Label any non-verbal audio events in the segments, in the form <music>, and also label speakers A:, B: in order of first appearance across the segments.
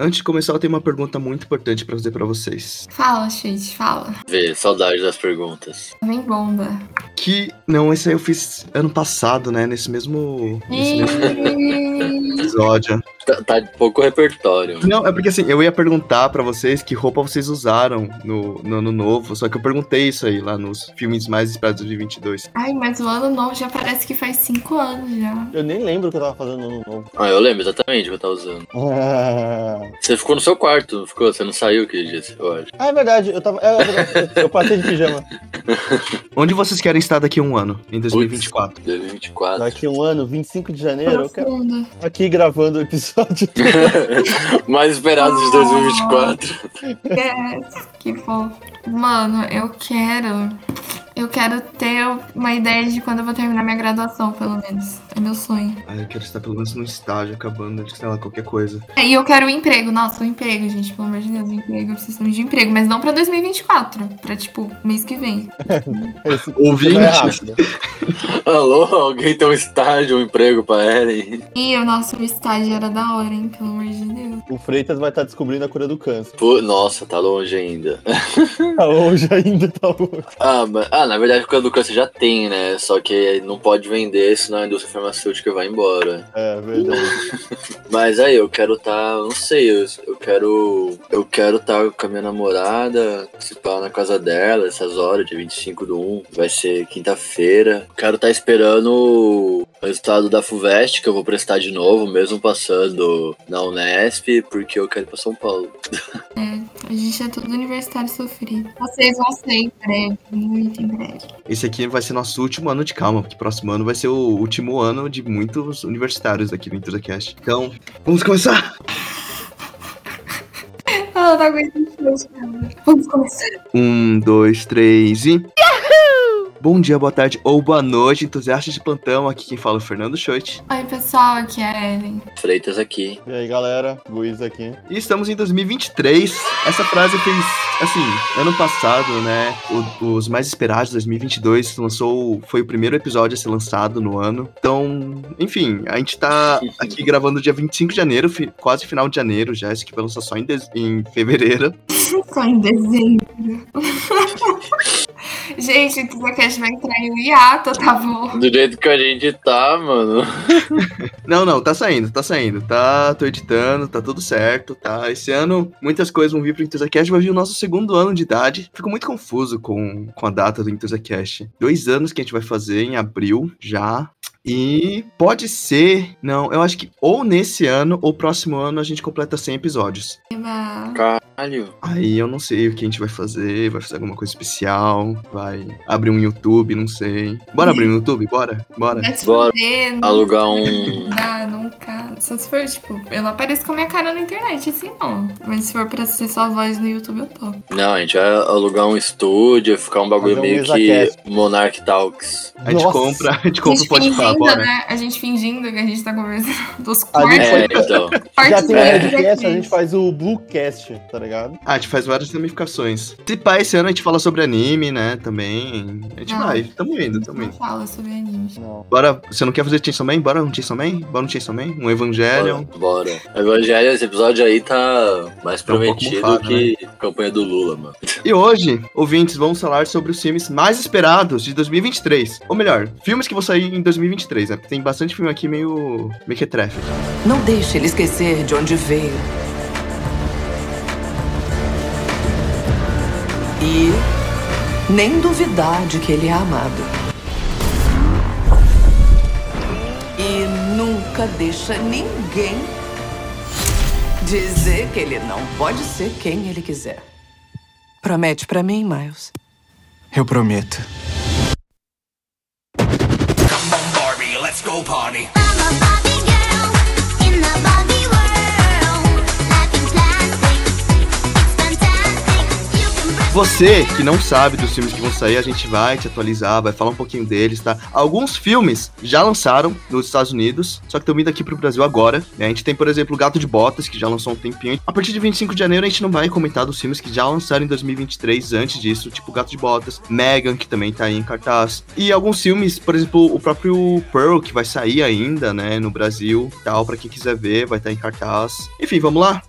A: Antes de começar, eu tenho uma pergunta muito importante pra fazer pra vocês.
B: Fala, gente, fala.
C: Vê, saudade das perguntas.
B: Vem bomba.
A: Que. Não, esse aí eu fiz ano passado, né? Nesse mesmo. Nesse mesmo
D: né?
A: episódio.
C: Tá, tá de pouco repertório.
A: Não, é porque assim, eu ia perguntar pra vocês que roupa vocês usaram no, no ano novo, só que eu perguntei isso aí lá nos filmes mais esperados de 22.
B: Ai, mas o ano novo já parece que faz cinco anos já.
D: Eu nem lembro o que eu tava fazendo no ano novo. <laughs>
C: Ah, eu lembro exatamente o que eu tava usando. Você ficou no seu quarto, não ficou? Você não saiu aquele dia, eu acho.
D: Ah, é verdade, eu tava. é verdade, eu passei de pijama.
A: Onde vocês querem estar daqui a um ano, em 2024?
C: 2024.
D: Daqui um ano, 25 de janeiro, eu quero
B: Profundo.
D: estar aqui gravando
A: <laughs>
D: o episódio.
C: <laughs> Mais esperado de 2024.
B: Yes, que fofo. Mano, eu quero. Eu quero ter uma ideia de quando eu vou terminar minha graduação, pelo menos. É meu sonho.
A: Ah, eu quero estar pelo menos num estágio acabando, de sei lá, qualquer coisa.
B: É, E eu quero um emprego. Nossa, um emprego, gente. Pelo amor de Deus, um emprego. Eu preciso de emprego. Mas não pra 2024. Pra, tipo, mês que vem.
D: Esse
A: Ouvinte.
D: vai rápido.
C: Alô, alguém tem um estágio, um emprego pra Ellen?
B: E o nosso estágio era da hora, hein? Pelo amor de Deus.
D: O Freitas vai estar descobrindo a cura do câncer.
C: Pô, nossa, tá longe ainda.
D: Tá hoje ainda, tá hoje.
C: Ah, mas, ah, na verdade, o do câncer já tem, né? Só que não pode vender, senão a indústria farmacêutica vai embora.
D: É verdade.
C: Mas aí, eu quero tá, não sei, eu, eu quero. Eu quero tá com a minha namorada, se pá na casa dela, essas horas, dia 25 do 1, vai ser quinta-feira. Quero tá esperando o resultado da FUVEST, que eu vou prestar de novo, mesmo passando na Unesp, porque eu quero ir pra São Paulo.
B: A gente é todo universitário sofrido. Vocês vão ser em breve. Muito em breve.
A: Esse aqui vai ser nosso último ano de calma, porque próximo ano vai ser o último ano de muitos universitários aqui do Introcast. Então, vamos começar!
B: Ah, eu não aguento mais, cara. Vamos começar.
A: Um, dois, três e. Bom dia, boa tarde ou boa noite, entusiastas de plantão. Aqui quem fala é o Fernando Schoit.
B: Oi, pessoal. Aqui é a Ellen.
C: Freitas aqui.
D: E aí, galera, Luiz aqui.
A: E estamos em 2023. Essa frase fez, assim, ano passado, né? o- os mais esperados, 2022, lançou. Foi o primeiro episódio a ser lançado no ano. Então, enfim, a gente tá aqui gravando dia 25 de janeiro, fi- quase final de janeiro já. Esse aqui vai lançar só em, dez- em fevereiro.
B: Só em dezembro. <laughs> gente, o Tuzacast vai entrar em um hiato, tá bom?
C: Do jeito que a gente tá, mano.
A: Não, não, tá saindo, tá saindo. Tá, tô editando, tá tudo certo, tá. Esse ano muitas coisas vão vir pro IntusaCast, vai vir o nosso segundo ano de idade. Fico muito confuso com, com a data do IntusaCast. Dois anos que a gente vai fazer em abril já. E pode ser, não, eu acho que ou nesse ano ou próximo ano a gente completa 100 episódios.
B: Eba.
C: Caralho.
A: Aí eu não sei o que a gente vai fazer, vai fazer alguma coisa especial, vai abrir um YouTube, não sei. Bora abrir um YouTube? Bora, bora.
B: Vai se
C: Bora.
B: fuder, tá não
C: Alugar um.
B: dá, nunca. Só se for, tipo, eu não apareço com a minha cara na internet, assim não. Mas se for pra ser só voz no YouTube, eu topo.
C: Não, a gente vai alugar um estúdio, ficar um bagulho
D: Fazer um
C: meio que
D: Exacast.
C: Monarch Talks.
A: A gente compra, a gente
B: A
A: compra o
B: gente
A: Spotify,
B: fingindo,
A: bora.
B: né? A gente fingindo que a gente tá conversando dos
D: A gente
B: cortes.
C: É, então.
D: Já tem o
C: É.
D: Redcast, a gente faz o Bluecast, tá ligado?
A: Ah, a gente faz várias ramificações. Se pá, esse ano a gente fala sobre anime, né? Também. A gente
B: Ah.
A: vai, tamo indo, tamo
B: Não
A: indo.
B: fala sobre anime.
D: Não.
A: Bora, você não quer fazer Chainsaw Man? Bora um Chainsaw Man? Bora um Chainsaw Man? Um Evangelion?
C: Bora. Evangelho, esse episódio aí tá mais
A: Tá um pouco né?
C: prometido
A: mofado,
C: que campanha do Lula, mano.
A: E hoje, ouvintes, vamos falar sobre os filmes mais esperados de 2023. Ou melhor, filmes que vão sair em 2023, né? Porque tem bastante filme aqui meio... mequetrefe.
E: Não deixe ele esquecer de onde veio. E nem duvidar de que ele é amado. E nunca deixa ninguém dizer que ele não pode ser quem ele quiser. Promete pra mim, Miles.
F: Eu prometo.
G: I'm a Barbie girl in the Barbie world. Life is plastic, it's fantastic. You can break.
A: Você que não sabe dos filmes que vão sair, a gente vai te atualizar, vai falar um pouquinho deles, tá? Alguns filmes já lançaram nos Estados Unidos, só que estão vindo aqui pro Brasil agora. né? A gente tem, por exemplo, o Gato de Botas, que já lançou há um tempinho. A partir de 25 de janeiro, a gente não vai comentar dos filmes que já lançaram em 2023 antes disso, tipo Gato de Botas, Megan, que também tá aí em cartaz. E alguns filmes, por exemplo, o próprio Pearl, que vai sair ainda, né, no Brasil, tal, pra quem quiser ver, vai estar em cartaz. tá Enfim, vamos lá?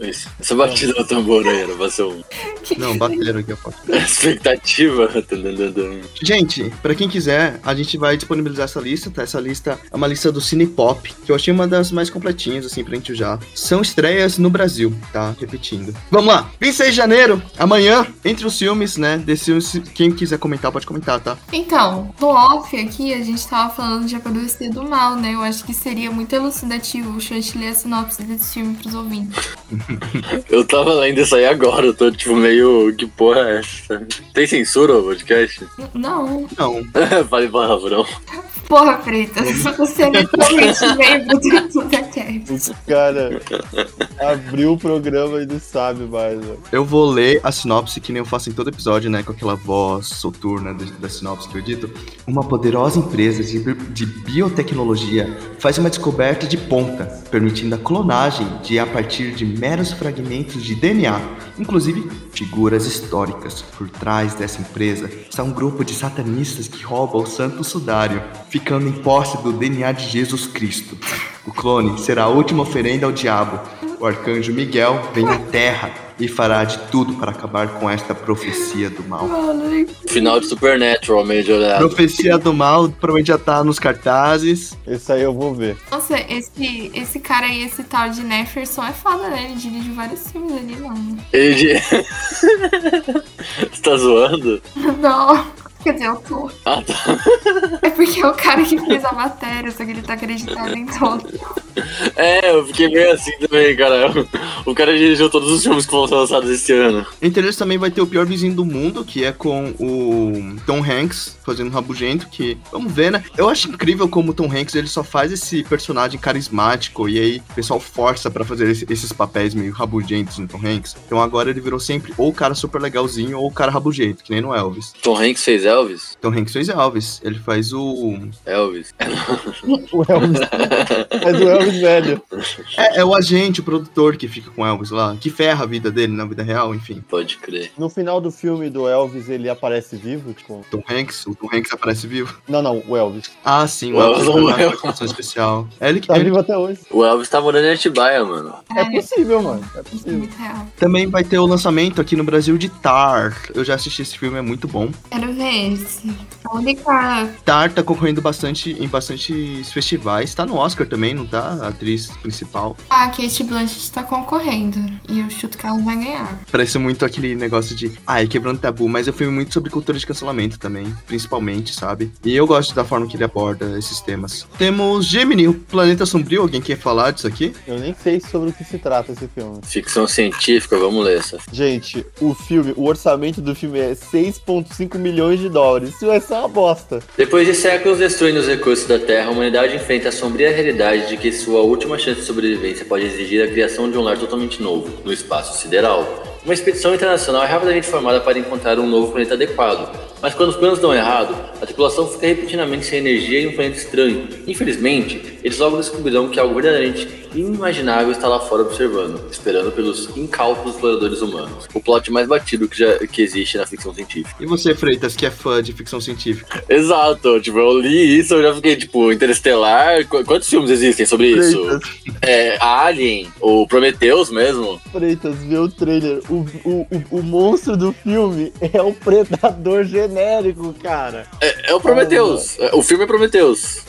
C: Isso. Essa batida do tambor aí era pra ser um- <laughs>
A: Não, bateram aqui a foto.
C: expectativa. tá Tadadadam.
A: Gente, pra quem quiser, a gente vai disponibilizar essa lista, tá? Essa lista é uma lista do Cine Pop, que eu achei uma das mais completinhas, assim, pra gente usar. São estreias no Brasil, tá? Repetindo. Vamos lá! 26 de janeiro, amanhã, entre os filmes, né? Desse filme, se- quem quiser comentar, pode comentar, tá?
B: Então, no off aqui, a gente tava falando de Apodrecer do Mal, né? Eu acho que seria muito elucidativo o Chant ler a sinopse desse filme pros ouvintes.
C: Eu tava lendo isso aí agora, eu tô tipo meio. Que porra é essa? Tem censura o podcast? <laughs>
B: N- Não.
A: Não,
C: Falei palavrão.
B: Porra, Freitas, você é literalmente meio do da Kevin.
D: O cara abriu o programa e não sabe mais, né? velho.
A: eu vou ler a sinopse, que nem eu faço em todo episódio, né? Com aquela voz soturna do- da sinopse que eu edito. Uma poderosa empresa de, bi- de biotecnologia faz uma descoberta de ponta, permitindo a clonagem de a partir de meros fragmentos de DNA, inclusive figuras históricas. Por trás dessa empresa está um grupo de satanistas que rouba o santo sudário, ficando em posse do DNA de Jesus Cristo. O clone será a última oferenda ao diabo. O arcanjo Miguel vem à Terra e fará de tudo para acabar com esta profecia do mal.
B: Mano,
C: Final de Supernatural, meio de olhado.
A: Profecia do Mal provavelmente já tá nos cartazes.
D: Esse aí eu vou ver.
B: nossa, esse, esse cara aí, esse tal de Neferson é foda, né? Ele dirige vários filmes ali, mano. <laughs>
C: Ele de... <laughs> Você tá zoando?
B: Não. Quer dizer, eu tô.
C: Ah, tá.
B: É porque é o cara que fez a matéria, só que ele tá acreditado em todo.
C: É, eu fiquei meio assim também, cara. O cara dirigiu todos os filmes que vão ser lançados esse ano.
A: Entre eles também vai ter o pior vizinho do mundo, que é com o Tom Hanks fazendo um rabugento, que vamos ver, né? Eu acho incrível como o Tom Hanks ele só faz esse personagem carismático e aí o pessoal força pra fazer esse- esses papéis meio rabugentos no Tom Hanks. Então agora ele virou sempre ou o cara super legalzinho ou o cara rabugento, que nem no Elvis.
C: Tom Hanks fez Elvis?
A: Tom Hanks fez Elvis, ele faz o
C: Elvis.
D: O
A: <laughs>
D: Elvis. Mas o Elvis velho.
A: é, é o agente, o produtor que fica com o Elvis lá, que ferra a vida dele na vida real, enfim.
C: Pode crer.
D: No final do filme do Elvis, ele aparece vivo? Tipo.
A: Tom Hanks, o Tom Hanks aparece vivo.
D: Não, não, o Elvis.
A: Ah, sim, o
C: Não,
A: Elvis
C: não
A: tá
C: é.
A: na participação especial. É ele que
D: Tá
A: ele
D: vivo até hoje.
C: O Elvis tá morando em Atibaia, mano.
D: É possível, mano.
B: Isso
D: É
B: é
D: possível.
B: muito real.
A: também vai ter o lançamento aqui no Brasil de Tar. Eu já assisti esse filme, é muito bom.
B: Quero ver esse. A única
A: Tar tá concorrendo bastante em bastantes festivais. Tá no Oscar também, não tá? A atriz principal.
B: Ah, a Kate Blanchett tá concorrendo. E eu chuto que ela vai ganhar.
A: Parece muito aquele negócio de, ai, quebrando tabu, mas é um filme muito sobre cultura de cancelamento também, principalmente, sabe? E eu gosto da forma que ele aborda esses temas. Temos Gemini, o Planeta Sombrio. Alguém quer falar disso aqui?
D: Eu nem sei sobre o que se trata esse filme.
C: Ficção científica, vamos ler essa.
D: Gente, o filme, o orçamento do filme é 6,5 milhões de dólares. Isso é só uma bosta.
C: Depois de séculos destruindo os recursos da Terra, a humanidade enfrenta a sombria realidade de que sua última chance de sobrevivência pode exigir a criação de um lar totalmente novo, no espaço sideral. Uma expedição internacional é rapidamente formada para encontrar um novo planeta adequado, mas quando os planos dão errado, a tripulação fica repentinamente sem energia em um planeta estranho. Infelizmente, eles logo descobrirão que algo verdadeiramente inimaginável está lá fora observando, esperando pelos incautos exploradores humanos. O plot mais batido que, já, que existe na ficção científica.
A: E você, Freitas, que é fã de ficção científica?
C: Exato, tipo, eu li isso, eu já fiquei, tipo, Interestelar. qu- Quantos filmes existem sobre isso?
D: né?
A: Freitas,
C: É, Alien, o Prometheus mesmo.
D: Freitas, vê o trailer. O, o, o, o monstro do filme é o predador genérico, cara.
C: É, é o Prometheus. É, o filme é Prometheus.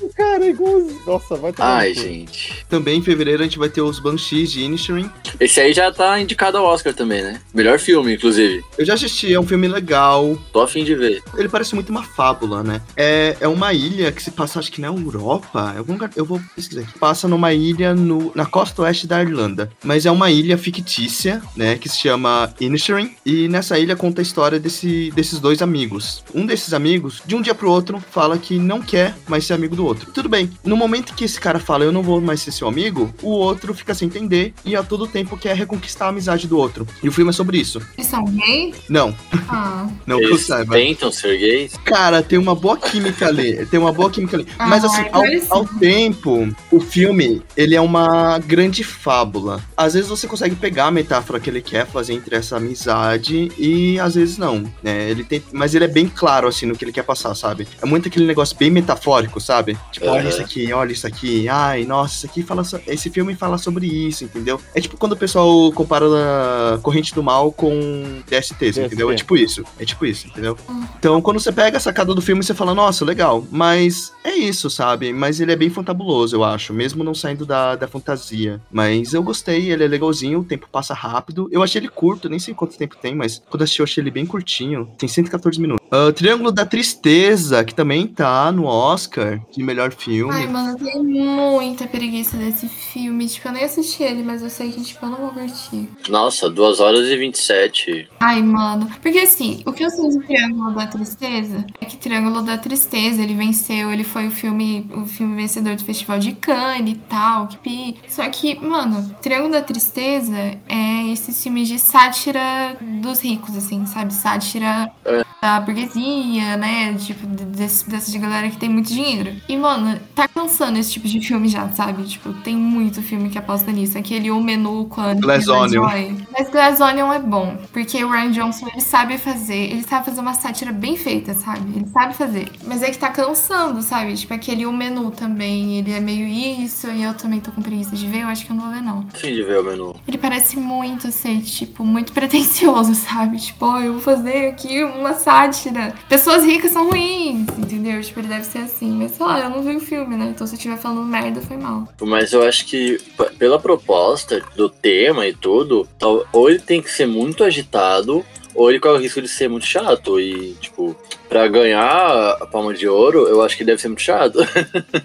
D: O cara é igualzinho. Nossa, vai tomar.
C: Ai,
D: no cu.
C: gente.
A: Também em fevereiro a gente vai ter os Banshees de Inisherin.
C: Esse aí já tá indicado ao Oscar também, né? Melhor filme, inclusive.
A: Eu já assisti, é um filme legal.
C: Tô a fim de ver.
A: Ele parece muito uma fábula, né? É, é uma ilha que se passa, acho que na Europa. em Algum lugar, eu vou pesquisar aqui. Passa numa ilha no, na costa oeste da Irlanda. Mas é uma ilha fictícia, né? Que se chama Inisherin. E nessa ilha conta a história desse, desses dois amigos. Um desses amigos, de um dia pro outro, fala que não quer mais ser amigo do outro. Tudo bem. No momento que esse cara fala, eu não vou mais ser seu amigo, o outro fica sem entender e a todo tempo quer reconquistar a amizade do outro. E o filme é sobre isso.
B: Eles são gays?
A: Não,
B: Ah,
A: não que eu
C: Eles
A: saiba.
C: tentam ser gays.
A: Cara, tem uma boa química ali. Tem uma boa química ali.
B: Ah,
A: Mas assim,
B: é
A: ao,
B: parecido.
A: ao tempo, o filme, ele é uma grande fábula. Às vezes você consegue pegar a metáfora que ele quer fazer entre essa amizade e às vezes não, né? Ele tem, mas ele é bem claro assim no que ele quer passar, sabe? É muito aquele negócio bem metafórico, sabe? Tipo, olha
C: Aham.
A: isso aqui, olha isso aqui. Ai, nossa, isso aqui fala so- esse filme fala sobre isso, entendeu? É tipo quando o pessoal compara a Corrente do Mal com DSTs,
D: DST.
A: entendeu? É tipo isso. É tipo isso, entendeu? Então, quando você pega a sacada do filme, você fala, nossa, legal. Mas é isso, sabe? Mas ele é bem fantabuloso, eu acho. Mesmo não saindo da, da fantasia. Mas eu gostei, ele é legalzinho, o tempo passa rápido. Eu achei ele curto, nem sei quanto tempo tem, mas quando assisti eu achei ele bem curtinho. Tem 114 minutos. Ah, Triângulo da Tristeza, que também tá no Oscar de melhor filme.
B: Ai, mano, eu tenho muita preguiça desse filme. Tipo, eu nem assisti ele, mas eu sei que, tipo, eu não vou curtir.
C: Nossa, 2 horas e 27.
B: Ai, mano. Porque assim, o que eu sei de Triângulo da Tristeza é que Triângulo da Tristeza, ele venceu, ele foi o filme, o filme vencedor do Festival de Cannes e tal, que pi. Só que, mano, Triângulo da Tristeza é esses filmes de sátira dos ricos, assim, sabe? Sátira da burguesia, né? Tipo, de- desse, dessa de galera que tem muito dinheiro. E, mano, tá cansando esse tipo de filme já, sabe? Tipo, tem muito filme que aposta nisso. Aquele O Menu quando.
A: Glass Onion.
B: Mas Glass Onion é bom, porque o Ryan Johnson, ele sabe fazer, ele sabe fazer uma sátira bem feita, sabe? Ele sabe fazer. Mas é que tá cansando, sabe? Tipo, aquele O Menu também, ele é meio isso, e eu também tô com preguiça de ver, eu acho que eu não vou ver, não.
C: Fim de ver o menu.
B: Ele parece muito ser, tipo, muito pretensioso, <laughs> sabe? Tipo, ó, eu vou fazer aqui uma sátira. Pessoas ricas são ruins, entendeu? Tipo, ele deve ser assim. Mas sei lá, eu não vi o filme, né? Então se eu estiver falando merda, foi mal.
C: Mas eu acho que p- pela proposta do tema e tudo, tal- ou ele tem que ser muito agitado, ou ele corre o risco de ser muito chato. E, tipo, pra ganhar a palma de ouro, eu acho que deve ser muito chato. <laughs>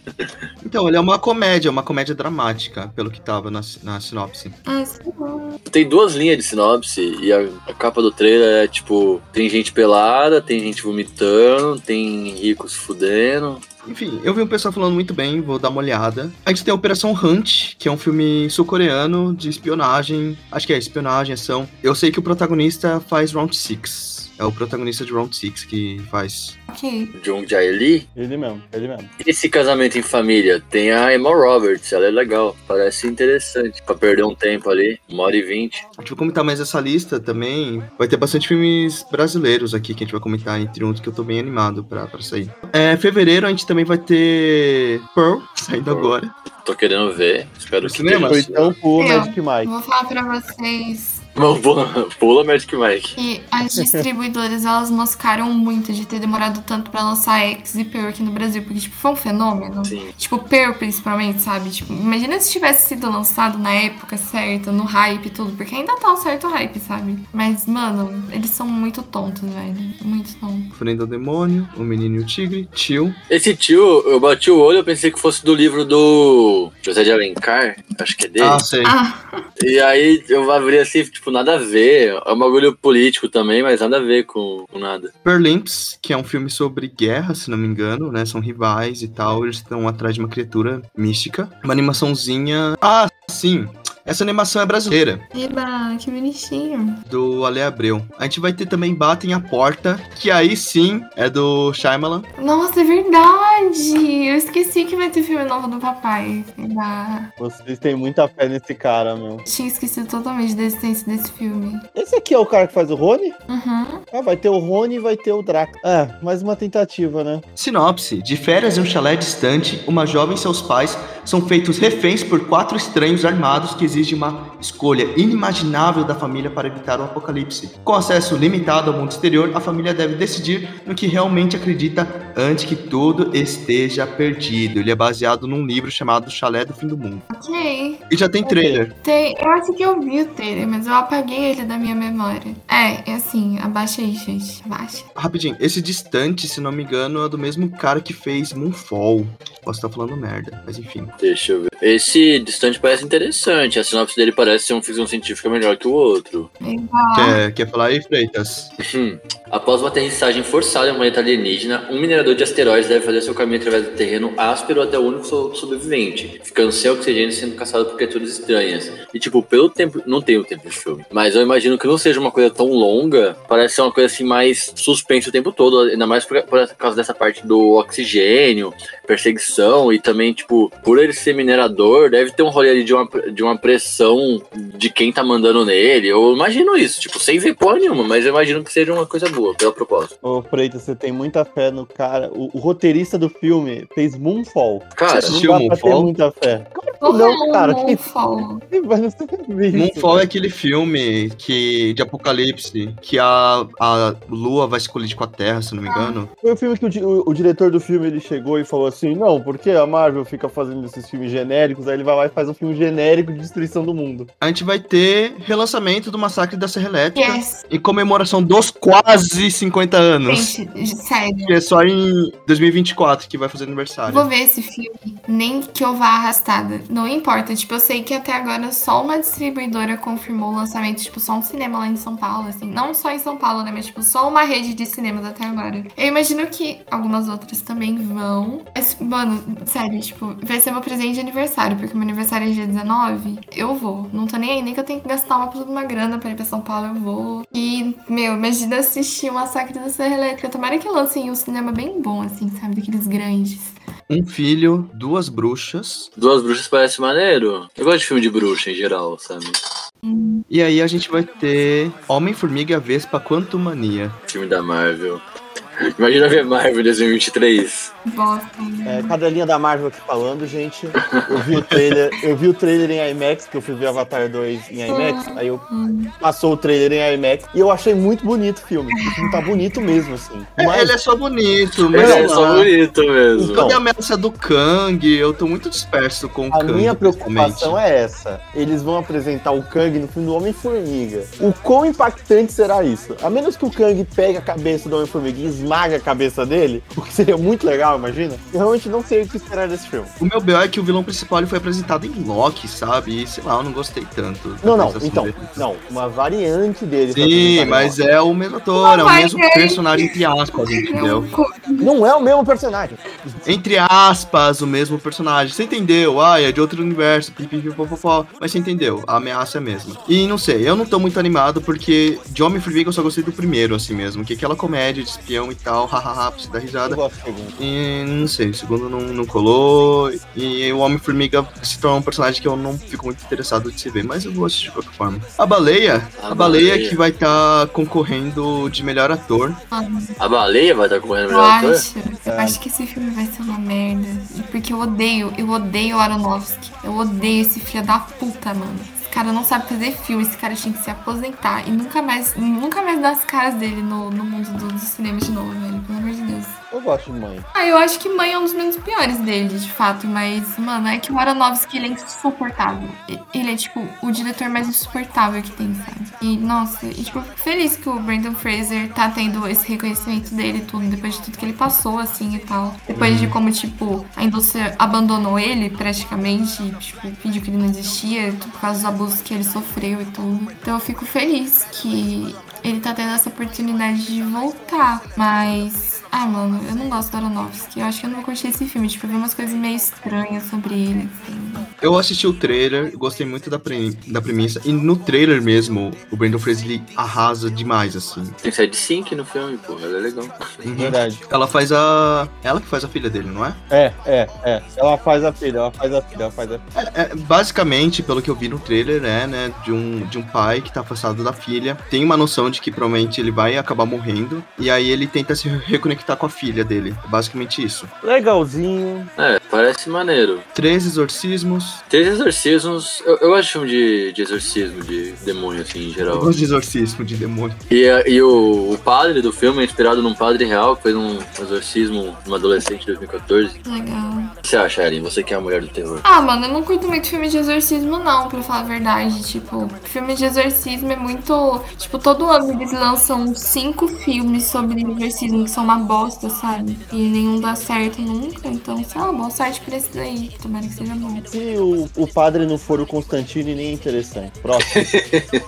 A: Então, ele é uma comédia, uma comédia dramática, pelo que tava na, na sinopse.
B: Ah, sei lá.
C: Tem duas linhas de sinopse e a, a capa do trailer é tipo: tem gente pelada, tem gente vomitando, tem ricos fudendo.
A: Enfim, eu vi um pessoal falando muito bem, vou dar uma olhada. A gente tem a Operação Hunt, que é um filme sul-coreano de espionagem. Acho que é espionagem, ação. Eu sei que o protagonista faz Round Six É o protagonista de Round Six que faz.
B: Ok.
C: Jung Jae Lee.
D: Ele mesmo, ele mesmo.
C: Esse casamento em família tem a Emma Roberts, ela é legal, parece interessante. Pra perder um tempo ali, uma hora e vinte.
A: A gente vai comentar mais essa lista também. Vai ter bastante filmes brasileiros aqui que a gente vai comentar, entre uns que eu tô bem animado pra, pra sair. É, fevereiro a gente também vai ter Pearl, <laughs> saindo
C: Pearl.
A: agora.
C: Tô querendo ver, espero
A: No
C: que
A: cinema?
D: Foi
C: tenha.
D: tão puro
B: Eu.
D: Magic Mike.
B: Vou falar pra vocês
C: Não, pula, <laughs> pula Magic Mike.
B: que as distribuidoras, elas moscaram muito de ter demorado tanto pra lançar X e Pearl aqui no Brasil, porque, tipo, foi um fenômeno.
C: Sim.
B: Tipo, Pearl, principalmente, sabe? Tipo, imagina se tivesse sido lançado na época certa, no hype e tudo, porque ainda tá um certo hype, sabe? Mas, mano, eles são muito tontos, velho. Muito tontos.
A: Frente ao Demônio, O Menino e o Tigre, Tio.
C: Esse tio, eu bati o olho, eu pensei que fosse do livro do José de Alencar, acho que é dele.
A: Ah, sei.
B: Ah,
C: E aí eu abri assim, tipo, nada a ver. É um bagulho político também, mas nada a ver com, com nada.
A: Perlimps, que é um filme sobre guerra, se não me engano, né? São rivais e tal, eles estão atrás de uma criatura mística. Uma animaçãozinha. Ah, sim! Essa animação é brasileira,
B: eba, que bonitinho.
A: do Ale Abreu. A gente vai ter também Batem a Porta, que aí sim é do Shyamalan.
B: Nossa, é verdade! Eu esqueci que vai ter filme novo do papai. Eba.
D: Vocês têm muita fé nesse cara, meu.
B: Tinha esquecido totalmente da existência desse filme.
D: Esse aqui é o cara que faz o Rony?
B: Uhum.
D: Ah, vai ter o Rony e vai ter o Draco. É, mais uma tentativa, né?
A: Sinopse: De férias em um chalé distante, uma jovem e seus pais são feitos reféns por quatro estranhos armados que exigem uma escolha inimaginável da família para evitar o apocalipse. Com acesso limitado ao mundo exterior, a família deve decidir no que realmente acredita antes que tudo esteja perdido. Ele é baseado num livro chamado Chalé do Fim do Mundo.
B: Ok.
A: E já tem trailer.
B: Tem, eu acho que eu vi o trailer, mas eu apaguei ele da minha memória. É, é assim, abaixa aí, gente. Abaixa.
A: Rapidinho, esse distante, se não me engano, é do mesmo cara que fez Moonfall. Posso estar falando merda, mas enfim.
C: Deixa eu ver. Esse distante parece interessante. A sinopse dele parece ser uma ficção científica melhor que o outro.
A: Quer, quer falar aí, Freitas?
C: Após uma aterrissagem forçada em um planeta alienígena, um minerador de asteroides deve fazer seu caminho através do terreno áspero até o único so- sobrevivente, ficando sem oxigênio e sendo caçado por criaturas estranhas. E, tipo, pelo tempo. Não tem o tempo de filme, mas eu imagino que não seja uma coisa tão longa. Parece ser uma coisa assim mais suspensa o tempo todo, ainda mais por, por causa dessa parte do oxigênio, perseguição e também, tipo, por ele ser minerador ditador, deve ter um rolê ali de uma, de uma pressão de quem tá mandando nele. Eu imagino isso, tipo, sem ver porra nenhuma, mas eu imagino que seja uma coisa boa, pela proposta.
D: Ô, Freitas, você tem muita fé no cara. O, o roteirista do filme fez Moonfall.
C: Cara,
A: Você
D: Não
A: Ah, assistiu
D: dá pra ter
A: Moonfall?
D: muita fé. <laughs>
B: Porra,
D: Não, cara,
B: um
D: que-
B: Moonfall.
D: Mas você viu isso,
A: Moonfall é
D: né?
A: aquele filme que, de apocalipse que a, a lua vai se colidir com a terra, se não me engano.
D: Foi o filme que o, di- o- o diretor do filme ele chegou e falou assim: não, porque a Marvel fica fazendo esses filmes genéricos, aí ele vai lá e faz um filme genérico de destruição do mundo.
A: A gente vai ter relançamento do Massacre da Serra Elétrica
B: Yes,
A: em comemoração dos quase 50 anos.
B: gente, sério.
A: Que é só em 2024 que vai fazer aniversário.
B: Vou ver esse filme, nem que eu vá arrastada. Não importa, tipo, eu sei que até agora só uma distribuidora confirmou o lançamento, tipo, só um cinema lá em São Paulo, assim. Não só em São Paulo, né? Mas, tipo, só uma rede de cinemas até agora. Eu imagino que algumas outras também vão. Mas, mano, sério, tipo, vai ser meu presente de aniversário, porque meu aniversário é dia 19. Eu vou. Não tô nem aí, nem que eu tenho que gastar uma puta de uma grana pra ir pra São Paulo, eu vou. E, meu, imagina assistir o Massacre da Serra Elétrica. Tomara que lancem um cinema bem bom, assim, sabe? Daqueles grandes.
A: Um filho, duas bruxas.
C: Duas Bruxas parece maneiro. Eu gosto de filme de bruxa em geral, sabe?
A: E aí a gente vai ter Homem-Formiga e a Vespa Quantumania.
C: Filme da Marvel. Imagina ver Marvel em 2023.
B: Bosta.
D: É, cada linha da Marvel aqui falando, gente. Eu vi o trailer, eu vi o trailer em IMAX, que eu fui ver Avatar 2 em IMAX, aí eu passou o trailer em IMAX e eu achei muito bonito o filme. O filme tá bonito mesmo, assim.
A: É,
D: Mas
A: Ele é só bonito, mas
C: Mas
A: sei
C: é só
A: lá.
C: bonito mesmo.
A: Toda a ameaça do Kang, eu tô muito disperso com o
D: a
A: Kang.
D: minha preocupação é essa. Eles vão apresentar o Kang no filme do Homem-Formiga. O quão impactante será isso? A menos que o Kang pegue a cabeça do Homem-Formiga e esmague a cabeça dele, o que seria muito legal, imagina. Eu realmente não sei o que esperar desse filme.
A: O meu B.O. é que o vilão principal ele foi apresentado em Loki, sabe? E sei lá, eu não gostei tanto. da
D: Não, não,
A: apresentação
D: então,
A: dele.
D: não, uma variante dele. foi
A: Sim,
D: apresentada em
A: mas é o mesmo ator, é o
B: Mamãe
A: mesmo
B: Gang.
A: personagem, entre aspas, entendeu?
D: Não é o mesmo personagem.
A: Entre aspas, o mesmo personagem. Você entendeu? Ah, é de outro universo, pipipipopopó. Mas você entendeu, a ameaça é a mesma. E não sei, eu não tô muito animado porque de Homem-Formiga eu só gostei do primeiro, assim mesmo. Que é aquela comédia de espião e tal, <laughs> hahaha, pra você dar risada.
D: Eu gosto do segundo.
A: E não sei, o segundo não, não colou. E o Homem-Formiga se tornou um personagem que eu não fico muito interessado de se ver, mas eu vou assistir de qualquer forma. A baleia, a,
C: A
A: baleia,
C: Baleia.
A: que vai estar concorrendo de melhor ator.
C: A baleia vai estar correndo
B: Eu
C: melhor ator?
B: acho, eu acho que esse filme vai ser uma merda. Porque eu odeio, eu odeio o Aronofsky. Eu odeio esse filho da puta, mano. Esse cara não sabe fazer filme, esse cara tinha que se aposentar. E nunca mais, nunca mais dar as caras dele no, no mundo do, do cinema de novo, velho. Pelo amor de Deus.
D: Eu gosto de mãe.
B: Ah, eu acho que Mãe é um dos menos piores dele, de fato. Mas, mano, é que o Aronofsky, ele é insuportável. E- Ele é, tipo, o diretor mais insuportável que tem, sabe? E, nossa, e, tipo, eu fico feliz que o Brandon Fraser tá tendo esse reconhecimento dele e tudo, depois de tudo que ele passou, assim, e tal. Depois de como, tipo, a indústria abandonou ele, praticamente, e, tipo, pediu que ele não existia, tudo por causa dos abusos que ele sofreu e tudo. Então eu fico feliz que ele tá tendo essa oportunidade de voltar, mas... Ah, mano, eu não gosto do Aronofsky. Eu acho que eu não vou curtir esse filme. Tipo, eu vi umas coisas meio estranhas sobre ele, assim.
A: Eu assisti o trailer, gostei muito da, pre- da premissa. E no trailer mesmo, o Brandon Fraser ele arrasa demais, assim.
C: Tem side sync no filme, pô, ela é legal.
D: Verdade.
A: Ela faz a. Ela que faz a filha dele, não é?
D: É, é, é. Ela faz a filha, ela faz a filha, ela faz a filha.
A: É, basicamente, pelo que eu vi no trailer, é, né, de um, de um pai que tá afastado da filha, tem uma noção de que provavelmente ele vai acabar morrendo, e aí ele tenta se reconectar com a filha dele. É basicamente isso.
D: Legalzinho.
C: É, parece maneiro.
A: Três exorcismos.
C: Três exorcismos. Eu, eu gosto de filme de, de exorcismo, de demônio, assim, em
A: Eu
C: geral.
A: gosto de exorcismo de demônio.
C: E, a- e o, o padre do filme é inspirado num padre real que fez um exorcismo numa adolescente de 2014.
B: Legal.
C: O que você acha, Erin? Você que é a mulher do terror.
B: Ah, mano, eu não curto muito filme de exorcismo, não, pra falar a verdade. Tipo, filme de exorcismo é muito. Tipo, todo ano eles lançam cinco filmes sobre exorcismo que são uma bosta, sabe? E nenhum dá certo nunca. Então, sei lá, boa sorte pra esse daí. Tomara que seja bom.
D: Se o, o padre não for o Constantino, nem é interessante. Próximo. <laughs>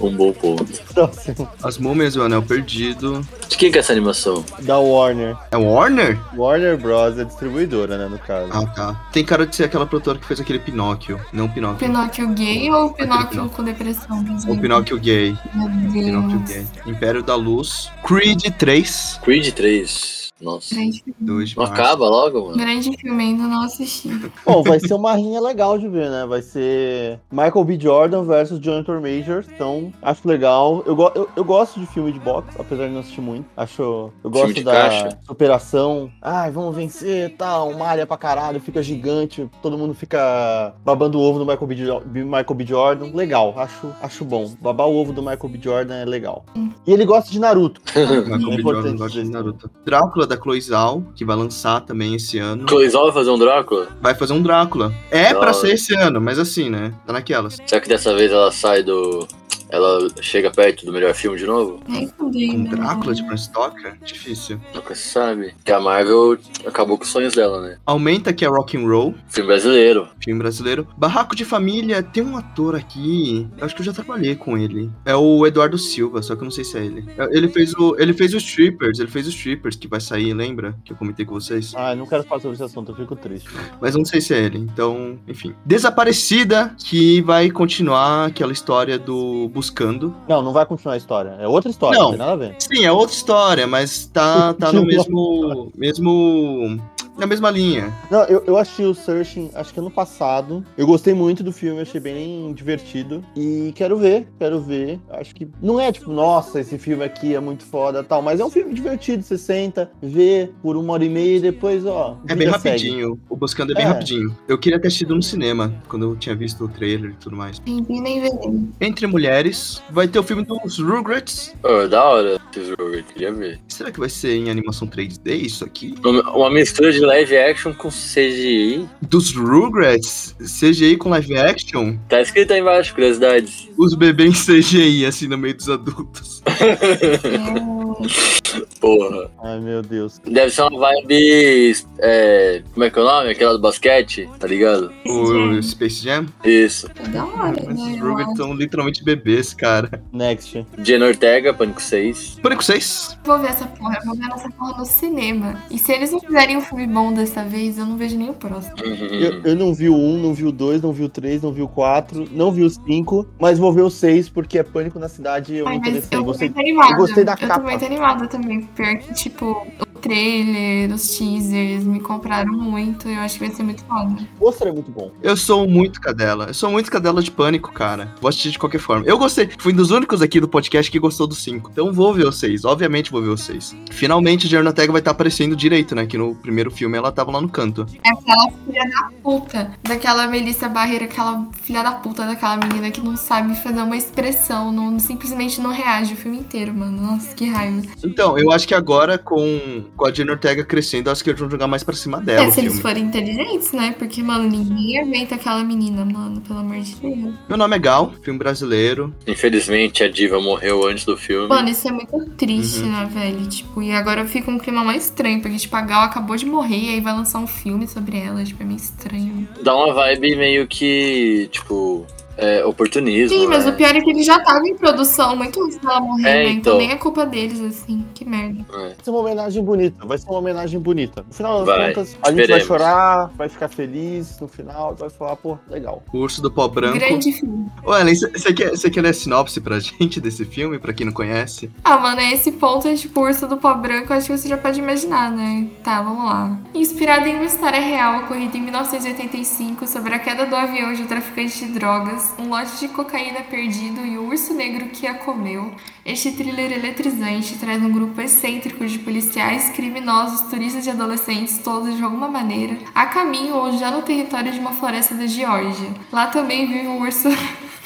C: Um bom ponto.
D: Próximo.
A: As Múmias e o Anel Perdido.
C: De quem que é essa animação?
D: Da Warner.
A: É Warner?
D: Warner Bros. é distribuidora, né, no caso.
A: Ah, tá. Tem cara de ser aquela produtora que fez aquele Pinóquio. Não Pinóquio.
B: Pinóquio gay ou Pinóquio com depressão?
A: O Pinóquio gay.
B: Meu Deus.
A: Pinóquio gay. Império da Luz. Creed 3.
C: Creed 3. Nossa.
B: Grande,
A: Dois
C: Não
A: Marcos.
C: acaba logo, mano?
B: grande filme, ainda não assisti.
D: Bom, vai ser uma rinha legal de ver, né? Vai ser Michael B. Jordan versus Jonathan Majors. Então, acho legal. Eu, go- eu, eu gosto de filme de boxe, apesar de não assistir muito. Acho. Eu
C: Filme
D: gosto
C: de
D: da
C: caixa?
D: superação. Ai, vamos vencer tal. Malha pra caralho, fica gigante. Todo mundo fica babando o ovo do Michael B. Jo- B. Michael B. Jordan. Legal, acho, acho bom. Babar o ovo do Michael B. Jordan é legal. E ele gosta de Naruto.
B: é
A: Michael B. Jordan,
D: Importante.
A: gosta de Naruto. Drácula da Cloizal, que vai lançar também esse ano.
C: Cloizal vai fazer um Drácula?
A: Vai fazer um Drácula. É
C: Da
A: pra
C: hora.
A: ser esse ano, mas assim, né? Tá naquelas.
C: Será que dessa vez ela sai do. Ela chega perto do melhor filme de novo?
B: Nem fudei,
A: Um
B: né?
A: Drácula de Bram Stoker? Difícil.
C: Nunca se sabe. Que a Marvel acabou com os sonhos dela, né?
A: Aumenta que é rock'n'roll,
C: Filme brasileiro.
A: filme brasileiro. Barraco de Família, tem um ator aqui, eu acho que eu já trabalhei com ele. É o Eduardo Silva, só que eu não sei se é ele. Ele fez o, ele fez os Strippers, ele fez os Strippers que vai sair, lembra? Que eu comentei com vocês.
D: Ai, não quero falar sobre esse assunto, eu fico triste.
A: Mas eu não sei se é ele, então, enfim. Desaparecida, que vai continuar aquela história do Buscando.
D: Não, não vai continuar a história. É outra história,
A: Não.
D: não tem nada a ver.
A: Sim, é outra história, mas tá, tá
D: <laughs>
A: no mesmo. mesmo. na mesma linha.
D: Não, eu, eu achei o Searching, acho que ano passado. Eu gostei muito do filme, achei bem divertido. E quero ver, quero ver. Acho que não é tipo, nossa, esse filme aqui é muito foda tal, mas é um filme divertido. Você senta, vê por uma hora e meia e depois, ó.
A: É
D: vida
A: bem
D: segue.
A: rapidinho. O Buscando é bem
D: É.
A: rapidinho. Eu queria ter assistido no cinema, quando eu tinha visto o trailer e tudo mais.
B: Nem vi, nem verei.
A: Entre Mulheres. Vai ter o filme dos Rugrats.
C: Ô, da hora esse jogo, eu queria ver.
A: Será que vai ser em animação 3D isso aqui?
C: Uma uma mistura de live action com CGI.
A: Dos Rugrats? CGI com live action?
C: Tá escrito aí embaixo, curiosidades.
A: Os bebês em CGI, assim, no meio dos adultos.
B: É,
C: Porra.
D: Ai, meu Deus.
C: Deve ser uma vibe. É, como é que é o nome? Aquela do basquete, tá ligado?
A: O Space Jam?
C: Isso.
B: É da hora,
A: Mas
B: né?
A: Esses
B: Eu
A: Rugrats são literalmente bebês, cara.
D: Next.
C: Jenna Ortega, Pânico 6.
A: Pânico 6.
D: é-
B: Vou ver essa porra, eu vou ver essa porra no cinema. E se eles não fizerem um filme bom dessa vez, eu não vejo nem o próximo.
A: Hum.
D: Eu, eu não vi o 1, não vi o 2, não vi o 3, não vi o 4, não vi o 5, mas vou ver o 6 porque é Pânico na Cidade e eu
B: Ai,
D: me
B: mas
D: interessei.
B: eu tô
D: Gostei
B: muito animada.
D: eu gostei da
B: eu
D: capa.
B: tô muito animada também. Pior que, tipo, o trailer, os teasers me compraram muito. Eu acho que vai ser muito foda.
D: O pôster é muito bom.
A: Eu sou muito cadela. Eu sou muito cadela de pânico, cara. Vou assistir de qualquer forma. Eu gostei. Fui um dos únicos aqui do podcast que gostou do 5. Então vou ver vocês. Obviamente vou ver vocês. Finalmente, a Jerna Tega vai estar aparecendo direito, né? Que no primeiro filme ela tava lá no canto.
B: Aquela filha da puta daquela Melissa Barreira, aquela filha da puta daquela menina que não sabe fazer uma expressão, não, simplesmente não reage o filme inteiro, mano. Nossa, que raiva.
A: Então, eu acho que agora com, com a Jane Ortega crescendo, eu acho que eles vão jogar mais pra cima dela.
B: é,
A: o
B: se eles
A: filme.
B: forem inteligentes, né? Porque, mano, ninguém aguenta aquela menina, mano, pelo amor de Deus.
A: Meu nome é Gal, filme brasileiro.
C: Infelizmente, a diva morreu antes do filme.
B: Mano, isso é muito triste,
A: Uhum.
B: né, velho? Tipo, e agora fica um clima mais estranho, porque, tipo, a Gal acabou de morrer e aí vai lançar um filme sobre ela. Tipo, é meio estranho.
C: Dá uma vibe meio que, tipo, é, oportunismo.
B: Sim, mas
C: né?
B: o pior é que ele já tava em produção muito antes dela morrer,
C: É,
B: né? Então
C: então.
B: nem é culpa deles, assim. Que merda.
D: Vai ser uma homenagem bonita, vai ser uma homenagem bonita. No final das
C: Vai,
D: contas, a gente vai
C: esperemos.
D: chorar, vai ficar feliz no final, vai falar, pô, legal.
A: O Urso do Pó Branco.
B: Grande filme.
A: Ô, Ellen, você quer, cê quer ler a sinopse pra <laughs> gente desse filme, pra quem não conhece?
B: Ah, mano, é esse ponto é tipo o urso do pó branco, acho que você já pode imaginar, né? Tá, vamos lá. Inspirada em uma história real ocorrida em 1985 sobre a queda do avião de um traficante de drogas, um lote de cocaína perdido e o urso negro que a comeu, Este thriller eletrizante traz um grupo excêntrico de policiais, criminosos, turistas e adolescentes, todos de alguma maneira, a caminho ou já no território de uma floresta da Geórgia. Lá também vive um urso. <laughs>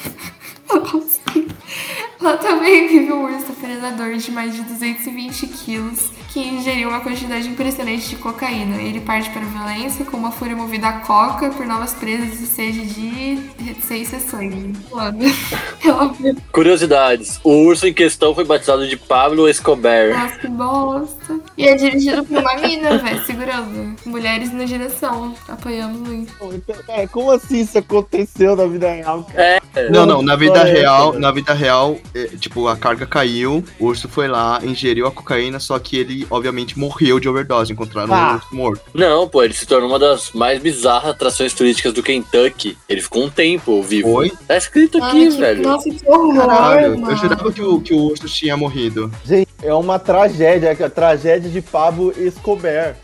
B: Não consigo. Lá também vive um urso predador de mais de 220 quilos que ingeriu uma quantidade impressionante de cocaína. Ele parte para a violência com uma fúria movida a coca por novas presas e sede de reticência e sangue. Mano, <laughs> pelo
C: Curiosidades. O urso em questão foi batizado de Pablo Escobar.
B: Nossa, que bosta. E é dirigido por uma mina, velho, segurando. Mulheres na direção. Apoiamos muito.
D: Pô, então, Cara, como assim isso aconteceu na vida real, cara?
A: Não, não, na vida
D: Olha,
A: real,
D: cara.
A: na vida real, é, tipo, a carga caiu, o urso foi lá, ingeriu a cocaína, só que ele, obviamente, morreu de overdose, encontraram
D: Ah.
B: Tá.
A: um urso morto.
C: Não, pô, ele se tornou uma das mais bizarras atrações turísticas do Kentucky. Ele ficou um tempo vivo.
A: Foi?
C: Tá escrito aqui,
B: Mano, que-
C: velho.
B: Nossa, que horror,
A: Caralho,
B: mano.
A: eu jurava que o, que o urso tinha morrido.
D: Gente, É uma tragédia, é a tragédia de Pablo
C: <laughs>
D: Escobar.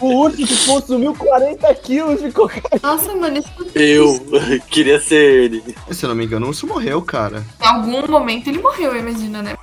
D: o urso que consumiu 40 quilos de cocaína.
B: Nossa, mano, isso
C: Eu <laughs> queria ser ele.
A: Se eu não me engano, o urso morreu, cara.
B: Em algum momento ele morreu, imagina, né?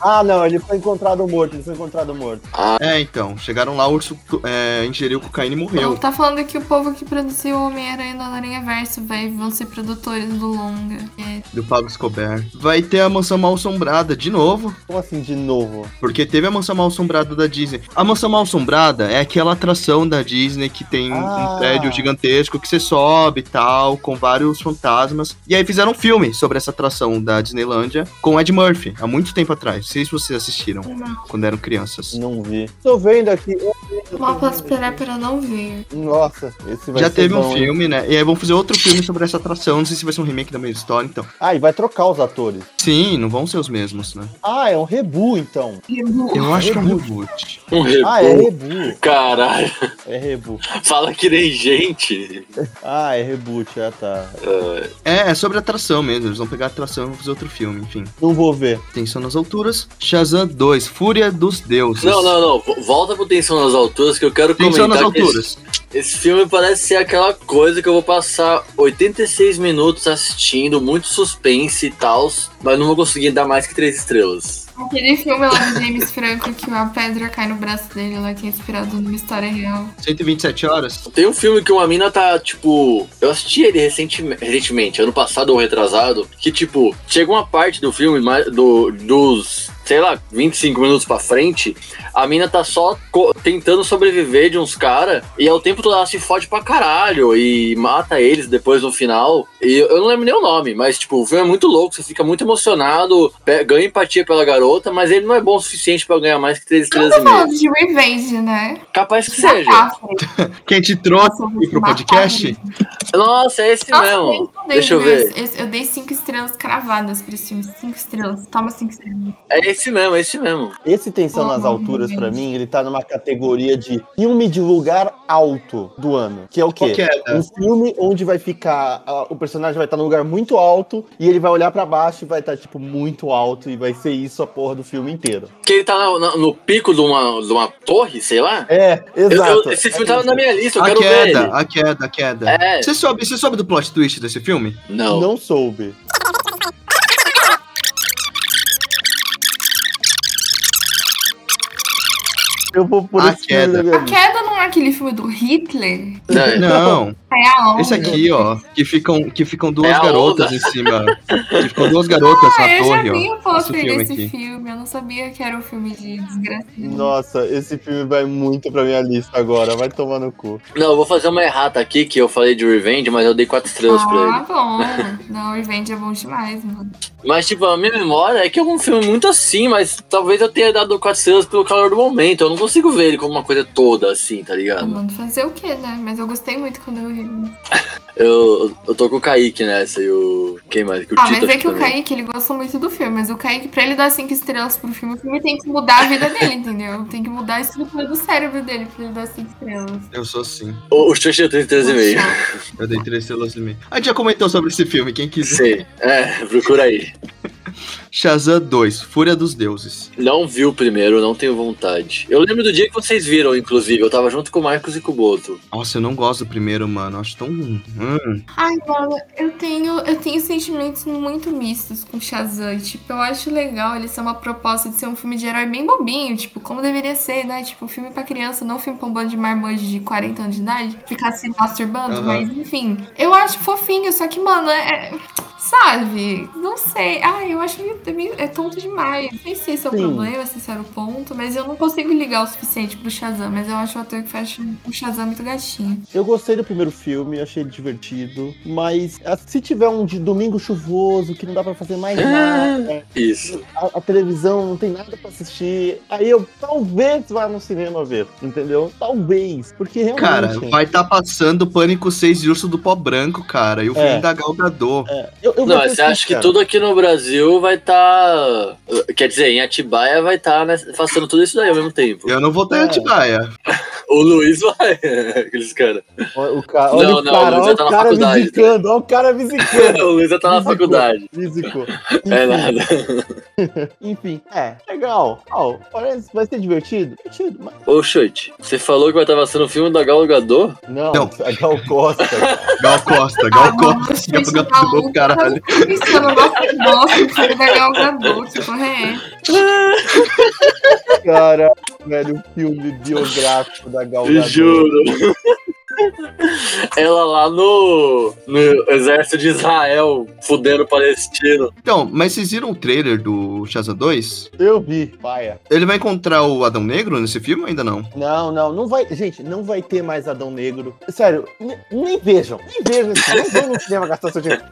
D: Ah, não, ele foi encontrado morto, ele foi encontrado morto.
C: Ah,
A: É, então. Chegaram lá, o urso é, ingeriu cocaína e morreu.
B: Não, Tá falando que o povo que produziu o Homem-Aranha no Aranha Verso vai, vão ser produtores do longa. É,
A: Do Pablo Escobar. Vai ter a mansão mal assombrada de novo.
D: Como assim, de novo?
A: Porque teve a Mansão Mal Assombrada da Disney. A Mansão Mal Assombrada é aquela atração da Disney que tem
D: Ah.
A: um prédio gigantesco que você sobe e tal, com vários fantasmas. E aí fizeram um filme sobre essa atração da Disneylândia com Ed Murphy, há muito tempo atrás. Não sei se vocês assistiram quando eram crianças.
D: Não vi. Tô vendo aqui.
B: mal posso esperar para não ver.
D: Nossa, esse vai
A: Já
D: ser
A: teve um
D: bom, hein?
A: filme, né? E aí vão fazer outro filme sobre essa atração. Não sei se vai ser um remake da mesma história, então.
D: Ah, e vai trocar os atores.
A: Sim, não vão ser os mesmos, né?
D: Ah, é um rebu, então.
A: Eu acho que é um reboot.
C: Um rebu.
D: Ah, é rebu.
C: Caralho, <laughs>
D: É rebu.
C: fala que nem gente.
D: Ah, é reboot, ah tá.
A: É, é sobre atração mesmo. Eles vão pegar a atração e vão fazer outro filme, enfim.
D: Não vou ver.
A: Tensão nas alturas. Shazam 2, Fúria dos Deuses.
C: Não, não, não. vo- Volta pro Tensão nas Alturas que eu quero
A: Tensão nas
C: comentar. que esse-
A: alturas.
C: Esse filme parece ser aquela coisa que eu vou passar 86 minutos assistindo, muito suspense e tal, mas não vou conseguir dar mais que três estrelas.
B: Aquele filme lá do James Franco que a pedra cai no braço dele lá que é inspirado numa história real.
A: 127 horas.
C: Tem um filme que uma mina tá, tipo. Eu assisti ele recentemente, recentemente ano passado ou retrasado, que, tipo, chega uma parte do filme, mais- do, dos, sei lá, 25 minutos pra frente, a mina tá só co- tentando sobreviver de uns caras, e ao tempo todo ela se fode pra caralho e mata eles depois no final. E eu eu não lembro nem o nome, mas, tipo, o filme é muito louco, você fica muito emocionado, pe- ganha empatia pela garota, mas ele não é bom o suficiente pra ganhar mais que três
B: Eu não
C: estrelas e
B: tô
C: meia.
B: falando de Revenge, né? tá,
C: Capaz que seja.
B: Desabafo.
A: Quem te trouxe
B: Nossa, eu vou
A: aqui pro
B: matar
A: podcast?
B: ele.
C: Nossa, é esse
B: Nossa,
C: mesmo.
B: eu dei,
C: Deixa eu ver.
B: tá, Eu, eu dei cinco estrelas cravadas pra esse filme. Cinco estrelas. Toma cinco estrelas.
C: É esse mesmo, é esse mesmo.
D: Esse Tensão nas Alturas, pra mim, ele tá numa categoria de filme de lugar alto do ano. Que é o quê?
A: Qual que é?
D: Um filme onde vai ficar. ah, o personagem vai estar num lugar muito alto e ele vai olhar pra baixo e vai estar, tipo, muito alto e vai ser isso a porra do filme inteiro.
C: Que ele tá na- na- no pico de uma, de uma torre, sei lá.
D: É,
C: Eu- eu-
D: exato.
C: esse filme tava na minha lista, eu
A: A
C: quero ver ele.
A: queda, a queda, a queda.
C: É.
A: Você soube, você soube do plot twist desse filme?
C: Não.
D: Não soube. Eu vou por
A: A
D: esse filme né?
A: queda.
D: na minha
B: A
D: lista.
B: queda não é aquele filme do Hitler?
C: É.
A: Não.
B: É a onda.
A: Esse aqui, ó, que ficam, que ficam duas
C: É a
A: garotas
C: onda.
A: em cima. Que ficam duas garotas
B: Ah,
A: na
B: eu já
A: torre,
B: vi
A: ó.
B: o pôster
A: filme
B: desse
A: aqui.
B: filme. Eu não sabia que era um filme de desgraça.
D: Nossa, esse filme vai muito pra minha lista agora. Vai tomar no cu.
C: Não, eu vou fazer uma errata aqui, que eu falei de Revenge, mas eu dei quatro estrelas pra
B: Ah,
C: ele.
B: bom. Não, Revenge é bom demais, mano.
C: Mas, tipo, a minha memória é que é um filme muito assim, mas talvez eu tenha dado quatro estrelas pelo calor do momento. Eu não consigo ver ele como uma coisa toda assim, tá
B: Ah,
C: ligado?
B: Mano, fazer o quê, né? Mas eu gostei muito quando eu vi.
C: Eu, eu tô com o Kaique nessa e o. Quem mais? Que o
B: Ah,
C: Tito
B: mas é
C: acho
B: que o
C: também.
B: Kaique, ele gostou muito do filme. Mas o Kaique, pra ele dar cinco estrelas pro filme, o filme tem que mudar a vida dele, entendeu? Tem que mudar a estrutura do cérebro dele pra ele dar cinco estrelas.
A: Eu sou assim.
C: O, o Xuxa tem três e meio.
A: Eu dei três estrelas em mim. A gente já comentou sobre esse filme, quem quiser.
C: Sei. É, procura aí.
A: Shazam 2, Fúria dos Deuses.
C: Não vi o primeiro, não tenho vontade. Eu lembro do dia que vocês viram, inclusive. Eu tava junto com o Marcos e com o Boto.
A: Nossa, eu não gosto do primeiro, mano. Acho tão. Hum.
B: Ai, mano, eu tenho, eu tenho sentimentos muito mistos com Shazam. Tipo, eu acho legal ele ser uma proposta de ser um filme de herói bem bobinho, tipo, como deveria ser, né? Tipo, filme pra criança, não filme pra um bando de marmanjos de 40 anos de idade, ficar se masturbando,
A: Aham.
B: mas enfim. Eu acho fofinho, só que, mano, é. Sabe? Não sei. Ai, eu acho que é meio- é tonto demais. Nem sei se é o
D: Sim.
B: problema, se esse era o ponto, mas eu não consigo ligar o suficiente pro Shazam. Mas eu acho o ator que faz o Shazam muito gatinho.
D: Eu gostei do primeiro filme, achei ele divertido. Mas ah, se tiver um de domingo chuvoso, que não dá pra fazer mais
C: Ah.
D: nada,
C: Isso.
D: a, a televisão não tem nada pra assistir, aí eu talvez vá no cinema ver, entendeu? Talvez. Porque realmente.
A: Cara, vai estar tá passando Pânico 6 e Urso do Pó Branco, cara. E o
D: É.
A: filme da Gal Gadot.
D: é, eu, eu vou
C: Não, você
D: assistir,
C: acha que
D: cara.
C: tudo aqui no Brasil vai eh, estar. tá, Quer dizer, em Atibaia vai estar tá, né, fazendo tudo isso daí ao mesmo tempo.
A: Eu não vou estar em
D: É.
A: Atibaia.
C: O, o Luiz vai. <laughs> Aqueles caras.
D: Olha o ca- olha
C: Não,
D: o
C: não, o
D: cara,
C: Luiz
D: olha
C: já tá
D: o
C: na
D: cara
C: faculdade,
D: visicando, olha o cara visicando.
C: o Luiz já tá na faculdade.
D: <laughs> Físico.
C: É nada.
D: Enfim, é, legal. Ó, parece, vai ser divertido? Divertido, mas.
C: Ô, Chute, você falou que vai estar passando o filme da Gal Gadot?
D: Não,
A: Não.
D: a Gal Costa. <laughs>
A: Gal Costa,
B: Ah,
A: Gal Costa.
B: mano, os
A: Gal
B: filhos
A: Gadot,
B: malucos,
A: caralho.
B: eu fico Pensando, nossa, que bosta, o filme da Gal Gadot, que porra é essa?
D: cara, velho, o filme biográfico da Gal
C: Eu
D: Gadot.
C: juro. <laughs> Ela lá no, no exército de Israel, fudendo o palestino.
A: Então, mas vocês viram o trailer do Shazam 2?
D: Eu vi, paia.
A: Ele vai encontrar o Adão Negro nesse filme ou ainda não?
D: Não, não, não vai. Gente, não vai ter mais Adão Negro. Sério, ne- nem vejam. Nem vejam isso. Não vão no cinema gastar seu dinheiro.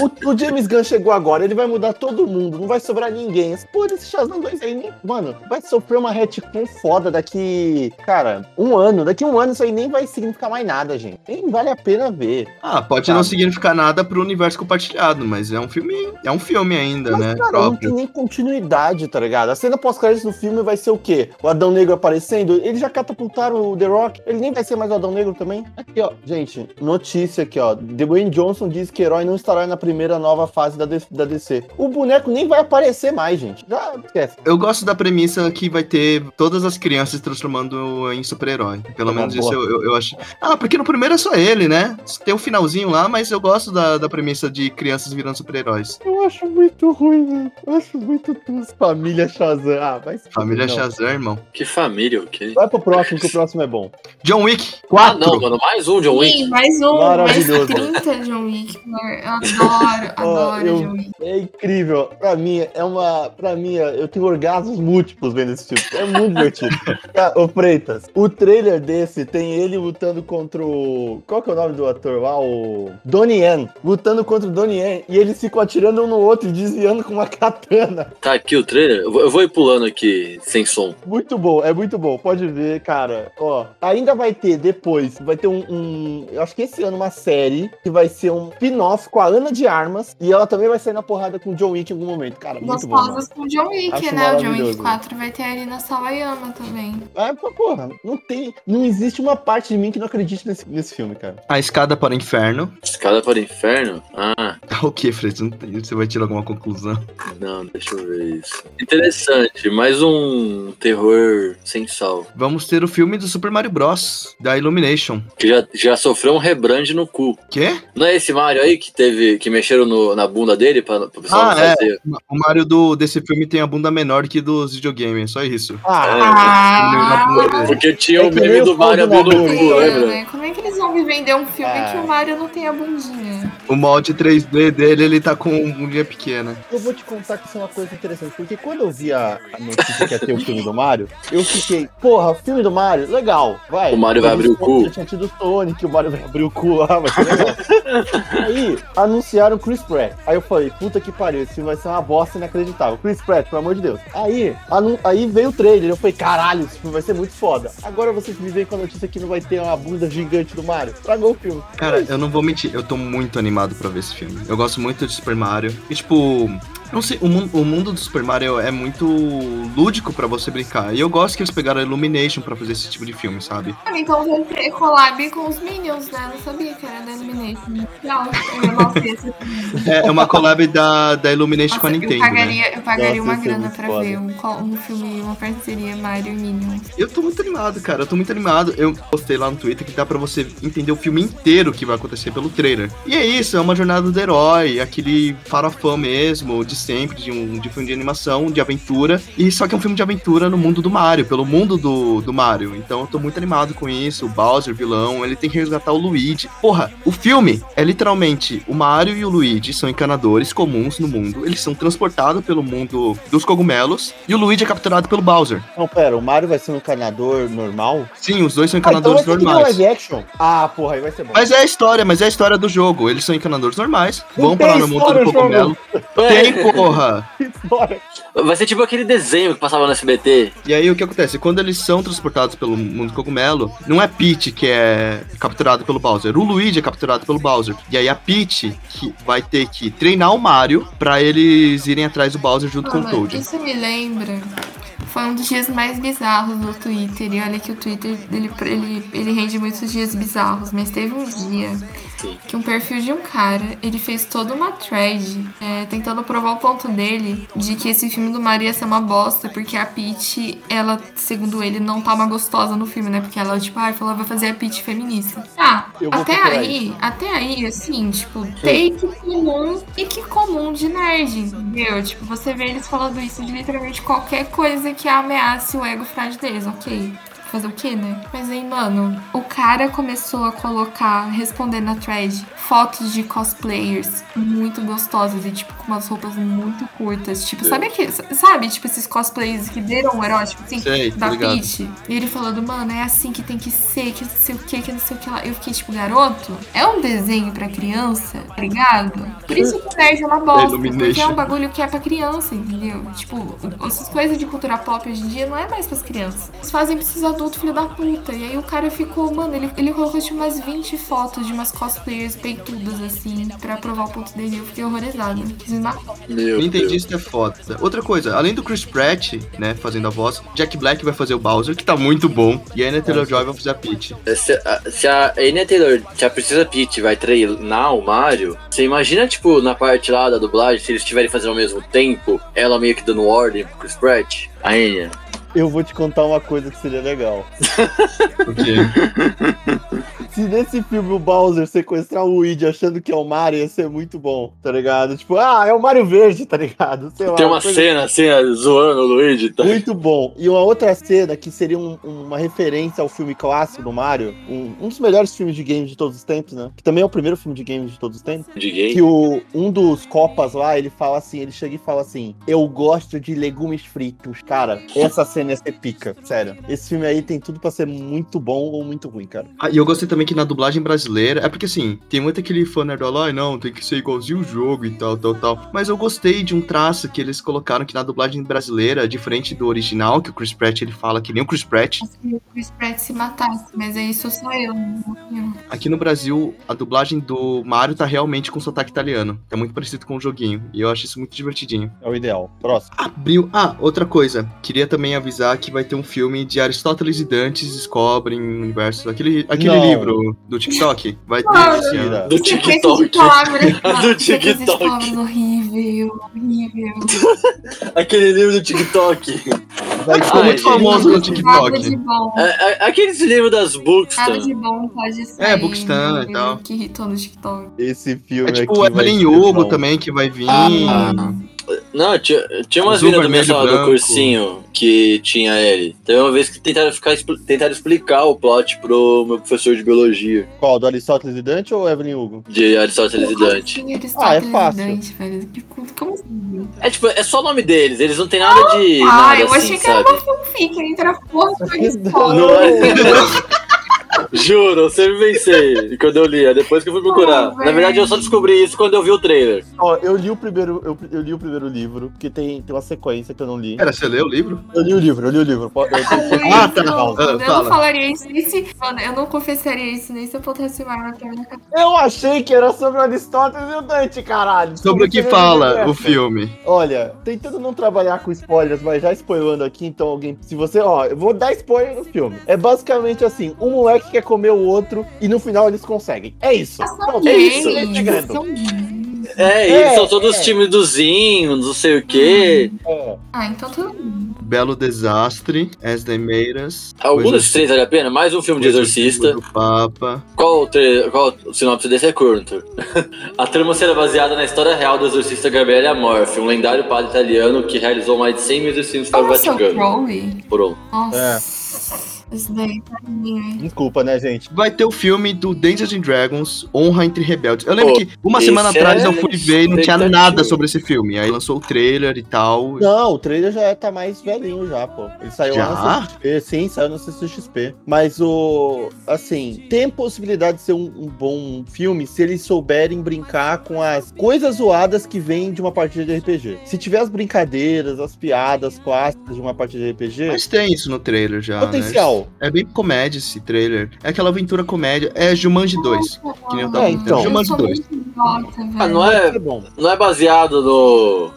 D: O, o James Gunn chegou agora, ele vai mudar todo mundo, não vai sobrar ninguém. Por esse Shazam 2 aí, nem- mano, vai sofrer uma retcon foda daqui. Cara, um ano. Daqui um ano isso aí nem vai significar mais nada, gente. Nem vale a pena ver.
A: Ah, pode
D: Sabe.
A: não significar nada pro universo compartilhado, mas é um filme, é um filme ainda,
D: Mas,
A: né?
D: cara, não tem
A: próprio.
D: nem continuidade, tá ligado? A cena pós-crédito do filme vai ser o quê? O Adão Negro aparecendo? Eles já catapultaram o The Rock. Ele nem vai ser mais o Adão Negro também? Aqui, ó. Gente, notícia aqui, ó. Dwayne Johnson diz que herói não estará na primeira nova fase da, D- da DC. O boneco nem vai aparecer mais, gente. Já esquece.
A: Eu gosto da premissa que vai ter todas as crianças se transformando em super-herói. Pelo
D: É uma
A: menos isso
D: boa.
A: eu, eu- eu acho. Ah, porque no primeiro é só ele, né? Tem o finalzinho lá, mas eu gosto da, da premissa de crianças virando super-heróis.
D: Eu acho muito ruim, velho. Eu acho muito triste. Família Shazam. Ah, vai se
A: Família
D: fuder, não.
A: Shazam, irmão.
C: Que família, o quê?
D: Vai pro próximo, que o próximo é bom.
A: John Wick,
C: Ah,
A: quatro.
C: não, mano, mais um John Wick.
B: Sim, mais um, mais
D: Maravilhoso.
B: 30 John Wick. né? Eu adoro, adoro
D: eu-
B: John Wick.
D: É incrível. Pra mim, é uma. Pra mim, eu tenho orgasmos múltiplos vendo esse tipo. É muito divertido. Cara, Ô, Freitas, o trailer desse tem ele lutando contra o. Qual que é o nome do ator lá? O. Donnie Yen. Lutando contra o Donnie Yen. E eles ficam atirando um no outro e desviando com uma <laughs> katana.
C: Tá aqui o trailer. Eu vou, eu vou ir pulando aqui, sem som.
D: Muito bom, é muito bom. Pode ver, cara. Ó, ainda vai ter depois. Vai ter um. um- eu acho que esse ano uma série que vai ser um spin-off com a Ana de Armas. E ela também vai sair na porrada com o John Wick em algum momento. Cara, muito bom. mano.
B: Gostosas com o John Wick,
D: Acho
B: né? O John Wick
D: maravilhoso.
B: 4 vai ter ali na Sawayama também.
D: É, pô, porra, não tem. Não existe uma parte de mim que não acredite nesse, nesse filme, cara.
A: A Escada para o Inferno. <laughs>
C: Escada para o inferno? Ah,
A: O que, Fred? Não tem- Você vai tirar alguma conclusão?
C: não, deixa eu ver isso. Interessante, mais um terror sem sal.
A: Vamos ter o filme do Super Mario Bros. da Illumination.
C: Que já, já sofreu um rebrand no cu.
A: Quê?
C: Não é esse Mario aí que teve. que mexeram no- na bunda dele pra, pra pessoal
A: Ah,
C: não
A: é.
C: fazer.
A: O Mario do, desse filme tem a bunda menor que dos videogames, só isso.
D: Ah,
B: Ah,
A: Ele na bunda dele.
C: Porque tinha
D: É
C: o
D: que
C: meme
D: nem
C: do
D: o
C: Mario
D: Fogo
C: abrindo
D: na
C: o
D: Boca.
C: cu, lembra?
B: né? Como é que eles vão me vender um filme
D: Ah.
B: que o Mario não tem a bundinha?
A: O molde 3D dele, ele tá com um dia pequena.
D: eu vou te contar que isso é uma coisa interessante, porque quando eu vi a, a notícia que ia ter o filme do Mario, eu fiquei, porra, filme do Mario, legal, vai.
C: O Mario vai
D: Eu
C: abrir o cu.
D: Já tinha tido o Sonic, o Mario vai abrir o cu lá, vai ser legal. Aí, anunciaram o Chris Pratt. Aí eu falei, puta que pariu, esse filme vai ser uma bosta inacreditável. Chris Pratt, pelo amor de Deus. Aí, anu- aí veio o trailer, eu falei, caralho, esse filme vai ser muito foda. Agora vocês me veem com a notícia que não vai ter uma bunda gigante do Mario. Tragou o filme.
A: Cara, eu não vou mentir, eu tô muito animado pra ver esse filme. Eu gosto muito de Super Mario. E, tipo, não sei, o, mun- o mundo do Super Mario é muito lúdico pra você brincar. E eu gosto que eles pegaram a Illumination pra fazer esse tipo de filme, sabe?
B: Ah, Então vão ter collab com os Minions, né? Não sabia que era da Illumination. Não, eu não sei se
A: É, é uma collab da, da Illumination com a
B: Nossa,
A: Nintendo,
B: eu
A: né?
B: pagaria, eu pagaria
D: Nossa,
B: uma
D: isso é
B: grana
D: muito
B: pra
D: foda.
B: ver um, co- um filme, uma parceria Mario e Minions.
A: Eu tô muito animado, cara. Eu tô muito animado. Eu postei lá no Twitter que dá pra você entender o filme inteiro que vai acontecer pelo trailer. E é isso, é uma jornada do herói, aquele farofão mesmo, de sempre, de um de filme de animação, de aventura. E só que é um filme de aventura no mundo do Mario, pelo mundo do, do Mario. Então eu tô muito animado com isso. O Bowser, vilão, ele tem que resgatar o Luigi. Porra, o filme é literalmente o Mario e o Luigi são encanadores comuns no mundo. Eles são transportados pelo mundo dos cogumelos. E o Luigi é capturado pelo Bowser.
D: Não, Então, pera, o Mario vai ser um encanador normal?
A: Sim, os dois são
D: Ah, então
A: encanadores
D: vai ter que ter
A: normais.
D: live action? Ah, porra, aí vai ser bom.
A: Mas é a história, mas é a história do jogo. Eles são encanadores normais,
D: Não
A: vão
D: tem
A: parar no mundo
D: história É.
A: do
D: o
A: cogumelo. Tem, porra!
D: Bora.
C: Vai ser tipo aquele desenho que passava no SBT.
A: E aí o que acontece? Quando eles são transportados pelo mundo do cogumelo, não é Peach que é capturado pelo Bowser. O Luigi é capturado pelo Bowser. E aí a Peach que vai ter que
B: Ah,
A: treinar o Mario pra eles irem atrás do Bowser junto com o
B: Mano,
A: Toad.
B: isso me lembra. Foi um dos dias mais bizarros do Twitter. E olha que o Twitter ele, ele, ele rende muitos dias bizarros. Mas teve um dia
C: Sim.
B: que um perfil de um cara ele fez toda uma thread é, tentando provar o ponto dele de que esse filme do Mario ia ser uma bosta. Porque a Peach, ela, segundo ele, não tá uma gostosa no filme, né? Porque ela, tipo, ah, falou, vai fazer a Peach feminista. Ah,
D: Eu vou
B: até
D: procurar
B: aí, até aí, assim, tipo, take comum e que comum de nerd, entendeu? Tipo, você vê eles falando isso de literalmente qualquer coisa que ameace o ego frágil deles, ok. Fazer o quê, né? Mas aí, mano, o cara começou a colocar, respondendo a thread, fotos de cosplayers muito gostosas e, tipo, com umas roupas muito curtas. Tipo, sabe aquele, sabe? Tipo, esses cosplays que deram erótico, assim?
A: Sei, tá
B: da
A: ligado.
B: Peach. E ele falando, mano, é assim que tem que ser, que não sei o que, que não sei o que lá. Eu fiquei tipo, garoto, é um desenho pra criança, tá ligado? Por isso que o nerd é uma bosta, porque é
A: Illumination.
B: um bagulho que é pra criança, entendeu? Tipo, essas coisas de cultura pop hoje em dia não é mais pras crianças. Eles fazem pra esses adultos, filho da puta. E aí o cara ficou, mano, ele, ele colocou tipo umas 20 fotos de umas cosplayers peitudas, assim, pra provar o ponto dele. Eu fiquei horrorizada. Quis me matar.
C: Meu
A: Eu entendi
C: Deus.
A: isso que é foda. Outra coisa, além do Chris Pratt, né, fazendo a voz, Jack Black vai fazer o Bowser, que tá muito bom, e a Anna Taylor-Joy vai fazer a Peach.
C: Se a, se a Anya Taylor, se a Princesa Peach vai treinar o Mario, você imagina, tipo, na parte lá da dublagem, se eles estiverem fazendo ao mesmo tempo, ela meio que dando ordem pro Chris Pratt? A Anya.
D: Eu vou te contar uma coisa que seria legal.
A: <laughs> Porque
D: Se nesse filme o Bowser sequestrar o Luigi achando que é o Mario, ia ser muito bom, tá ligado? Tipo, ah, é o Mario Verde, tá ligado? Sei lá,
C: Tem uma
D: coisa
C: cena assim, ó, zoando o Luigi. Tá?
D: Muito bom. E uma outra cena que seria um- uma referência ao filme clássico do Mario, um, um dos melhores filmes de games de todos os tempos, né? Que também é o primeiro filme de games de todos os tempos.
C: De gay.
D: Que o, um dos copas lá, ele fala assim, ele chega e fala assim, eu gosto de legumes fritos. Cara, essa cena ia ser pica, sério. Esse filme aí tem tudo pra ser muito bom ou muito ruim, cara.
A: Ah, e eu gostei também que na dublagem brasileira, é porque assim, tem muito aquele fã nerdola, ai não, tem que ser igualzinho o jogo e tal, tal, tal. Mas eu gostei de um traço que eles colocaram que na dublagem brasileira, diferente do original, que o Chris Pratt ele fala que nem o Chris Pratt,
B: Se o Chris Pratt se matasse, mas aí sou só eu, né? não
A: aqui no Brasil a dublagem do Mario tá realmente com sotaque italiano. É muito parecido com o joguinho, e eu acho isso muito divertidinho.
D: É o ideal. Próximo.
A: Abril. Ah, outra coisa. Queria também avisar que vai ter um filme de Aristóteles e Dantes descobrem o universo. Aquele, aquele
D: Não.
A: livro do TikTok. Vai ter
B: Não.
A: esse ano.
D: Tira.
C: Do
B: Sequência de
C: TikTok.
B: palavras.
C: A <laughs> do
B: mano. Sequência de
C: TikTok.
B: palavras horrível, horrível.
C: Aquele livro do TikTok.
D: <laughs> Vai
A: Ficou
C: Ai,
A: muito
C: gente.
A: famoso no
B: Nada de
A: TikTok.
B: bom.
C: A- a- Aqueles livros das books.
B: Nada
C: tá?
B: de bom pode sair.
A: Bookstan e
B: Eu
A: tal.
B: Que irritou no TikTok.
D: Esse filme
A: É tipo o
D: aqui vai
A: Evelyn
D: ser
A: Hugo
D: bom.
A: também que vai vir.
C: Ah. Não, tinha, tinha uma
A: Azul,
C: vida também
A: vermelho,
C: sala do
A: branco.
C: cursinho que tinha ele. Teve uma vez que tentaram, ficar, expl- tentaram explicar o plot pro meu professor de biologia,
D: Qual, do Aristóteles e Dante ou Evelyn Hugo?
C: de Aristóteles e Dante.
B: Como assim, eles
D: Ah, é
B: tão
D: fácil.
B: presidente, velho? Que cu- Como assim?
C: É tipo, é só o nome deles, eles não tem nada de.
B: Ah,
C: nada
B: eu
C: assim,
B: achei que era
C: sabe?
B: uma fanfic, entra a porra do Aristóteles.
C: Não é. <laughs> Juro, eu sempre pensei quando eu li, é depois que eu fui procurar.
B: Oh,
C: Na verdade, eu só
B: velho.
C: descobri isso quando eu vi o trailer.
D: Ó, eu li o primeiro, eu, eu li o primeiro livro, porque tem, tem uma sequência que eu não li.
A: Pera, você leu o livro?
D: Eu li o livro, eu li o livro. <laughs> Po- eu-
A: Ah, tá.
B: Não,
A: Ah,
B: eu
A: fala.
B: não falaria isso nem se. Mano, eu não confessaria isso nem se eu botasse uma arma pra minha cabeça.
D: Eu achei que era sobre Aristóteles e o Dante, caralho.
A: Sobre o que fala o
D: filme.
A: filme.
D: Olha, tentando não trabalhar com spoilers, mas já spoilando aqui, então alguém. Se você. Ó, eu vou dar spoiler no filme. É basicamente assim: um moleque quer comer o outro e no final eles conseguem. É isso. Pronto, é
C: gays,
D: isso. É segredo.
B: São gays.
C: É, e
D: É,
C: eles são todos
D: é.
C: timidozinhos, não sei o quê.
D: É.
B: Ah, então tudo bem.
A: Belo Desastre, As Demeiras.
C: Algum
A: Coisa-
C: desses três vale a pena? Mais um filme de
A: Coisa assim,
C: Exorcista.
A: do Papa.
C: Qual o, tre... Qual o sinopse desse é curto? <laughs> a trama será baseada na história real do exorcista Gabriele Amorfi, um lendário padre italiano que realizou mais de 100 mil exorcismos para o
B: Nossa, o
C: Vaticano. um.
B: Crowley.
C: Pronto.
D: É.
B: Nossa. Isso daí tá pra mim, hein?
D: Desculpa, né, gente?
A: Vai ter o filme do Dungeons and Dragons, Honra entre Rebeldes. Eu lembro
C: Pô,
A: que uma
C: esse
A: semana atrás
C: é
A: eu fui ver e não tinha
C: expectativa.
A: nada sobre esse filme. Aí lançou o trailer e tal.
D: Não, o trailer já é- tá mais velhinho já, pô. Ele saiu lá
A: Já?
D: no CXP, sim, saiu no CCXP. Mas o. Assim, tem possibilidade de ser um, um bom filme se eles souberem brincar com as coisas zoadas que vêm de uma partida de RPG. Se tiver as brincadeiras, as piadas clássicas de uma partida de RPG,
A: Mas tem isso no trailer já. né?
D: potencial.
A: É bem comédia esse trailer. É aquela aventura comédia. É Jumanji 2. Que nem eu tava
D: É, então.
A: contando.
B: Eu
A: Jumanji
B: sou
A: 2.
D: é
B: muito idiota, velho.
C: Ah, não
D: Vai
C: é,
D: ser bom.
C: não é baseado no.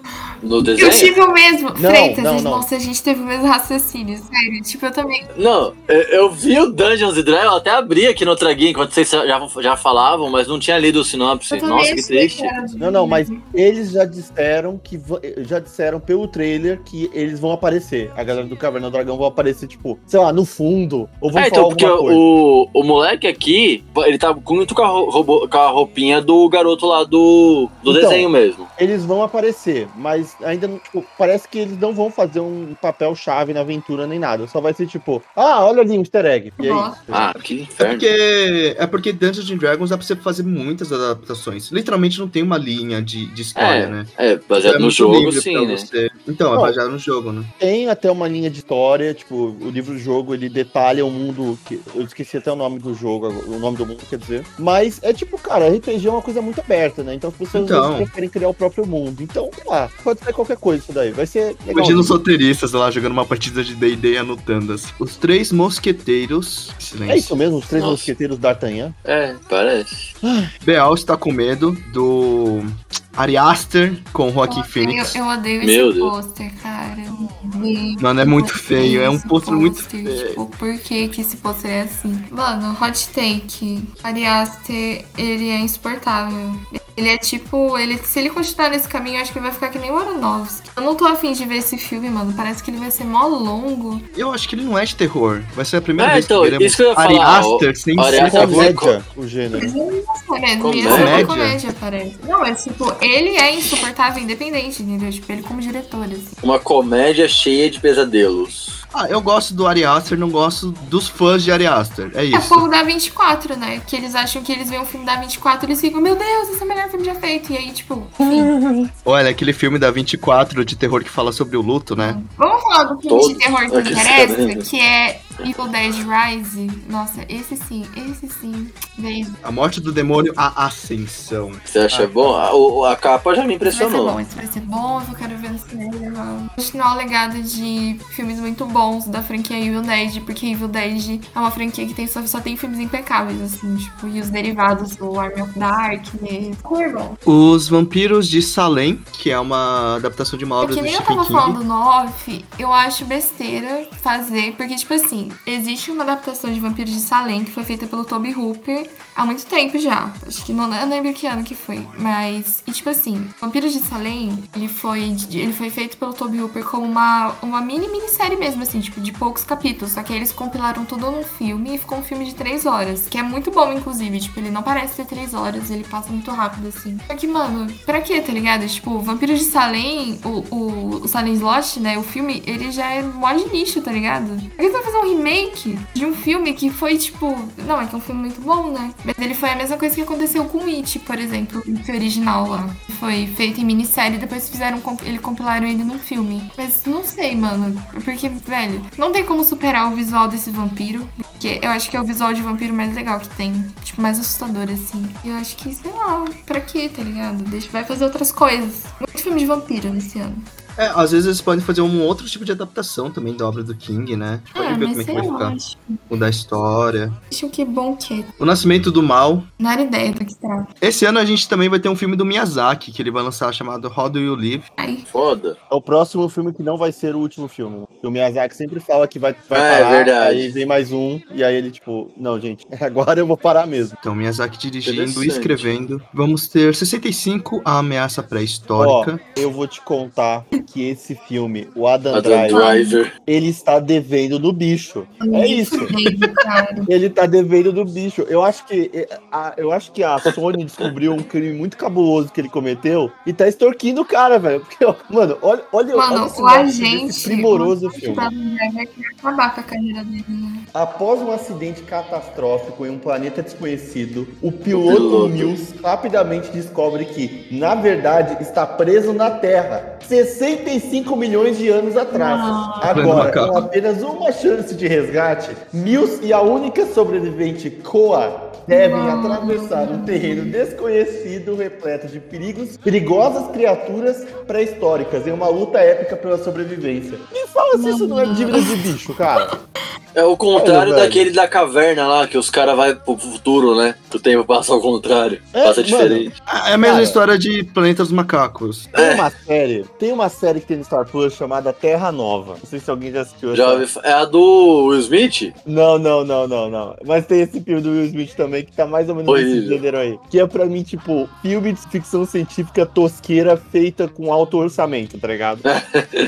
C: No
B: Eu
C: desenho?
B: tive o mesmo.
D: Não,
B: Freitas,
D: não,
B: gente,
D: não.
B: nossa, a gente teve o mesmo raciocínio, sério. Tipo, eu também.
C: Não, eu, eu vi o Dungeons and Dragons, eu até abri aqui no Traguinho, enquanto vocês já, já falavam, mas não tinha lido o sinopse.
B: Eu também
C: Nossa, que
B: achei
C: triste.
B: era de-
D: Não, não, mas eles já disseram que va- já disseram pelo trailer que eles vão aparecer. A galera do Caverna do Dragão vão aparecer, tipo, sei lá, no fundo. Ou vão
C: É,
D: falar
C: então, porque
D: alguma coisa.
C: o, o moleque aqui, ele tá muito com a, ro- robô- com a roupinha do garoto lá do, do
D: Então.
C: desenho mesmo.
D: Eles vão aparecer, mas ainda não, tipo, parece que eles não vão fazer um papel chave na aventura nem nada. Só vai ser tipo, ah, olha ali um easter egg. E é
B: Nossa.
D: isso.
C: Ah, que
A: É
C: inferno.
A: porque, é porque Dungeons and Dragons dá pra você fazer muitas adaptações. Literalmente não tem uma linha de, de história, né?
C: É, baseado
A: É
C: no
A: muito
C: jogo,
A: livre pra
C: sim, né?
A: você. Então, é
D: Não.
A: baseado no jogo, né?
D: Tem até uma linha de história, tipo, o livro-jogo ele detalha o mundo. Que, eu esqueci até o nome do jogo, agora- o nome do mundo, quer dizer. Mas é tipo, cara, RPG é uma coisa muito aberta, né? Então as pessoas às
A: Então.
D: vezes, preferem criar o próprio mundo. Então, sei lá, pode ser qualquer coisa isso daí. Vai ser
B: é
D: legal.
A: Imagina os roteiristas lá jogando uma partida de D&D e anotando. assim. Os três mosqueteiros... Silêncio.
D: É isso mesmo, os três
C: Nossa.
D: mosqueteiros da Artanhã.
C: É, parece.
A: Beal está com medo do Ari Aster com Joaquin Phoenix.
B: Eu, eu odeio
C: Meu
B: esse
C: Deus.
B: pôster, cara. Eu odeio.
A: Mano, é muito
B: Eu
A: feio. É um
B: esse
A: pôster muito feio.
B: Tipo, por que, que esse pôster é assim? Mano, hot take. Ariaster, ele é insuportável. Ele é tipo, ele, se ele continuar nesse caminho, eu acho que ele vai ficar que nem o Aronofsky. Eu não tô afim de ver esse filme, mano. Parece que ele vai ser mó longo.
A: Eu acho que ele não é de terror. Vai ser a primeira
C: É,
A: vez
C: então,
A: que veremos
C: isso que eu ia
A: Ari
C: falar,
A: Aster sem
C: Ari
A: ser
C: Aster é
A: terror.
C: muito-
D: Comédia, o gênero.
B: Mas ele não é comédia, ele ia ser
A: Comédia?
B: uma comédia, parece. Não, é tipo, ele é insuportável independente, entendeu? Tipo, ele como diretor, assim.
C: Uma comédia cheia de pesadelos.
A: Ah, eu gosto do Ari Aster, não gosto dos fãs de Ari Aster. É
B: <laughs> É o
A: isso.
B: povo da 24, né? Que eles acham que eles veem um filme da 24 eles ficam, meu Deus, esse é o melhor filme já feito. E aí, tipo, enfim.
A: Olha, aquele filme da 24 de terror que fala sobre o luto, né?
B: Vamos falar do filme
C: Todos
B: de terror que
C: aqui sabem, né?
B: interessa, que é Evil Dead Rise. Nossa, esse sim, esse sim. Beijo.
A: A morte do demônio, a ascensão.
C: Você acha bom? A, o- a capa já me
B: Esse vai ser é bom,
C: impressionou.
B: esse vai ser bom, eu quero ver no cinema. Continuar o é um legado de filmes muito bons da franquia Evil Dead, porque Evil Dead é uma franquia que tem, só, só tem filmes impecáveis, assim, tipo, e os derivados do Army of Darkness. Super bom.
A: Os Vampiros de Salem, que é uma adaptação de uma
B: É
A: obra
B: que
A: do
B: nem eu
A: Stephen
B: tava
A: King.
B: falando no off, eu acho besteira fazer, porque, tipo assim, existe uma adaptação de Vampiros de Salem que foi feita pelo Toby Hooper há muito tempo já. Acho que não eu não lembro que ano que foi, mas. E, tipo assim, Vampiros de Salem, ele foi, de- ele foi feito pelo Toby Hooper como uma, uma mini minissérie mesmo, assim, tipo, de poucos capítulos. Só que aí eles compilaram tudo num filme e ficou um filme de três horas, que é muito bom, inclusive. Tipo, ele não parece ser três horas, ele passa muito rápido, assim. Só que, mano, pra quê, tá ligado? Tipo, Vampiros de Salem, o, o, o Salem Slot, né, o filme, ele já é mó de nicho, tá ligado? Por que você vai fazer um remake de um filme que foi, tipo... Não, é que é um filme muito bom, né? Mas ele foi a mesma coisa que aconteceu com o It, por exemplo, o filme original lá. Foi feito em minissérie, depois fizeram, comp- ele compilaram ele num filme. Mas não sei, mano, porque, velho, não tem como superar o visual desse vampiro. Porque eu acho que é o visual de vampiro mais legal que tem. Tipo, mais assustador, assim. E eu acho que, sei lá, pra quê, tá ligado? Deixa, vai fazer outras coisas. Muito filme de vampiro nesse ano.
A: É, às vezes eles podem fazer um outro tipo de adaptação também da obra do King, né? A gente
B: Ah,
A: Pode ver como
B: mas
A: é que
B: sei
A: vai
B: lá.
A: ficar.
B: Acho,
A: Mudar a história.
B: acho que bom que é.
A: O Nascimento do Mal.
B: Não era ideia do que se trata.
A: Esse ano a gente também vai ter um filme do Miyazaki, que ele vai lançar, chamado How Do You Live.
D: <laughs>
B: Ai,
C: Foda.
D: É o próximo filme que não vai ser o último filme. O Miyazaki sempre fala que vai, vai
C: Ah, é
D: parar,
C: verdade.
D: aí vem mais um, e aí ele, tipo, não, gente, <laughs> agora eu vou parar mesmo.
A: Então, Miyazaki dirigindo e
C: Interessante.
A: escrevendo. Vamos ter 65, A Ameaça Pré-Histórica.
D: Eu vou te contar que esse filme, o Adam,
C: Adam
D: Driver,
C: Driver.
D: ele está devendo do bicho. É isso.
B: Baby, cara.
D: Ele tá devendo do bicho. Eu acho que eh, a, eu acho que a Sony descobriu um crime muito cabuloso que ele cometeu e tá extorquindo o cara, velho. Porque, ó, mano, olha, olha, olha
B: Mano,
D: esse
B: o
D: nome desse
B: agente.
D: primoroso
B: o agente
D: filme.
B: da mulher vai acabar com a carreira dele, né?
D: Após um acidente catastrófico em um planeta desconhecido, o piloto,
C: piloto.
D: Mills rapidamente descobre que, na verdade, está preso na Terra 65 milhões de anos atrás. Agora,
A: Macaco.
D: com apenas uma chance de resgate, Mills e a única sobrevivente Koa devem
B: Não.
D: atravessar um terreno desconhecido repleto de perigos, perigosas criaturas pré-históricas em uma luta épica pela sobrevivência. Me fala se isso não é dívida de bicho, cara.
C: É o contrário
D: Olha, velho.
C: daquele da caverna lá, que os caras vão pro futuro, né? O tempo passa ao contrário.
D: É,
C: passa
D: mano.
C: diferente.
A: É a mesma
D: Cara.
A: história de Planeta dos Macacos.
C: É.
D: Tem uma série, tem uma série que tem no Star Plus chamada Terra Nova. Não sei se alguém já assistiu essa.
C: Já ouvi fa- É a do Will Smith?
D: Não, não, não, não, não. Mas tem esse filme do Will Smith também que tá mais ou menos nesse
C: Horrível.
D: gênero aí. Que é pra mim, tipo, filme de ficção científica tosqueira feita com alto orçamento,
C: <laughs>
D: tá ligado?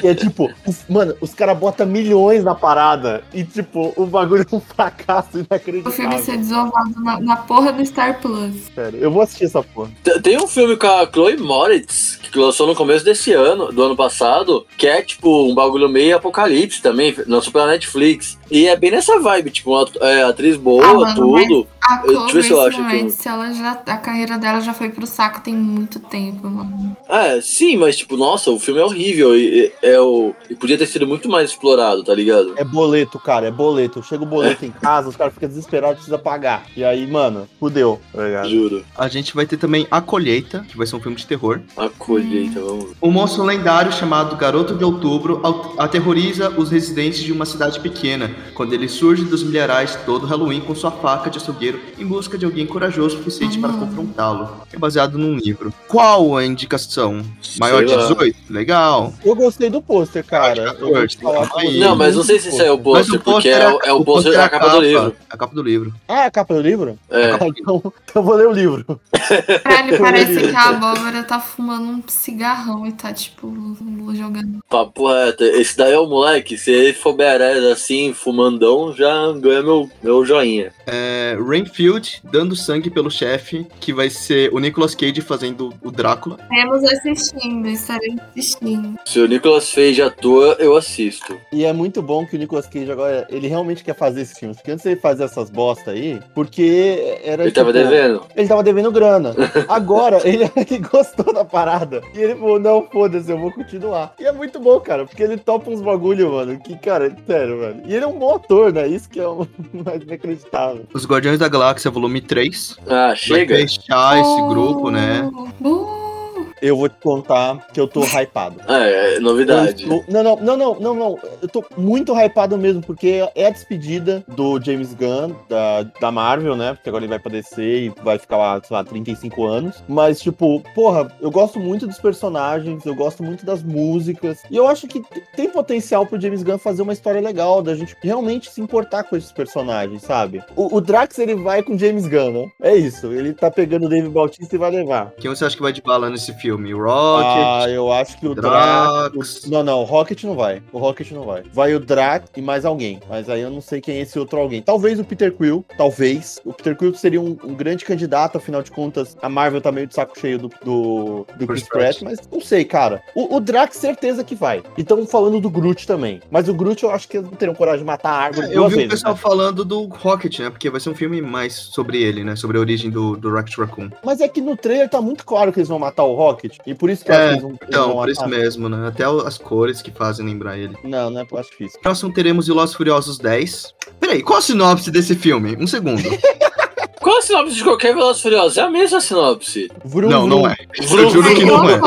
D: que é tipo, os- mano, os caras botam milhões na parada e, tipo, o bagulho é um fracasso
B: O filme é
D: inacreditável.
B: ser desovado na, na porra do Star Plus.
D: Sério, eu vou assistir essa porra.
C: T- Tem um filme com a Chloe Moritz, que lançou no começo desse ano, do ano passado, que é tipo um bagulho meio apocalipse também, lançou pela Netflix. E é bem nessa vibe, tipo, uma at- é, atriz boa,
B: Ah, mano,
C: tudo.
B: A
C: Eu- deixa eu ver se eu
B: Chloe
C: acho aqui.
B: Moritz, ela já, a carreira dela já foi pro saco tem muito tempo, mano.
C: É, sim, mas tipo, nossa, o filme é horrível e, e- é o, e podia ter sido muito mais explorado, tá ligado?
D: É boleto, cara, é boleto. Chega o boleto em casa, os caras ficam desesperados, precisa pagar. E aí, mano, fudeu, tá ligado?
C: Juro.
A: A gente vai ter também A Colheita, que vai ser um filme de terror.
C: A colheita, vamos ver.
A: Um monstro lendário chamado Garoto de Outubro au- aterroriza os residentes de uma cidade pequena, quando ele surge dos milharais todo Halloween com sua faca de açougueiro em busca de alguém corajoso o suficiente para
B: Hum.
A: confrontá-lo. É baseado num livro. Qual a indicação? Maior
C: Sei
A: de
C: lá.
A: 18? Legal.
D: Eu gostei do pôster, cara. Eu vou te falar que eu gostei
C: Não, mas não
D: muito
C: sei se
D: do
C: isso é o
D: pôster.
C: pôster, porque é, o- é o pôster
A: é
C: da capa do livro.
A: É a capa do livro.
D: Ah, é a capa do livro?
C: É.
D: Ah, então, então eu vou ler o livro.
C: <laughs>
B: Caralho, parece que a abóbora tá fumando um cigarrão e tá, tipo, jogando.
C: Papo reto, esse daí é o moleque, se ele for badass assim, fumandão, já ganha meu, meu joinha.
A: É, Rainfield dando sangue pelo chefe, que vai ser o Nicolas Cage fazendo o Drácula.
B: Estaremos assistindo, estaremos assistindo.
C: Se o Nicolas Cage atua, eu assisto.
D: E é muito bom que o Nicolas Cage agora, ele realmente quer fazer esses filmes. Porque antes ele fazia essas bosta aí, porque era.
C: Ele tava
D: tipo,
C: devendo.
D: Ele tava devendo
C: <laughs>
D: grana. Agora, ele, <laughs> ele gostou da parada. E ele falou: não, foda-se, eu vou continuar. E é muito bom, cara, porque ele topa uns bagulho, mano. Que, cara, sério, mano. E ele é um bom ator, né? Isso que é o <laughs> mais inacreditável.
A: Os Guardiões da Galáxia, volume 3.
C: Ah, chega.
A: Vai fechar
C: Oh.
A: esse grupo, né?
B: Uh,
D: Eu vou te contar que eu tô hypado.
C: Ah, é, novidade.
D: Eu estou- Não, não, não, não, não, não. Eu tô muito hypado mesmo, porque é a despedida do James Gunn, da, da Marvel, né? Porque agora ele vai pra DC e vai ficar lá, sei lá, 35 anos. Mas, tipo, porra, eu gosto muito dos personagens, eu gosto muito das músicas. E eu acho que t- tem potencial pro James Gunn fazer uma história legal, da gente realmente se importar com esses personagens, sabe? O, o Drax, ele vai com o James Gunn, né? É isso. Ele tá pegando o David Bautista e vai levar.
A: Quem você acha que vai de bala nesse filme? O Rocket?
D: Ah, eu acho que o
A: Drax.
D: Drax. o- Não, não, o Rocket não vai. O Rocket não vai. Vai o Drax e mais alguém. Mas aí eu não sei quem é esse outro alguém. Talvez o Peter Quill. Talvez. O Peter Quill seria um, um grande candidato, afinal de contas, a Marvel tá meio de saco cheio do, do, do
A: Chris
D: Chris Pratt, mas não sei, cara. O, o Drax, certeza que vai. E tão falando do Groot também. Mas o Groot eu acho que eles não teriam coragem de matar a árvore.
A: É, eu
D: duas
A: vi o
D: vezes,
A: pessoal
D: né?
A: falando do Rocket, né? Porque vai ser um filme mais sobre ele, né? Sobre a origem do, do Rocket Raccoon.
D: Mas é que no trailer tá muito claro que eles vão matar o Rocket. E por isso que eu
A: É,
D: acho que eles vão, eles
A: Então,
D: vão
A: por isso
D: matar.
A: mesmo, né? Até o- as cores que fazem lembrar ele.
D: Não, não é, eu acho difícil.
A: Próximo teremos Velozes e Furiosos 10. Peraí, qual a sinopse desse filme? Um segundo.
C: Qual a sinopse de qualquer Veloz Furioso? É a mesma sinopse.
D: Vrum,
A: não, não
D: vrum.
A: é. Eu juro
B: né?
A: que não é.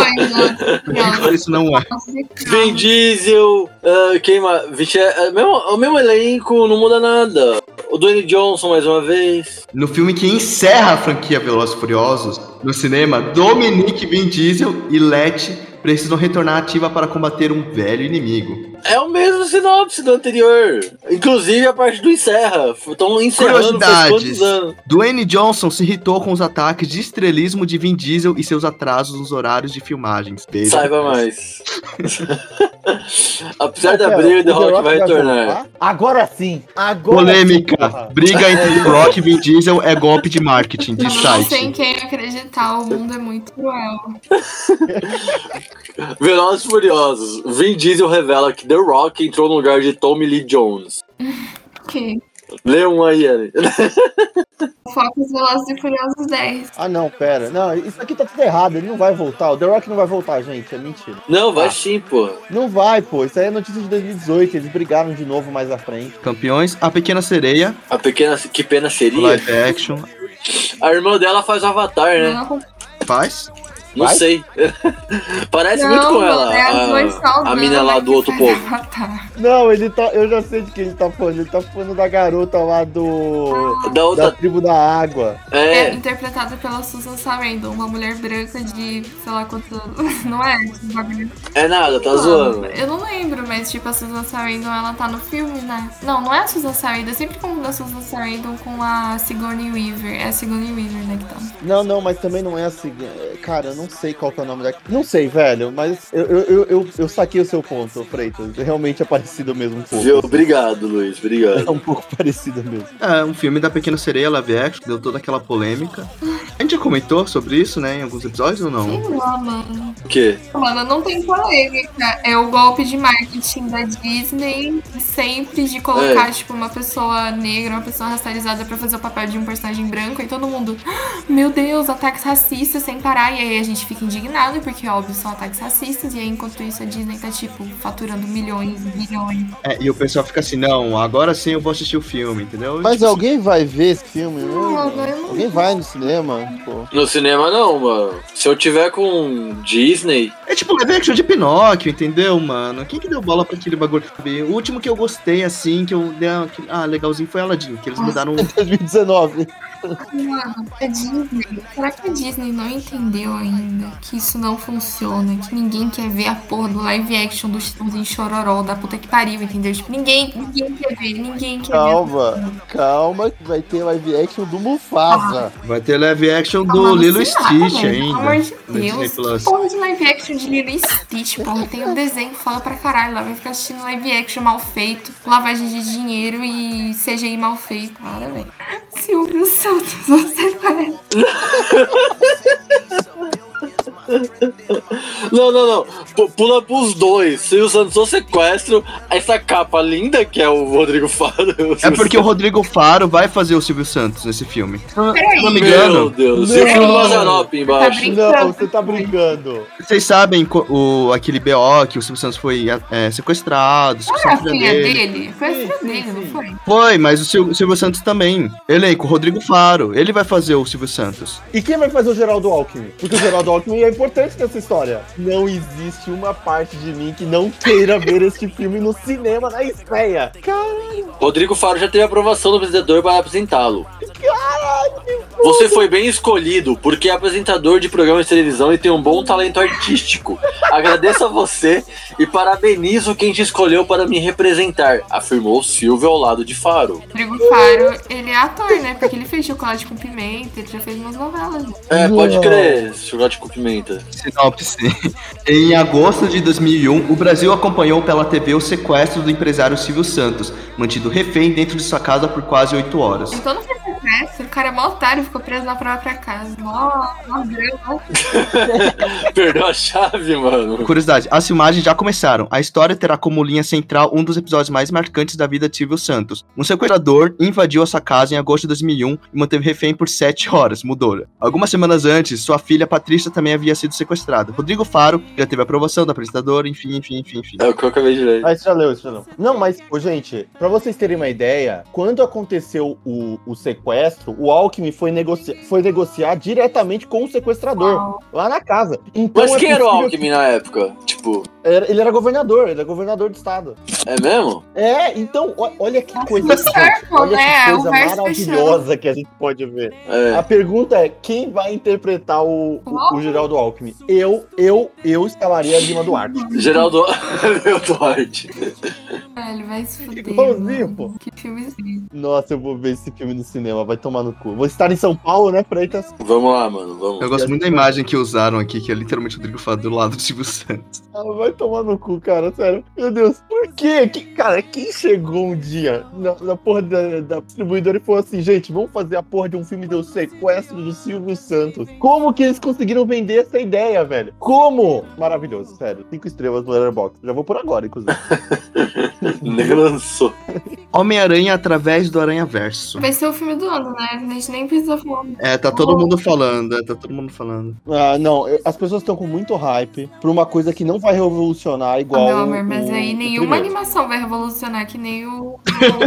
B: é.
A: Isso não é.
C: <laughs> Vin Diesel, ah, quem ma- Vixe, é, é mesmo- é o mesmo elenco, não muda nada. O Dwayne Johnson mais uma vez.
A: No filme que encerra a franquia Velozes e Furiosos, no cinema, Dominique Vin Diesel e Letty precisam retornar à ativa para combater um velho inimigo.
C: É o mesmo sinopse do anterior. Inclusive a parte do Encerra. Estão encerrando
A: Curiosidades.
C: faz quantos anos?
A: Dwayne Johnson se irritou com os ataques de estrelismo de Vin Diesel e seus atrasos nos horários de filmagens. Beijo.
C: Saiba mais. <laughs> Apesar da
D: Cara,
C: briga,
D: o
C: The Rock vai retornar.
D: voltar? Agora sim. Agora
A: Polêmica.
D: sim, porra.
A: Briga entre The Rock e Vin Diesel é golpe de marketing, de
B: Não sei em
A: site.
B: quem acreditar, o mundo é muito cruel.
C: Velozes e Furiosos. Vin Diesel revela que The Rock entrou no lugar de Tommy Lee Jones.
B: Ok.
C: Lê um aí, Ellen.
B: Focus Velozes e Furiosos é 10.
D: Ah, não, pera. Não, isso aqui tá tudo errado. Ele não vai voltar. O The Rock não vai voltar, gente. É mentira.
C: <laughs> Não, vai
D: Ah.
C: sim, pô.
D: Não vai, pô. Isso aí é notícia de 2018. Eles brigaram de novo mais à frente.
A: Campeões, A Pequena Sereia,
C: A pequena. Que pena
A: o
C: seria.
A: live action,
C: A irmã dela faz o Avatar, né?
B: Não,
A: faz.
C: Não
D: Vai?
C: sei. <laughs> Parece muito
B: Não,
C: com
B: mano,
C: ela.
B: é as duas
C: a, a
B: salvando né,
C: mina lá do
B: que
C: outro
B: faz
C: povo.
B: Avatar.
D: Não, ele tá. Eu já sei de quem ele tá falando. Ele tá falando da garota lá do.
C: Da
D: Da
C: outra.
D: tribo da água.
B: É.
C: É.
B: interpretada pela Susan Sarandon, uma mulher branca de sei lá quantos anos. <laughs> Não é? Esses bagulho.
C: É nada, tá
B: Mano,
C: zoando.
B: Ah, Eu não lembro, mas tipo, a Susan Sarandon, ela tá no filme, né? Não, não é a Susan Sarandon. Eu sempre confundo a Susan Sarandon com a Sigourney Weaver. É a Sigourney Weaver, né, que tá.
D: Não, não, mas também não é assim. é, Cara, eu não sei qual que é o nome da. Não sei, velho, mas eu, eu, eu, eu, eu saquei o seu ponto, Freitas. Realmente é parecido mesmo um pouco.
C: Viu? Obrigado, Luiz. Obrigado.
D: É um pouco <laughs> parecido mesmo.
A: É, um filme da Pequena Sereia Live Action, que deu toda aquela polêmica. A gente já comentou sobre isso, né, em alguns episódios ou não?
B: Sei lá, mano.
C: <laughs> O quê?
B: Mano, não tem polêmica. É o golpe de marketing da Disney sempre de colocar, tipo, uma pessoa negra, uma pessoa racializada pra fazer o papel de um personagem branco e todo mundo, "Ah, meu Deus, ataques racistas sem parar. E aí a gente fica indignado, porque óbvio são ataques racistas. E aí enquanto isso a Disney tá, tipo, faturando milhões, bilhões.
A: É, e o pessoal fica assim, não, agora sim eu vou assistir o filme, entendeu?
D: Mas
A: Tipo assim,
D: alguém vai ver esse filme?
B: Não,
D: mesmo?
B: eu não-
D: Alguém vai no cinema? Pô.
C: No cinema não, mano. Se eu tiver com Disney,
A: É tipo live action de Pinóquio, entendeu, mano? Quem que deu bola pra aquele bagulho? sabe? O último que eu gostei, assim, que eu dei uma- que- Ah, legalzinho foi Aladdin, que eles um mudaram...
D: 2019.
B: Mano, a Disney. Será que a Disney não entendeu ainda que isso não funciona? Que ninguém quer ver a porra do live action do Chitãozinho Chororó da puta que pariu, entendeu? Tipo, ninguém, ninguém quer ver, ninguém quer
D: Calma, calma, que vai ter live action do
B: Ah,
D: Mufasa.
A: Vai ter live action
B: ver.
A: do
B: Calma,
A: Lilo
B: não sei lá,
A: Stitch
B: velho, Pelo é amor
A: ainda. É
B: de
A: no Disney
B: Deus.
A: Plus.
B: Que porra de live action de Lilo e Stitch, porra. Tem um desenho fã pra caralho lá. Vai ficar assistindo live action mal feito, lavagem de dinheiro e CGI mal feito. Para, velho. Silvio Santos, você parece.
C: Não, não, não. P- pula pros dois. Silvio Santos ou sequestro. Essa capa linda que é o Rodrigo Faro.
A: É porque o Rodrigo Faro vai fazer o Silvio Santos nesse filme. Se eu não me
C: Meu
A: engano,
C: Deus,
D: Não.
C: e o filme do Mazarop
B: Tá
C: embaixo.
B: brincando.
D: Não, você tá brincando.
A: vocês sabem co- o, aquele BO que o Silvio Santos foi é, sequestrado,
B: Foi
A: sequestrou
B: é a
A: a filha dele.
B: dele? Foi a filha
D: Sim,
B: dele,
D: sim,
B: não
D: sim.
B: foi?
A: Foi, mas o Sil- Silvio Santos também. Elenco, Rodrigo Faro, ele vai fazer o Silvio Santos.
D: E quem vai fazer o Geraldo Alckmin? Porque o Geraldo Alckmin é importante nessa história. Não existe uma parte de mim que não queira ver este filme no cinema na estreia.
C: Rodrigo Faro já teve aprovação do apresentador para apresentá-lo. Você foi bem escolhido, porque é apresentador de programa de televisão e tem um bom talento artístico. Agradeço a você e parabenizo quem te escolheu para me representar, afirmou Silvio ao lado de Faro.
B: Rodrigo Faro, ele é ator, né? Porque ele fez chocolate com pimenta, ele já fez umas novelas. né?
C: É, pode
D: Uau.
C: crer, chocolate com pimenta.
A: Sinopse. <laughs> Em agosto de 2001, o Brasil acompanhou pela TV o sequestro do empresário Silvio Santos, mantido refém dentro de sua casa por quase oito horas.
B: Então não foi sucesso, o cara é mó otário, ficou preso na própria casa. Mó, mó grana.
C: <laughs> Perdeu a chave, mano.
A: Curiosidade, as filmagens já começaram. A história terá como linha central um dos episódios mais marcantes da vida de Silvio Santos. Um sequestrador invadiu a sua casa em agosto de 2001 e manteve refém por 7 horas, mudou. Algumas semanas antes, sua filha Patrícia também havia sido sequestrada. Rodrigo Faro já teve a aprovação do apresentador, enfim, enfim, enfim, enfim.
C: É o que eu acabei de ler.
D: Ah, isso já leu, isso já leu. Não, mas, ô, gente, pra vocês terem uma ideia, quando aconteceu o, o sequestro, o Alckmin foi, negoci foi negociar diretamente com o sequestrador, lá na casa. Então,
C: Mas
D: é
C: quem era o
D: possível-
C: Alckmin na época? Tipo,
D: Era- ele era governador, ele era governador de estado.
C: é mesmo?
D: É, então, ó- olha que coisa,
B: o cerco,
D: olha
B: né?
D: que
B: O
D: coisa
B: verso
D: maravilhosa que a gente pode ver.
C: É.
D: A pergunta é: quem vai interpretar o, o, o Geraldo Alckmin? Eu, eu, eu escalaria a Lima Duarte.
C: Geraldo <laughs> Meu Duarte.
B: Velho, vai se fuder.
D: Igualzinho,
B: mano.
D: pô.
B: Que filmezinho.
D: Nossa, eu vou ver esse filme no cinema, vai tomar no cu. Vou estar em São Paulo, né, Freitas?
C: Vamos lá, mano, vamos.
A: Eu gosto muito da imagem que usaram aqui, que é literalmente o Rodrigo Faro do lado do Silvio Santos.
D: Ah, vai tomar no cu, cara, sério. Meu Deus, por
B: é
D: quê? Que, cara, quem chegou um dia na, na porra da, da distribuidora e falou assim: gente, vamos fazer a porra de um filme do sequestro do Silvio Santos? Como que eles conseguiram vender essa
B: <laughs>
D: ideia, velho? Como? Maravilhoso, sério. Cinco estrelas no Letterboxd. Já vou por agora, inclusive.
C: Nem lançou.
A: Homem-Aranha através do Aranha-Verso.
B: Vai ser o filme do ano, né? A gente nem precisa falar.
A: É, tá todo mundo falando, é, tá todo mundo falando.
D: Ah, não, eu- as pessoas estão com muito hype pra uma coisa que não vai revolucionar
B: Ah,
D: igual.
B: meu amor, mas
D: o-
B: aí
D: o
B: nenhuma
D: primeiro.
B: animação vai revolucionar que nem
D: <laughs>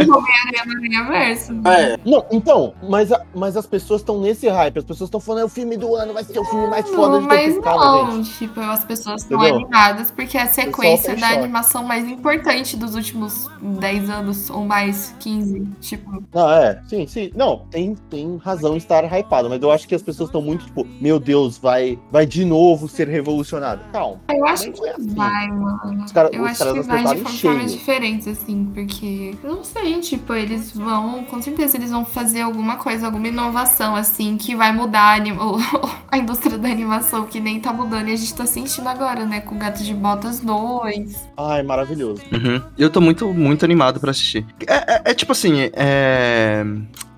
B: o, o Homem-Aranha no Universo.
C: É,
D: Não, então, mas, a- mas as pessoas estão nesse hype. As pessoas estão falando, é o filme do ano, vai ser o filme mais É foda de
B: mas
D: ter
B: não, tipo, as pessoas estão
D: Entendeu?
B: animadas porque é a sequência
D: tá em
B: da
D: choque.
B: animação mais importante dos últimos 10 anos ou mais 15. Tipo,
D: Ah, é. Sim, sim. Não, tem, tem razão em estar hypado, mas eu acho que as pessoas estão muito tipo, meu Deus, vai, vai de novo ser revolucionado. Calma.
B: Ah, eu acho
D: Nem
B: que
D: foi assim.
B: vai, mano.
D: Os cara-
B: eu
D: os
B: acho
D: caras
B: que vai de
D: acertaram em
B: formas
D: cheio.
B: diferentes, assim, porque. Não sei, tipo, eles vão. Com certeza eles vão fazer alguma coisa, alguma inovação, assim, que vai mudar a, anim- <laughs> o- a indústria da animação, que nem tá mudando e a gente tá sentindo agora, né? Com Gato de Botas 2.
D: Ai, maravilhoso.
A: Uhum. Eu tô muito, muito animado pra assistir. É, é- é tipo assim, é...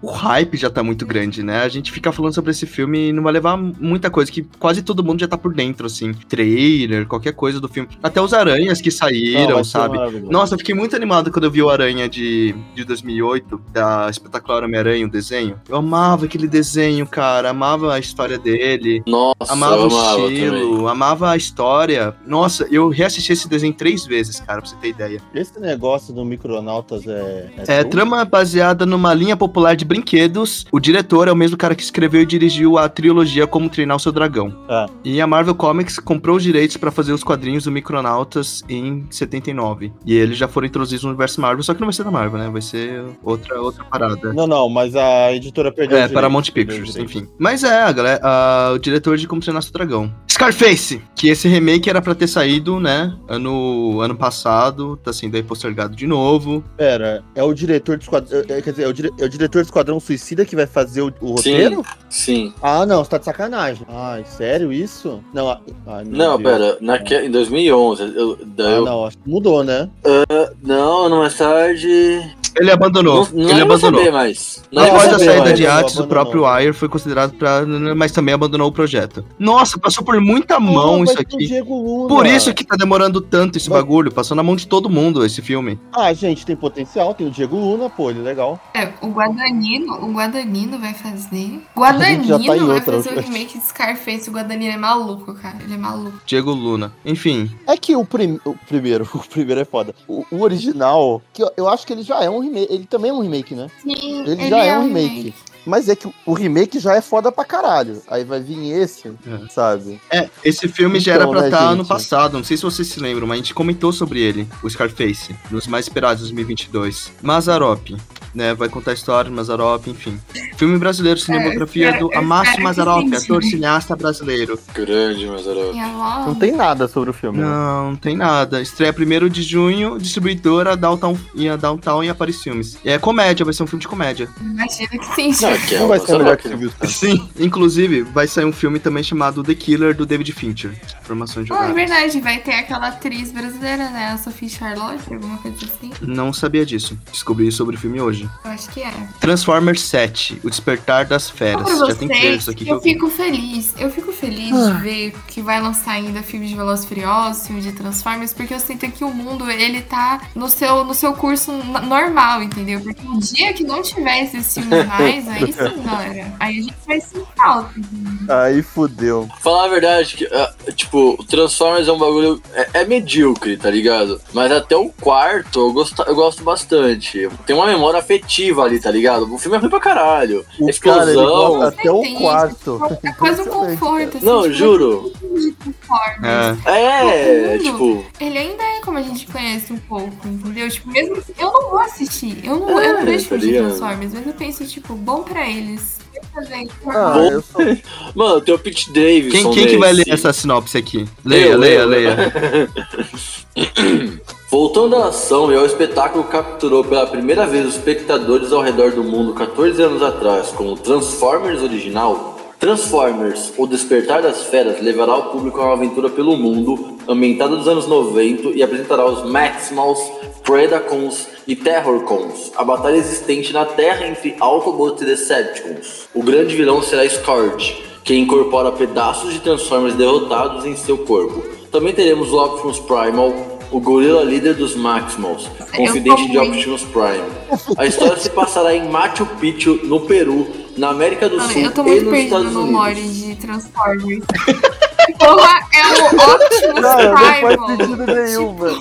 A: o hype já tá muito grande, né? A gente fica falando sobre esse filme e não vai levar muita coisa, que quase todo mundo já tá por dentro, assim. Trailer, qualquer coisa do filme. Até os aranhas que
D: Não,
A: saíram,
D: vai ser
A: sabe?
D: maravilhoso.
A: Nossa, eu fiquei muito animado quando eu vi o Aranha de, de 2008, da espetacular Homem-Aranha, o desenho. Eu amava aquele desenho, cara. Amava a história dele.
C: nossa,
A: Amava
C: eu
A: o
C: amava
A: estilo,
C: também.
A: amava a história. Nossa, eu reassisti esse desenho três vezes, cara, pra você ter ideia.
D: Esse negócio do Micronautas é.
A: É,
D: true?
A: trama baseada numa linha popular de brinquedos. O diretor é o mesmo cara que escreveu e dirigiu a trilogia Como Treinar o Seu Dragão.
D: Ah.
A: E a Marvel Comics comprou os direitos pra fazer os quadrinhos do Micronautas em 79. E eles já foram introduzidos no universo Marvel, só que não vai ser da Marvel, né? Vai ser outra, outra parada.
D: Não, não, mas a editora perdeu.
A: É,
D: os
A: para
D: direitos,
A: Monty
D: perdeu os
A: Pictures,
D: direitos.
A: enfim. Mas é, a galera, a- o diretor de Como Treinar Seu Dragão. Scarface, que esse remake era pra ter saído, né, ano, ano passado, tá sendo aí postergado de novo.
D: Pera, é o diretor do Esquadrão. é, Quer dizer, é o, dire- é o diretor do Esquadrão Suicida que vai fazer o, o
C: Sim.
D: roteiro?
C: Sim.
D: Ah, não, você tá de sacanagem. Ai, sério isso? Não, a- ai, meu
C: Não,
D: Deus.
C: pera, naque... em 2011, eu, daí
D: Ah,
C: eu-
D: não, acho que mudou, né?
C: não, não mais tarde.
A: Ele abandonou,
C: não, é não
A: ele
C: eu vou
A: abandonou.
C: saber mais. Não, eu vou
A: Após a
D: Abandonou,
C: saber
A: saída
C: mais.
A: de
D: abandonou,
A: Atis, o próprio Ayer foi considerado pra. Mas também abandonou o projeto. Nossa, passou por muita Tá mão
D: Ah,
A: isso
D: vai ter o
A: aqui.
D: Diego Luna.
A: Por isso que tá demorando tanto esse
D: Vai-
A: bagulho. Passou na mão de todo mundo esse filme.
D: Ah, gente, tem potencial, tem o Diego Luna, pô, ele é legal.
B: É, o Guadagnino, o Guadagnino vai fazer.
D: gente já
B: Guadagnino
D: tá em
B: vai
D: outra,
B: fazer o
D: né?
B: remake de Scarface. O Guadagnino é maluco, cara. Ele é maluco.
A: Diego Luna. Enfim,
D: É que o, prim- o primeiro, <laughs> o primeiro é foda. O, o original, que eu, eu acho que ele já é um remake, ele também é um remake, né?
B: Sim,
D: Ele, já é, um remake. Mas é que o remake já é foda pra caralho. Aí vai vir esse,
A: É.
D: sabe?
A: é, esse filme já
D: Então,
A: era pra
D: né,
A: estar
D: gente?
A: ano passado. Não sei se vocês se lembram, mas a gente comentou sobre ele, o Scarface, nos mais esperados de 2022. Mazarop, né? Vai contar a história do Mazarop, enfim. Filme
D: É,
A: brasileiro, cinematografia
B: espero-
A: do
B: eu
A: Amácio
B: espero que
A: Mazarop,
B: sim,
A: ator
B: sim.
A: cineasta brasileiro.
C: Grande, mas era.
B: E ela-
D: Não tem nada sobre o filme. né?
A: Não, não tem nada. Estreia 1 de junho, distribuidora Downtown e a Downtown e Aparece Filmes. É comédia, vai ser um filme de comédia.
D: Então-
B: Imagina que sim.
C: Não, é que é
D: Não vai ser
C: uma-
D: melhor que o Silvio Santos.
A: Sim. Inclusive, vai sair um filme também chamado The Killer do David Fincher. Informações
B: Ah, é
A: jogadas.
B: verdade, vai ter aquela atriz brasileira, né? A Sophie Charlotte, alguma coisa assim.
A: Não sabia disso. Descobri sobre o filme hoje.
B: Eu acho que é.
A: Transformers 7, O Despertar das
B: Fala
A: Feras.
B: pra
A: Já tem trailer
B: vocês,
A: isso aqui que
B: eu
A: eu vi.
B: fico feliz. Eu fico feliz
D: Ah.
B: de ver que vai lançar ainda filme de Velozes e Furiosos, filme de Transformers, porque eu sinto que o mundo, ele tá no seu, no seu curso n- normal, entendeu? Porque o dia que não tiver esses
A: <laughs>
B: filmes mais, aí sim, galera. Aí a gente vai se falta.
D: Aí fudeu.
C: Falar a verdade, que, ah, tipo, o Transformers é um bagulho. É, é medíocre, tá ligado? Mas até o quarto eu gosto, eu gosto bastante. Tem uma memória afetiva ali, tá ligado? O filme é ruim pra caralho.
D: O
C: Explosão.
D: cara, ele gosta até o
B: Tem isso,
D: quarto.
B: É quase um
D: Impressionante,
B: conforto, assim.
C: Não,
B: tipo,
C: juro.
B: Transformers.
A: É.
C: É,
B: Profundo.
C: tipo.
B: Ele ainda é como a gente conhece um pouco, entendeu? Tipo, mesmo que eu não vou assistir, eu não, eu não
C: É,
B: vejo filme
C: tá
B: de
C: ligado?
B: Transformers, mas eu penso, tipo, bom pra eles. Eu também,
D: Ah,
C: Bom.
D: eu sou-
C: Mano, tem o Pete
A: Quem,
C: Davidson.
A: quem que vai ler
C: nesse.
A: essa sinopse aqui? Leia,
C: Eu,
A: leia,
C: eu. <laughs>
A: leia.
C: Voltando à ação e ao espetáculo que capturou pela primeira vez os espectadores ao redor do mundo 14 anos atrás com o Transformers original, Transformers, o Despertar das Feras levará o público a uma aventura pelo mundo, ambientada dos anos 90 e apresentará os Maximals, Predacons e Terrorcons, a batalha existente na Terra entre Autobots e Decepticons. O grande vilão será Scourge, que incorpora pedaços de Transformers derrotados em seu corpo. Também teremos o Optimus Primal, O gorila líder dos Maximals, confidente de Optimus Prime. A história se passará em Machu Picchu, no Peru, na América do Sul
B: Eu tô
C: e
B: muito
C: nos
B: perdida
C: Estados
B: no
C: Unidos.
B: lore de
C: <laughs>
B: Transformers. Porra, é o
D: Cara, não faz
B: Optimus Primal.
D: sentido nenhum, mano.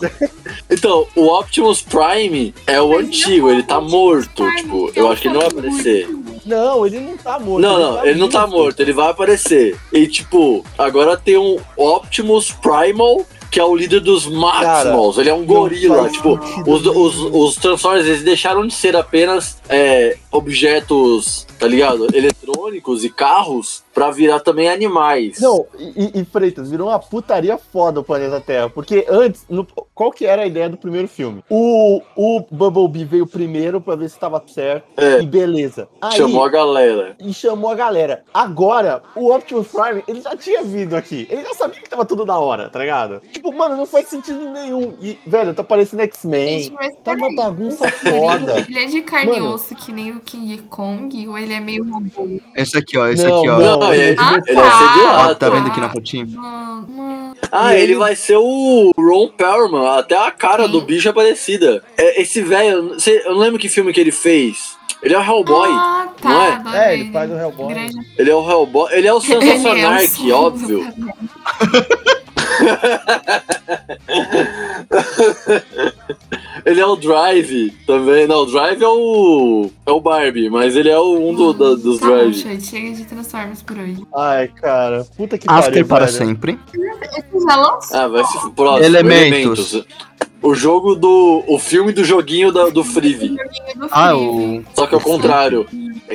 C: Então, o Optimus Prime é o
B: Mas
C: antigo,
B: não,
C: ele tá
B: Optimus
C: morto.
B: Prime,
C: Tipo,
B: que é
C: eu
B: um
C: acho que ele não vai
B: bagulho.
C: aparecer.
D: Não, ele não tá morto.
C: Não, não, ele não tá
D: vivo.
C: morto, ele vai aparecer. E tipo, agora tem um Optimus Primal, que é o líder dos Maximals. Ele é um gorila.
D: faz
C: Tipo,
D: sentido
C: os, os, os Transformers eles deixaram de ser apenas é, objetos, tá ligado? Eletrônicos e carros pra virar também animais.
D: Não, e, e- e, Freitas, virou uma putaria foda o planeta Terra. Porque antes, no- qual que era a ideia do primeiro filme? O, o Bumblebee veio primeiro pra ver se tava certo.
C: É.
D: E beleza. Aí,
C: Chamou a galera.
D: e chamou a galera. Agora, o Optimus Prime, ele já tinha vindo aqui. Ele já sabia que tava tudo da hora, tá ligado? Tipo, mano, não faz sentido nenhum. E, velho, tá parecendo
B: Gente,
D: X-Men.
B: mas
D: Tá
B: peraí.
D: uma
B: <laughs>
D: bagunça foda.
B: Ele é de carne e
D: Mano.
B: osso que nem o King Kong, ou ele é meio robô?
A: Esse aqui, ó. Esse
D: Não,
A: aqui, ó.
D: não.
C: Não, ele,
B: Ah,
C: ele é
B: tá.
A: Ó,
C: sediado.
A: tá vendo aqui na fotinho?
B: Mano, mano.
C: Ah,
D: E
C: ele
D: ele-
C: vai ser o Ron Perlman. Até a cara do
B: Sim.
C: bicho é parecida. É, esse velho, eu sei- eu não lembro que filme que ele fez. Ele é o Hellboy.
B: Ah,
C: não é?
B: tá. adorei.
D: É, ele faz o Hellboy.
B: Grande-
C: Ele é o Hellboy. Ele
B: <laughs>
C: é o Sans
B: Ele é o
C: Anarchy,
B: Sans
C: óbvio. Ele é o Drive também. Não, o Drive é o. É o Barbie, mas ele é o um do- da- dos
B: Tá bom,
C: Drive.
B: Xande, Chega de Transformers por hoje.
D: Ai, cara. Puta que
A: After para
D: velho.
A: sempre.
B: Esse já lançou?
C: Ah, vai se. Próximo.
A: Elementos.
C: O jogo do. O filme do joguinho da- do Freeve.
B: do
A: Ah,
B: Freevee.
A: o,
C: Só que ao contrário.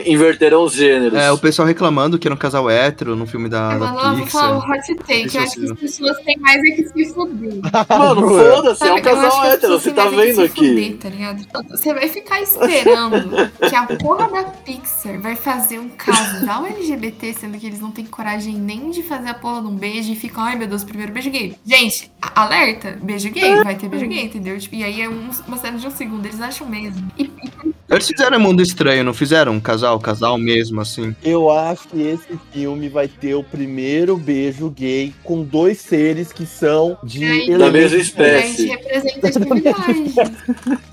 C: Inverteram os gêneros.
A: é, o pessoal reclamando que era um casal hétero no filme da,
B: Mano,
A: da
B: eu vou falar o
A: Pixar.
B: hot take.
A: Deixa
B: Eu
A: eu
B: acho que
A: ver.
B: as pessoas têm mais é que se fuder.
C: Mano,
D: Bruno.
C: foda-se, é um
B: Sabe? Eu acho
C: casal
B: que as
C: hétero,
B: pessoas
C: você
B: têm
C: tá
B: mais é que
C: vendo
B: se
C: aqui.
B: fuder, tá ligado? Você vai ficar esperando
C: <laughs>
B: que a porra da Pixar vai fazer um casal LGBT, sendo que eles não têm coragem nem de fazer a porra de um beijo e ficam, ai meu Deus, primeiro beijo gay. Gente, a- alerta, beijo gay, vai ter beijo gay, entendeu? Tipo, e aí é um- uma cena de um segundo, eles acham mesmo. E, e
A: Eles fizeram Mundo Estranho, não fizeram? Um casal, casal mesmo, assim.
D: Eu acho que esse filme vai ter o primeiro beijo gay com dois seres que são de
B: Ai,
D: elementos
C: Da mesma
D: diferentes.
C: espécie.
B: gente representa a atividade.
C: <laughs>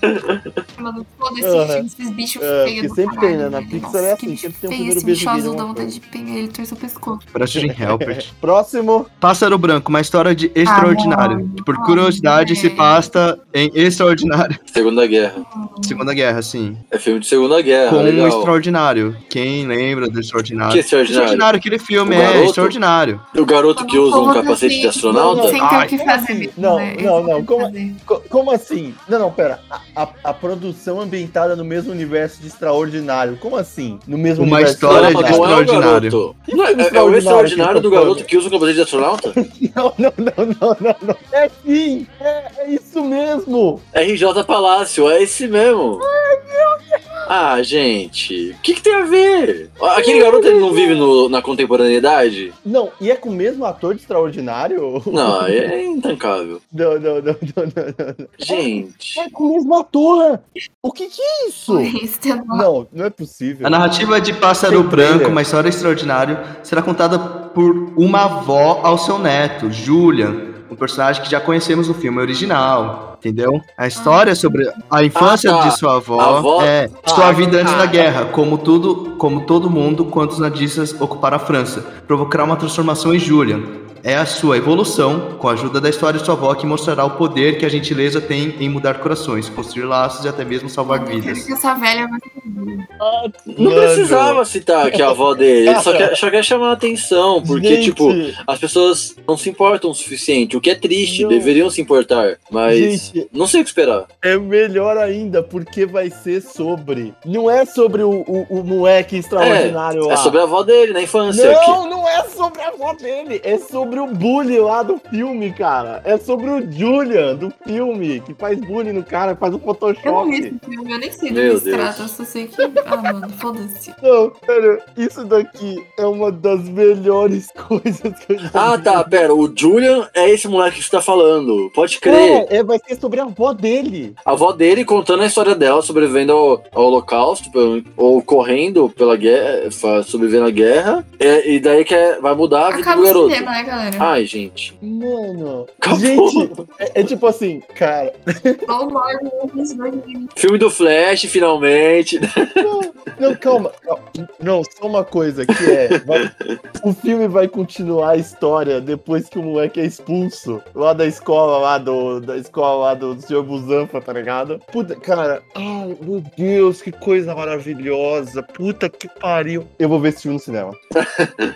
B: Mano, foda-se,
D: Aham.
B: gente, esses bichos
D: É,
B: feios
D: porque
B: do
D: sempre
B: caralho,
D: tem, né? Na
B: velho.
D: Pixar
B: Nossa,
D: é assim,
B: que bicho
D: sempre tem um
B: feio,
D: primeiro
B: esse bicho
D: beijo né? gay
B: azul
D: de
B: dá
D: uma
B: vontade
D: coisa.
B: de pegar ele, torcer o pescoço.
A: Parece Jim Halpert.
D: Próximo.
A: Pássaro Branco, uma história de extraordinário. que Por
B: Ah,
A: curiosidade, se
B: é.
A: passa em extraordinário. <laughs>
C: Segunda Guerra.
A: Segunda Guerra, sim.
C: É filme de Segunda Guerra.
A: Com o
C: legal.
A: extraordinário. Quem lembra do
C: Que
A: extraordinário?
C: extraordinário.
A: Extraordinário, aquele filme
C: O
A: é
C: garoto?
A: extraordinário.
C: O garoto que usa um
B: Como
C: capacete
B: assim?
C: de astronauta?
B: Sem ter
A: Ai,
B: o que
D: como
B: fazer
D: assim?
B: mesmo,
D: Não,
B: né? Sem
D: não,
B: ter o
D: não,
B: que
D: como- é?
B: fazer.
D: Co- como assim? Não, não, pera. A, a- a produção ambientada no mesmo universo de Extraordinário. Como assim? No mesmo
A: Uma
D: universo
C: Não,
A: história
D: de
A: de
C: não é o
A: extraordinário.
C: garoto. Não, é- é, o
D: Extraordinário
C: extraordinário
D: que
C: do
D: tá
C: garoto
D: falando.
C: que usa o capacete de astronauta?
D: <laughs> Não, não, não, não, não, não. É sim! É, é isso mesmo!
C: RJ Palácio, é esse mesmo. Ah, gente, o que, que tem a ver? Aquele garoto ele não vive no- na contemporaneidade?
D: Não, e é com o mesmo ator de Extraordinário?
C: Não, é intancável.
D: <laughs> Não, não, não, não, não, não.
C: Gente,
D: É com o mesmo ator! O que que é isso?
B: <laughs> Isso, tem uma-
D: Não, não é possível.
A: A narrativa de Pássaro
D: Tem trailer.
A: Branco, uma história extraordinária, será contada por uma avó ao seu neto, Julian, um personagem que já conhecemos no filme original, entendeu? A história sobre a infância
C: Ah, tá.
A: de sua avó,
C: A avó- tá.
A: é sua
D: Ah,
A: vida antes
D: ah.
A: da guerra, como tudo, como todo mundo quando os nazistas ocuparam a França, provocará uma transformação em Julian. É a sua evolução, com a ajuda da história de sua avó, que mostrará o poder que a gentileza tem em mudar corações, construir laços e até mesmo salvar
B: Eu quero
A: vidas.
B: que essa velha vai
D: Ah,
C: não
D: mano.
C: precisava citar que é a avó dele, ele só quer, só quer chamar a atenção, porque,
D: Gente,
C: tipo, as pessoas não se importam o suficiente, o que é triste,
D: Não.
C: deveriam se importar, mas
D: Gente,
C: não sei o que esperar.
D: é melhor ainda, porque vai ser sobre. Não é sobre o, o, o moleque extraordinário lá.
C: É sobre a avó dele, na infância. que-
D: Não, não é sobre a avó dele. É sobre o bullying lá do filme, cara. É sobre o Julian do filme, que faz bullying no cara, faz o
B: Eu não vi
D: Photoshop.
B: esse filme, um eu nem sei do
C: Meu
B: que se
C: Deus.
B: trata, eu só sei que. Ah, mano, foda-se.
D: Não, sério, isso daqui é uma das melhores <laughs> coisas que eu já
C: Ah,
D: vi.
C: tá, pera, o Julian é esse moleque que você tá falando, pode crer.
D: É, é, vai ser sobre a avó dele.
C: A avó dele contando a história dela, sobrevivendo ao, ao Holocausto, pelo- ou correndo pela guerra, fa- sobrevivendo à guerra, é, e daí que é- vai mudar a vida
B: Acaba
C: do
B: o
C: garoto.
B: cinema, né, cara? cara.
C: Ai, gente.
D: Mano.
C: Acabou.
D: Gente, é, é tipo assim, cara.
C: Ah.
B: Ou morre um dos dois meninos.
C: Filme do Flash, finalmente. <laughs>
D: Não, não, calma, calma. Não, só uma coisa que é. vai- o filme vai continuar a história depois que o moleque é expulso lá da escola, lá do. Da escola lá do Sr. Busanfa, tá ligado? Puta, cara, ai, meu Deus, que coisa maravilhosa. Puta que pariu. Eu vou ver esse filme no cinema.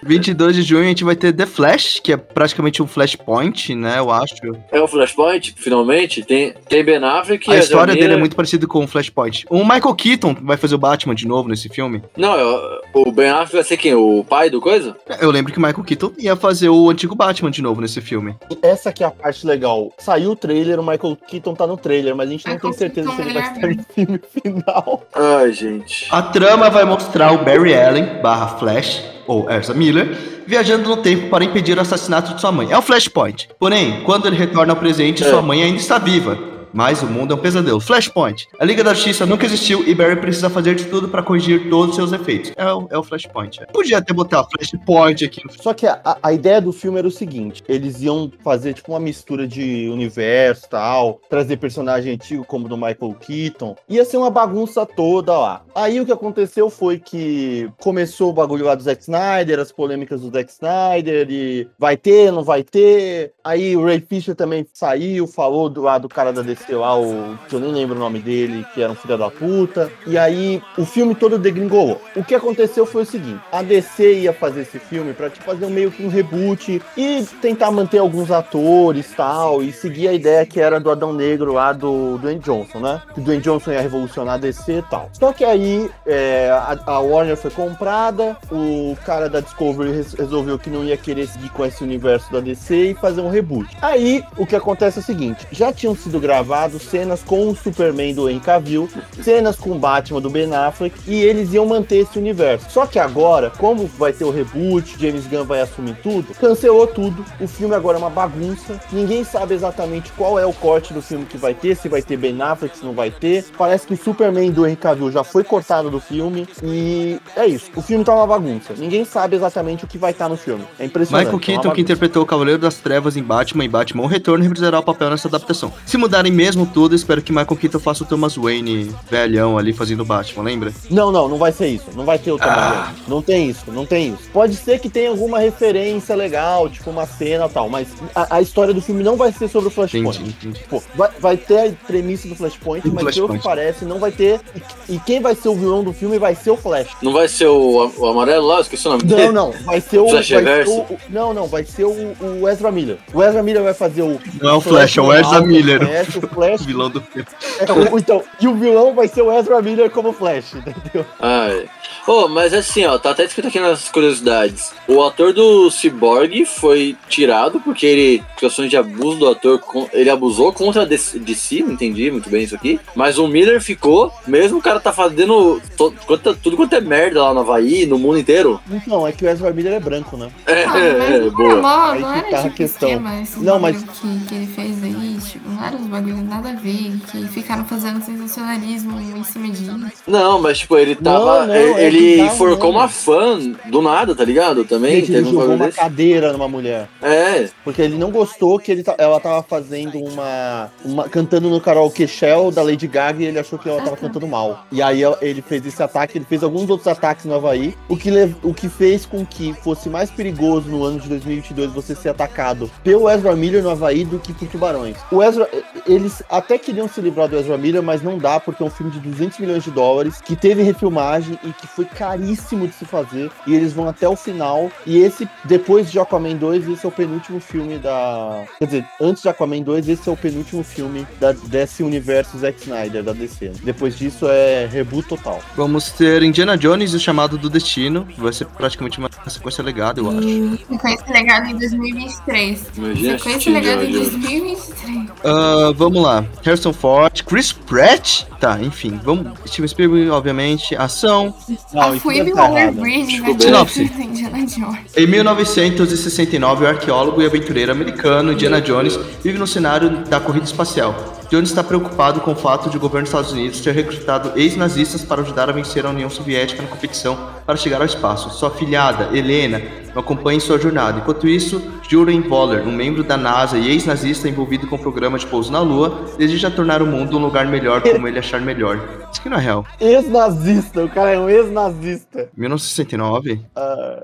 A: 22 de junho a gente vai ter The Flash, que é praticamente um flashpoint, né? Eu acho.
C: É o Flashpoint, finalmente. Tem, tem Ben Affleck.
A: a
C: Ezra
A: história dele é
C: Miller.
A: muito parecida com o Flashpoint. O Michael Keaton vai fazer o Batman de novo nesse filme.
C: Não, eu- o Ben Affleck vai ser quem? O pai do coisa?
A: Eu lembro que o Michael Keaton ia fazer o antigo Batman de novo nesse filme.
D: Essa aqui é a parte legal. Saiu o trailer, o Michael Keaton tá no trailer, mas a gente não
B: Michael
D: tem certeza
B: Keaton, né?
D: se ele vai
B: melhor
D: estar no filme final.
C: Ai, gente.
A: A trama vai mostrar o Barry Allen, barra Flash, ou Ezra Miller, viajando no tempo para impedir o assassinato de sua mãe. É o Flashpoint. Porém, quando ele retorna ao presente,
C: É.
A: sua mãe ainda está viva. Mas o mundo é um pesadelo. Flashpoint. A Liga da Justiça nunca existiu e Barry precisa fazer de tudo para corrigir todos os seus efeitos. É o, é o Flashpoint. é. Podia ter botar Flashpoint aqui.
D: Só que a, a ideia do filme era o seguinte: eles iam fazer tipo uma mistura de universo tal, trazer personagem antigo como o do Michael Keaton. Ia ser uma bagunça toda lá. Aí o que aconteceu foi que começou o bagulho lá do Zack Snyder, as polêmicas do Zack Snyder, e vai ter, não vai ter. Aí o Ray Fisher também saiu, falou do lado do cara da DC lá, o, que eu nem lembro o nome dele, que era um filho da puta. E aí o filme todo degringolou. O que aconteceu foi o seguinte: a DC ia fazer esse filme pra tipo, fazer um meio que um reboot e tentar manter alguns atores tal, e seguir a ideia que era do Adão Negro lá do Dwayne Johnson, né? Que o Dwayne Johnson ia revolucionar a DC e tal. Só que aí é, a, a Warner foi comprada, o cara da Discovery res- resolveu que não ia querer seguir com esse universo da DC e fazer um reboot. Aí o que acontece é o seguinte: já tinham sido gravados cenas com o Superman do Henry Cavill cenas com o Batman do Ben Affleck e eles iam manter esse universo. Só que agora, como vai ter o reboot, James Gunn vai assumir tudo, cancelou tudo. O filme agora é uma bagunça. Ninguém sabe exatamente qual é o corte do filme que vai ter, se vai ter Ben Affleck, se não vai ter. Parece que o Superman do Henry Cavill já foi cortado do filme e é isso. O filme tá uma bagunça. Ninguém sabe exatamente o que vai estar no filme. É impressionante.
A: Michael
D: é uma
A: Keaton, que
D: bagunça.
A: interpretou o Cavaleiro das Trevas em Batman e Batman O Retorno, representará o papel nessa adaptação. Se mudarem mesmo tudo, espero que Michael Keaton faça o Thomas Wayne velhão ali fazendo Batman, lembra?
D: Não, não, não vai ser isso. Não vai ter o
A: Ah.
D: Thomas Wayne. Não tem isso, não tem isso. Pode ser que tenha alguma referência legal, tipo uma cena e tal, mas a, a história do filme não vai ser sobre o Flashpoint.
A: Entendi, entendi.
D: Tipo, vai, vai ter a premissa do Flashpoint,
A: Do
D: mas pelo
A: Flashpoint.
D: que parece, não vai ter. E, e quem vai ser o vilão do filme vai ser o Flash.
C: Não vai ser o, o amarelo lá? Eu Esqueci o nome
D: Não, não, vai ser o. Vai ser
C: Flashverse?
D: o o- não, não, vai ser o, o Ezra Miller. O Ezra Miller vai fazer o.
A: Não é o Flash, é o Ezra
D: normal,
A: Miller.
D: O Flash, o Flash.
A: vilão do filme.
D: é, o- então, e o vilão vai ser o Ezra Miller como Flash, entendeu?
C: Ai. Ô, mas assim, ó, tá até escrito aqui nas curiosidades. O ator do Cyborg foi tirado porque ele, situações de abuso do ator, con- ele abusou contra a DC, DC, não entendi muito bem isso aqui. Mas o Miller ficou, mesmo o cara tá fazendo to- quanto- tudo quanto é merda lá no Havaí, no mundo inteiro.
D: Não, é que o Ezra Miller é branco, né?
C: É,
B: Ah, mas
C: é, é,
B: não era
C: boa.
B: mó-
D: Aí
B: não
D: que
B: era
D: tá a
B: tipo
D: questão.
B: esquema, esses
D: Não,
B: bagulho que, que ele fez aí, tipo, não eram os bagulhos nada a ver, que ficaram fazendo sensacionalismo em cima disso.
C: Não, mas tipo, ele tava.
D: Não, não,
C: ele
D: é que
C: ele
D: tá,
C: enforcou
D: não.
C: uma fã do nada, tá ligado? Também
D: Gente, ele
C: teve um
D: jogou
C: bagulho
D: uma
C: desse.
D: cadeira numa mulher.
C: É,
D: Porque ele não gostou que ele ta- ela tava fazendo uma, uma- cantando no karaokê Shell da Lady Gaga e ele achou que ela tava cantando mal. E aí ela- ele fez esse ataque, ele fez alguns outros ataques no Havaí, o que, lev- o que fez com que fosse mais perigoso no ano de 2022 você ser atacado pelo Ezra Miller no Havaí do que por tubarões. O Ezra, eles até queriam um se livrar do Ezra Miller, mas não dá porque é um filme de 200 milhões de dólares que teve refilmagem e que foi caríssimo de se fazer e eles vão até o final e esse depois de Aquaman 2 esse é o penúltimo filme da quer dizer, antes de Aquaman 2 esse é o penúltimo filme da, desse universo Zack Snyder da DC. Depois disso é reboot total.
A: Vamos ter Indiana Jones e o Chamado do Destino. que Vai ser praticamente uma sequência legada, eu acho.
B: Sequência legada em 2023.
C: Imagina
B: Sequência
C: assistindo
B: legada em
C: Indiana Jones. <laughs>
B: 2023.
A: Ah, vamos lá. Harrison Ford, Chris Pratt. Tá, enfim. Vamos. Steven Spielberg, obviamente. Ação.
B: A
D: isso
B: Phoebe
D: deve tá errado.
B: Waller-Bridge vai
C: Desculpa.
A: Sinopse.
B: ter Indiana Jones.
A: Em 1969, o arqueólogo e aventureiro americano Indiana Jones vive no cenário da corrida espacial. Jones está preocupado com o fato de o governo dos Estados Unidos ter recrutado ex-nazistas para ajudar a vencer a União Soviética na competição para chegar ao espaço. Sua filhada, Helena, Acompanhe sua jornada. Enquanto isso, Julian Voller, um membro da NASA e ex-nazista envolvido com o programa de pouso na Lua, deseja tornar o mundo um lugar melhor como ele achar melhor. Isso que não é real.
D: Ex-nazista, o cara é um ex-nazista.
A: 1969?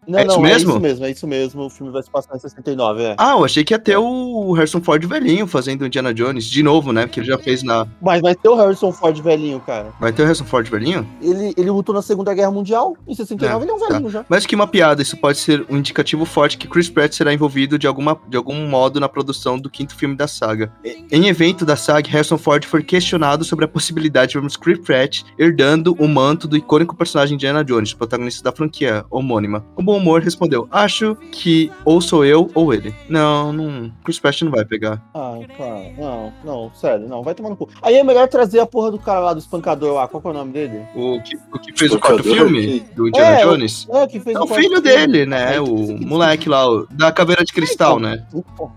D: Não,
A: É
D: não,
A: isso mesmo?
D: é isso mesmo, é isso mesmo. O filme vai se passar em 69, é.
A: Ah, eu achei que ia ter o Harrison Ford velhinho fazendo Indiana Jones de novo, né? Porque ele já fez na.
D: Mas vai ter o Harrison Ford velhinho, cara.
A: Vai ter o Harrison Ford velhinho?
D: Ele, ele lutou na Segunda Guerra Mundial, em 69
A: É,
D: ele é um
A: tá.
D: velhinho já.
A: Mais que uma piada, isso pode ser um indicativo forte que Chris Pratt será envolvido de, alguma, de algum modo na produção do quinto filme da saga. E- Em evento da saga, Harrison Ford foi questionado sobre a possibilidade de vermos Chris Pratt herdando o manto do icônico personagem Indiana Jones, protagonista da franquia homônima. O bom humor respondeu: Acho que ou sou eu ou ele. Não, não. Chris Pratt não vai pegar.
D: Ai, Ah, cara, não, não, sério, não, vai tomar no cu. Aí é melhor trazer a porra do cara lá do espancador lá, qual que é o nome dele?
A: O que, o que fez o quarto
C: Jogador
A: filme do Indiana
D: É, o-
A: Jones?
D: É, que fez
A: É o
D: quarto
A: filho
D: filme.
A: dele, né?
D: É,
A: O
D: então, isso aqui-
A: moleque lá, o- da caveira de cristal, né?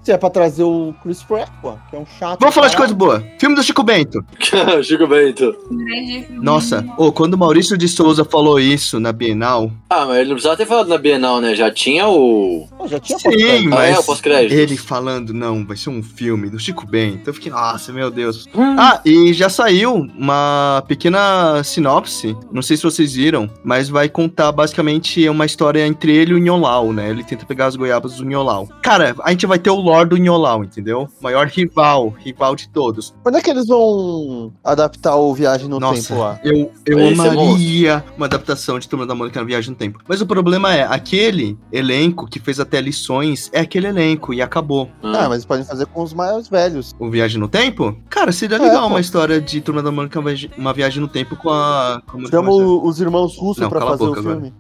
D: Se é pra trazer o Chris Pratt, pô, que é um chato.
A: Vamos falar de coisa
D: caralho.
A: boa. Filme do Chico Bento.
C: Chico Bento.
A: Nossa, ô, quando o Maurício de Souza falou isso na Bienal,
C: Ah, mas ele não precisava ter falado na Bienal, né? Já tinha o.
D: Pô, já tinha
A: sim,
D: postado.
C: Ah, é,
A: mas
C: o pós-crédito.
A: ele falando, não, vai ser um filme do Chico Bento. Eu fiquei, nossa, meu Deus.
C: Hum.
A: Ah, e já saiu uma pequena sinopse, não sei se vocês viram, mas vai contar basicamente uma história entre ele e o Nholau, né? Ele tenta pegar as goiabas do Nholau. Cara, a gente vai ter o Lord do Nholau, entendeu? Maior rival, rival de todos.
D: Quando é que eles vão adaptar o Viagem no
A: Nossa,
D: Tempo lá?
A: Eu, eu
C: Esse é bom.
A: amaria uma adaptação de Turma da Mônica na Viagem no Tempo. Mas o problema é, aquele elenco que fez até lições é aquele elenco e acabou.
D: Ah, mas eles podem fazer com os mais velhos.
A: O Viagem no Tempo? Cara, seria
D: É,
A: legal
D: pô.
A: uma história de Turma da Mônica, uma viagem- uma viagem no tempo com a... Com a Mônica
D: Chama
A: Marcel.
D: o- os irmãos russos
A: Não,
D: pra
A: cala a
D: fazer o
A: boca agora.
D: filme.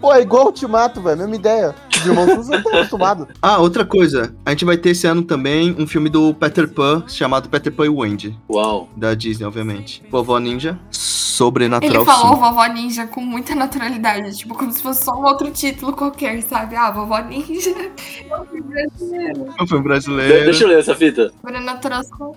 D: Pô, é igual o Ultimato, velho, mesma ideia. Os irmãos russos
A: <laughs>
D: não estão acostumados.
A: Ah, outra coisa. A gente vai ter esse ano também um filme do Peter Pan, chamado Peter Pan e Wendy.
C: Uau.
A: Da Disney, obviamente. Vovó Ninja, Sobrenatural
B: Ele falou
A: sim.
B: Vovó Ninja com muita naturalidade, tipo, como se fosse só um outro título qualquer, sabe? Ah, Vovó Ninja. <laughs> É um filme brasileiro.
A: <laughs> É um filme
C: De-
A: brasileiro.
C: Deixa eu ler essa fita.
B: Sobrenatural só-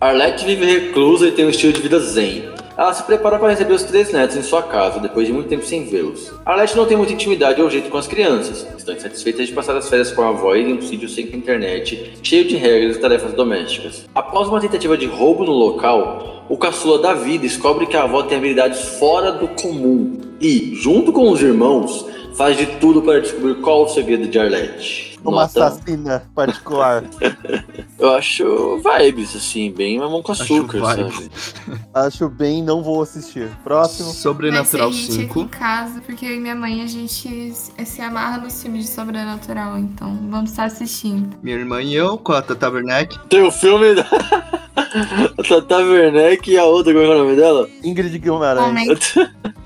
C: Arlette vive reclusa e tem um estilo de vida zen. Ela se prepara para receber os três netos em sua casa, depois de muito tempo sem vê-los. Arlette não tem muita intimidade ou jeito com as crianças. Estão insatisfeitas de passar as férias com a avó e em um sítio sem internet, cheio de regras e tarefas domésticas. Após uma tentativa de roubo no local, o caçula Davi descobre que a avó tem habilidades fora do comum e, junto com os irmãos, faz de tudo para descobrir qual o segredo de Arlette.
D: Uma
C: Nota-
D: assassina
A: <laughs>
D: particular.
C: eu acho vibes, assim, bem mamão com açúcar,
A: Acho
C: sabe?
A: vibes.
D: Acho bem, não vou assistir. Próximo.
B: Vai ser
A: Sobrenatural
B: hit aqui
A: 5.
B: em casa, porque eu e minha mãe, a gente se se amarra nos filmes de Sobrenatural, então vamos estar assistindo.
A: Minha irmã e eu, com a Tata Werneck.
C: Tem o filme da <laughs> a Tata Werneck e a outra, como é que é o nome dela? <laughs>
D: Ingrid Guimarães.
B: Homem.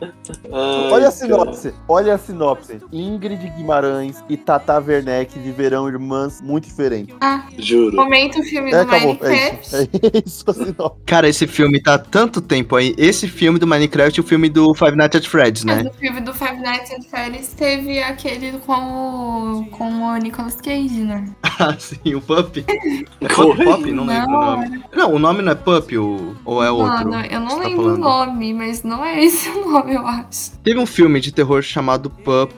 C: Ai,
D: Olha a
C: cara.
D: sinopse, olha a sinopse. Ingrid Guimarães e Tata Werneck viverão irmãs muito diferentes.
B: Ah,
C: Juro.
B: comenta o filme
D: É,
B: do
D: acabou. É
B: Minecraft.
D: isso.
A: né?
D: É isso a sinopse.
A: Cara, esse filme tá há tanto tempo aí. Esse filme do Minecraft e o filme do Five Nights at Freddy's,
B: Mas
A: né?
B: o filme do Five Nights at Freddy's teve aquele com o, com o Nicolas Cage, né?
A: <laughs> Ah, sim, o Pup. É
C: Corre.
A: Pup, Pup? Não lembro o
B: Não.
A: nome. Não, o nome não é Pup ou, ou é outro?
B: Mano, eu não
A: Você tá
B: lembro o
A: falando.
B: nome, mas não é esse <laughs> o nome, eu acho.
A: Teve um filme de terror chamado Pup,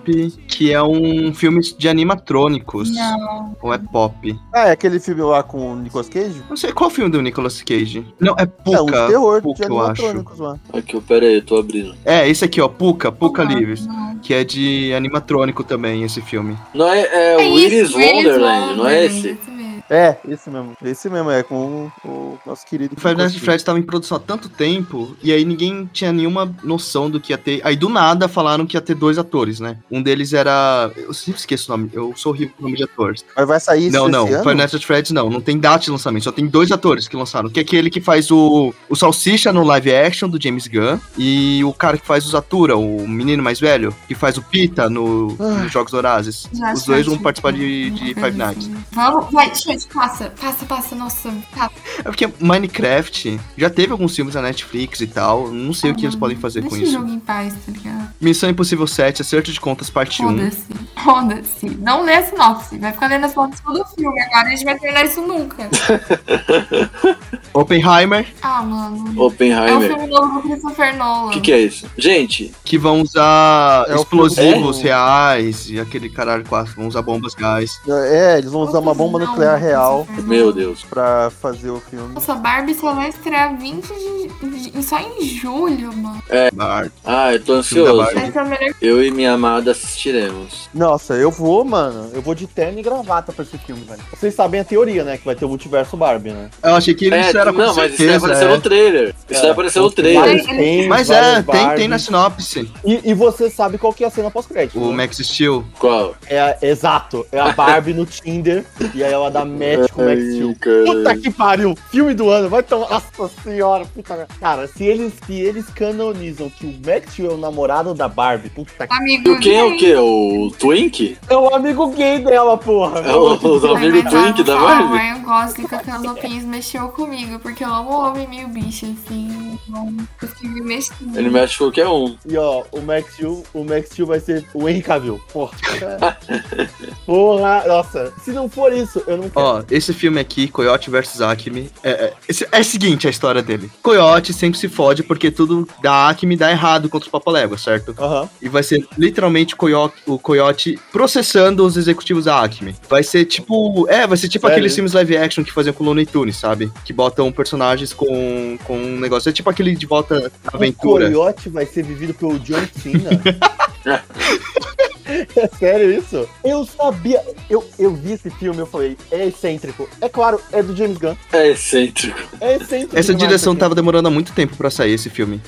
A: que é um filme de animatrônicos.
B: Não.
A: Ou é Pop?
D: Ah, é aquele filme lá com o Nicolas Cage?
A: Não sei, qual é o filme do Nicolas Cage? Não, é
D: é, um
A: Puka.
D: terror
A: Puka,
D: de
A: eu acho.
D: animatrônicos lá.
C: Aqui, pera aí, eu tô abrindo.
A: É, esse aqui, ó, Puka, Puka
B: Não,
A: Lives.
B: não.
A: Que é de animatrônico também, esse filme.
C: Não é, é, o
B: isso,
C: Iris Wonderland, não é
B: Wonderland,
C: esse?
B: isso mesmo.
D: É, esse mesmo. Esse mesmo é com o nosso querido.
A: O Five Nights at
D: Nicolas Cage.
A: Freddy's tava em produção há tanto tempo, e aí ninguém tinha nenhuma noção do que ia ter. Aí do nada falaram que ia ter dois atores, né? Um deles era. Eu sempre esqueço o nome, eu sou horrível com o nome de atores.
D: Mas vai sair
A: não,
D: esse
A: não,
D: ano?
A: Five Nights at Freddy's não, não tem data de lançamento, só tem dois atores que lançaram. Que é aquele que faz o, o Salsicha no live action do James Gunn, e o cara que faz o Zatura, o menino mais velho, que faz o Pita no,
D: Ah.
A: nos Jogos Horazes.
B: Já
A: Os dois vão
B: assisti,
A: participar de,
B: uma
A: de
B: coisa
A: Five Nights.
B: assim. Vamos, vai, gente, passa, passa, passa, nossa, tá.
A: É porque Minecraft já teve alguns filmes na Netflix e tal. Não sei o que eles podem fazer
B: Deixa
A: com
B: o
A: isso.
B: jogo em paz, tá ligado?
A: Missão Impossível 7, Acerto de Contas Parte
C: né?
A: 1.
B: Foda-se, foda-se. Não lê a sinopse, vai ficar lendo as fotos todo o filme, agora a gente vai terminar isso nunca.
A: Oppenheimer,
B: Ah, mano. É um
C: Oppenheimer.
B: filme novo do Christopher Nolan.
C: O que, que é isso? Gente,
A: que vão usar
D: É o-
A: explosivos
D: é?
A: reais e aquele caralho quase, vão usar bombas reais.
D: É, eles vão usar uma bomba nuclear real
C: meu Deus.
D: pra fazer o filme.
B: Nossa, Barbie só vai estrear 20 de, de- só em julho, mano.
A: Bar-
C: Ah, eu tô
A: Filme da
C: ansioso.
A: Barbie.
B: Vai ser o melhor
C: Eu e minha amada assistiremos.
D: Nossa, eu vou, mano. Eu vou de terno e gravata pra esse filme, velho. Vocês sabem a teoria, né? Que vai ter o multiverso Barbie, né?
A: Eu achei que isso
C: é,
A: era com
C: não, mas isso vai
A: certeza.
C: aparecer
A: é.
C: no trailer. Isso vai aparecer no trailer.
D: Vários Kens,
A: Mas
D: vários
A: é, tem, tem na
D: Barbies.
A: sinopse.
D: E, e você sabe qual que é a cena pós-crédito.
A: O
D: né?
A: Max Steel.
C: Qual?
D: É a- exato, é a Barbie no Tinder e aí ela dá match com o
A: é
D: Max Steel. Puta que pariu! Filme do ano, vai tomar. Nossa senhora, puta merda. Cara, se eles, se eles canonizam que o Max Steel é o namorado da Barbie, puta que.
B: amigo.
C: E o quem é o quê? O Twink?
D: É o amigo gay dela, porra!
C: É o, <laughs> os
B: Ai,
C: amigos
B: mas
C: Twink
B: "Ah, eu
C: da
B: falo,
C: Marvel?
B: Ryan Gosling com aquelas roupinhas mexeu comigo, porque eu amo homem meio bicho, assim. Então, eu fiquei me mexendo.
C: Ele mexe com qualquer um.
D: E ó, o Max Steel, o Max Steel vai ser o Henry Cavill. Porra. porra, nossa. Se não for isso, eu não quero.
A: Ó, esse filme aqui, Coyote vs Acme, é, é, esse- é o seguinte a história dele. Coyote sempre se fode porque tudo da Acme dá errado contra os Papalégua, certo?
D: Aham.
A: E vai ser literalmente o Coyote, o Coyote processando os executivos da Acme. Vai ser tipo. É, vai ser tipo
D: Sério?
A: aqueles filmes live action que faziam com o Looney Tunes, sabe? Que botam personagens com, com um negócio. É tipo aquele de volta na
D: O
A: aventura.
D: coiote vai ser vivido pelo John Cena. <laughs> é sério isso? Eu sabia. Eu, eu vi esse filme, eu falei, é excêntrico. É claro, é do James Gunn.
C: É excêntrico.
D: É excêntrico.
A: Essa
D: demais
A: direção
D: esse
A: tava demorando há muito tempo pra sair esse filme.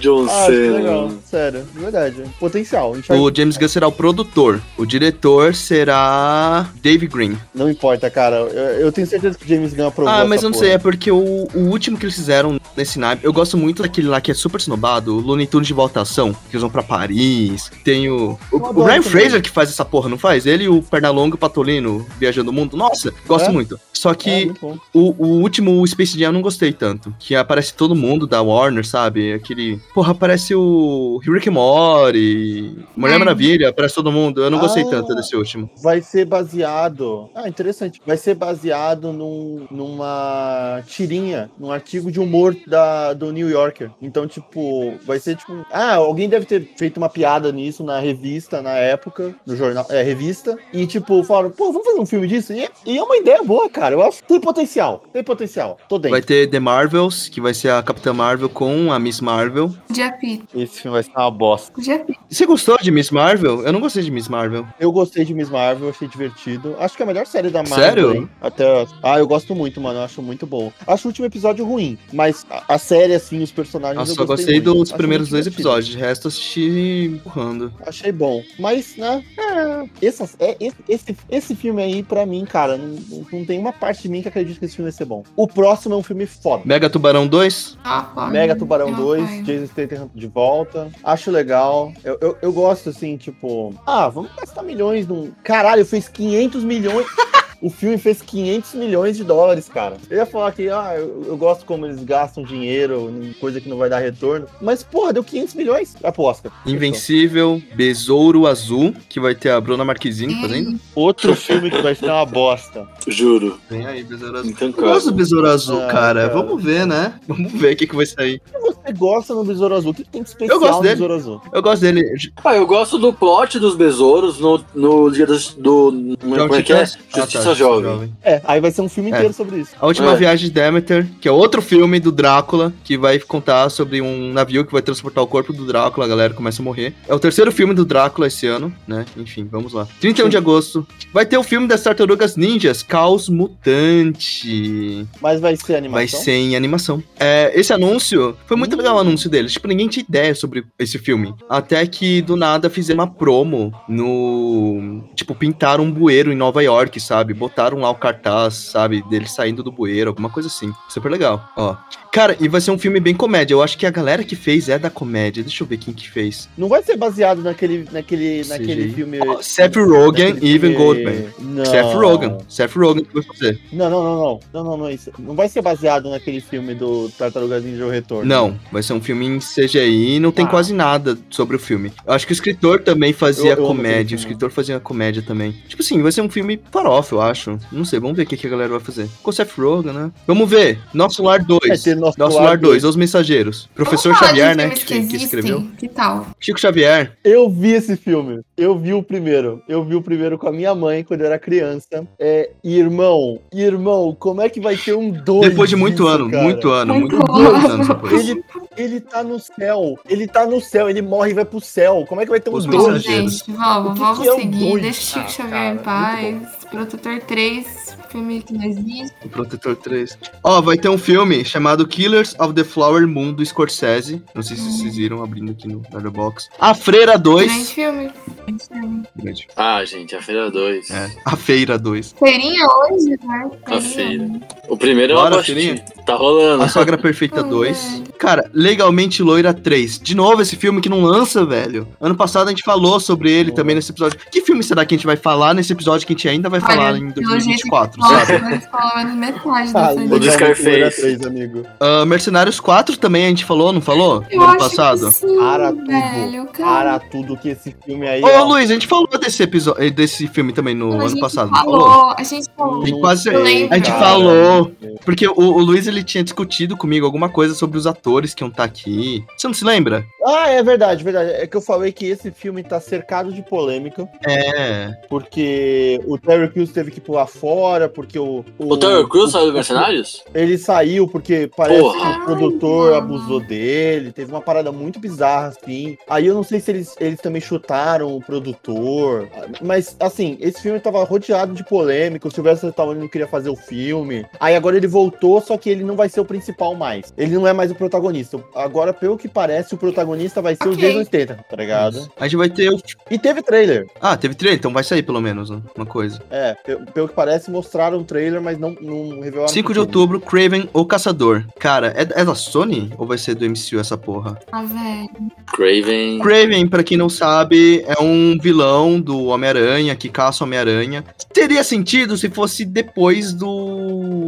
C: John
D: filme. Ah, que legal.
C: Cena.
D: Sério, de verdade. Potencial. enxerga-
A: O James Gunn será o produtor. O diretor será Dave Green.
D: Não importa, cara. Eu, eu tenho certeza que o James Gunn aprovou.
A: Ah, mas
D: essa
A: eu não
D: porra.
A: sei, é porque o, o último que eles fizeram nesse naipe, eu gosto muito daquele lá que é super snobado, o Looney Tunes de volta à ação, que eles vão pra Paris, tem o... O,
D: Eu
A: o
D: adoro
A: Ryan
D: também.
A: Fraser que faz essa porra, não faz? Ele e o Pernalonga e o Patolino viajando o mundo, nossa, gosto
D: É?
A: muito. Só
D: É,
A: que
D: muito bom.
A: o, o último, o Space Jam, eu não gostei tanto, que aparece todo mundo da Warner, sabe? Aquele... Porra, aparece o Rick Mori, Mulher
B: Ai.
A: Maravilha, aparece todo mundo, eu não gostei
D: Ah.
A: tanto desse último.
D: Vai ser baseado. Ah, interessante. Vai ser baseado num- numa tirinha, num artigo de humor da, do New Yorker. Então, tipo, vai ser tipo. um- Ah, alguém deve ter feito uma piada nisso na revista, na época, no jornal. É, revista. E, tipo, falaram, pô, vamos fazer um filme disso? E, e é uma ideia boa, cara. Eu acho que tem potencial. Tem potencial. Tô dentro.
A: Vai ter The Marvels, que vai ser a Capitã Marvel com a Miss Marvel.
B: Podia pita,
D: Esse filme vai ser uma bosta.
B: podia pita.
A: Você gostou de Miss Marvel? Eu não gostei de Miss Marvel.
D: Eu gostei de Miss Marvel, achei divertido. Acho que é a melhor série da Marvel.
A: Sério?
D: hein? Até. Ah, eu gosto muito, mano. Eu acho muito bom. Acho o último episódio ruim, mas a, a série, assim, os personagens.
A: Nossa,
D: eu
A: só
D: gostei,
A: gostei
D: muito.
A: dos
D: Acho
A: primeiros
D: muito
A: dois
D: divertido.
A: episódios. De resto, eu assisti empurrando.
D: Achei bom. Mas, né? É, essas, é, esse, esse, esse filme aí, pra mim, cara, não, não- não tem uma parte de mim que acredita que esse filme vai ser bom. O próximo é um filme foda.
A: Mega Tubarão 2?
B: Ah, pô,
D: Mega Tubarão
B: eu
D: 2,
B: apoio.
D: Jason Statham de volta. Acho legal. Eu, eu, eu gosto, assim, tipo... Ah, vamos gastar milhões num... Caralho, fez 500 milhões... <laughs> O filme fez 500 milhões de dólares, cara. Eu ia falar que, ah, eu, eu gosto como eles gastam dinheiro, em coisa que não vai dar retorno. Mas, porra, deu 500 milhões. Vai pro Oscar.
A: Invencível, Besouro Azul, que vai ter a Bruna Marquezine
B: Hum.
A: fazendo.
D: Outro filme que vai ser uma bosta.
C: Juro.
A: Vem aí, Besouro Azul.
C: Então,
A: Eu gosto do
C: cara.
A: Besouro Azul,
D: Ah,
A: cara.
D: cara.
A: Vamos ver, né? <laughs> Vamos ver o que, que vai sair.
D: O que você gosta no Besouro Azul? O que que tem de especial
A: Eu gosto
D: no
A: dele.
D: Besouro Azul?
A: Eu gosto dele.
C: Ah, eu gosto do plot dos besouros no, no dia dos- do. como é que é?
A: Titãs? Ah, tá,
C: Justiça Jovem.
D: É, aí vai ser um filme
A: É.
D: inteiro sobre isso.
A: A Última
C: É.
A: Viagem de Demeter, que é outro filme do Drácula, que vai contar sobre um navio que vai transportar o corpo do Drácula, a galera começa a morrer. É o terceiro filme do Drácula esse ano, né? Enfim, vamos lá. 31 de agosto. Vai ter o filme das Tartarugas Ninjas, Caos Mutante.
D: Mas vai ser
A: Vai
D: animação?
A: ser em animação. É, esse anúncio, foi muito legal o anúncio deles. Tipo, ninguém tinha ideia sobre esse filme. Até que, do nada, fizeram uma promo no... Tipo, pintaram um bueiro em Nova York, sabe? Botaram lá o cartaz, sabe? Dele saindo do bueiro, alguma coisa assim. Super legal. Ó, Cara, e vai ser um filme bem comédia. Eu acho que a galera que fez é da comédia. Deixa eu ver quem que fez.
D: Não vai ser baseado naquele, naquele,
A: CGI.
D: naquele filme.
A: Ó, Seth Rogen
D: naquele
A: e Evan
D: filme-
A: Goldman.
D: Não.
A: Seth Rogen. Seth Rogen que vai fazer.
D: Não, não, não, não. Não, não, não é isso. Não vai ser baseado naquele filme do Tartarugas Ninja O Retorno.
A: Não, vai ser um filme em CGI e não tem
D: Ah.
A: quase nada sobre o filme. Eu acho que o escritor também fazia
D: Eu- eu amo aquele
A: comédia, o
D: filme.
A: escritor fazia comédia também. Tipo assim, vai ser um filme farofa, eu acho. Não sei, vamos ver o que, que a galera vai fazer. Com o Seth Rogen, né? Vamos ver, Nosso Lar 2.
D: Vai ter É, Nosso
A: Nosso
D: Lar
A: Lar 2, Os Mensageiros. Professor
B: Vamos falar de
A: Xavier, né,
B: filmes
A: que, que
B: existem?
A: escreveu.
B: Que tal?
A: Chico Xavier.
D: Eu vi esse filme. Eu vi o primeiro. Eu vi o primeiro com a minha mãe quando eu era criança. É, irmão, irmão, como é que vai ter um dois?
A: Depois de muito
D: disso,
A: ano,
D: cara?
A: muito ano, muito,
B: Muito
A: muitos
B: ano.
A: anos depois.
D: Ele, ele tá no céu. Ele tá no céu. Ele morre e vai pro céu. Como é que vai ter um
A: Os
D: dois?
B: Bom,
A: Mensageiros.
B: gente, vamos,
D: O que
B: vamos
D: que é o
B: seguir.
D: dois?
B: Deixa o Chico
D: Ah,
B: Xavier em
D: cara, muito
B: paz. Protetor 3, filme que não existe.
A: O Protetor 3. Ó, vai ter um filme chamado Killers of the Flower Moon do Scorsese. Não sei
B: Uhum.
A: se vocês viram abrindo aqui no Letterboxd. A Freira 2.
B: Grande filme. Grande filme.
A: Grande.
C: Ah, gente, a Feira 2.
A: É. A Feira 2.
B: Feirinha hoje, né?
C: A Feira. O primeiro eu
A: Bora, Ah.
C: assisti.
A: filhinha?
C: Tá rolando.
B: Uhum.
A: A Sogra Perfeita 2. Cara, Legalmente Loira 3. De novo esse filme que não lança, velho. Ano passado a gente falou sobre ele também nesse episódio. Que filme será que a gente vai falar nesse episódio que a gente ainda vai
B: Olha,
A: falar em
B: pelo jeito que
A: 2024, sabe?
B: Nossa, nós falamos metade
D: Ah,
B: dessa
D: legal,
C: do
B: lista.
C: Scarface.
D: Era três, amigo.
A: Ah, Mercenários 4 também a gente falou, não falou?
B: Eu
A: No ano
B: acho
A: passado.
B: que sim,
D: Ara tudo.
B: velho, cara.
D: Para tudo que esse filme aí.
A: Ô,
D: ó,
A: Luiz, a gente falou desse episódio desse filme também no
B: A
A: ano
B: gente
A: passado. não falou?
B: Falou, a gente falou.
A: Tem
D: não
A: quase-
D: sei,
B: a gente
D: cara.
A: falou. Porque o, o Luiz ele tinha discutido comigo alguma coisa sobre os atores que iam estar aqui. Você não se lembra?
D: Ah, é verdade, verdade. É que eu falei que esse filme tá cercado de polêmica,
A: É.
D: porque o Terry Crews teve que pular fora, porque o.
C: O Terry Crews
D: o-
C: saiu do Mercenários?
D: Ele saiu porque parece
C: Porra.
D: que o produtor
B: Ai, mano.
D: abusou dele, teve uma parada muito bizarra, assim. Aí eu não sei se eles, eles também chutaram o produtor. Mas, assim, esse filme tava rodeado de polêmica, o Sylvester Stallone não queria fazer o filme. Aí agora ele voltou, só que ele não vai ser o principal mais. Ele não é mais o protagonista. Agora, pelo que parece, o protagonista vai ser o
B: Ok.
D: Jason Statham, tá ligado?
A: A gente vai ter. o-
D: E teve trailer.
A: Ah, teve trailer, então vai sair pelo menos né? uma coisa.
D: É, pe- pelo, que parece, mostraram o trailer, mas não, não revelaram.
A: 5 de
D: tudo.
A: outubro, Craven ou Caçador. Cara, é, é da Sony ou vai ser do MCU essa porra?
B: Ah, velho.
C: Craven.
A: Craven, pra quem não sabe, é um vilão do Homem-Aranha que caça o Homem-Aranha. Teria sentido se fosse depois do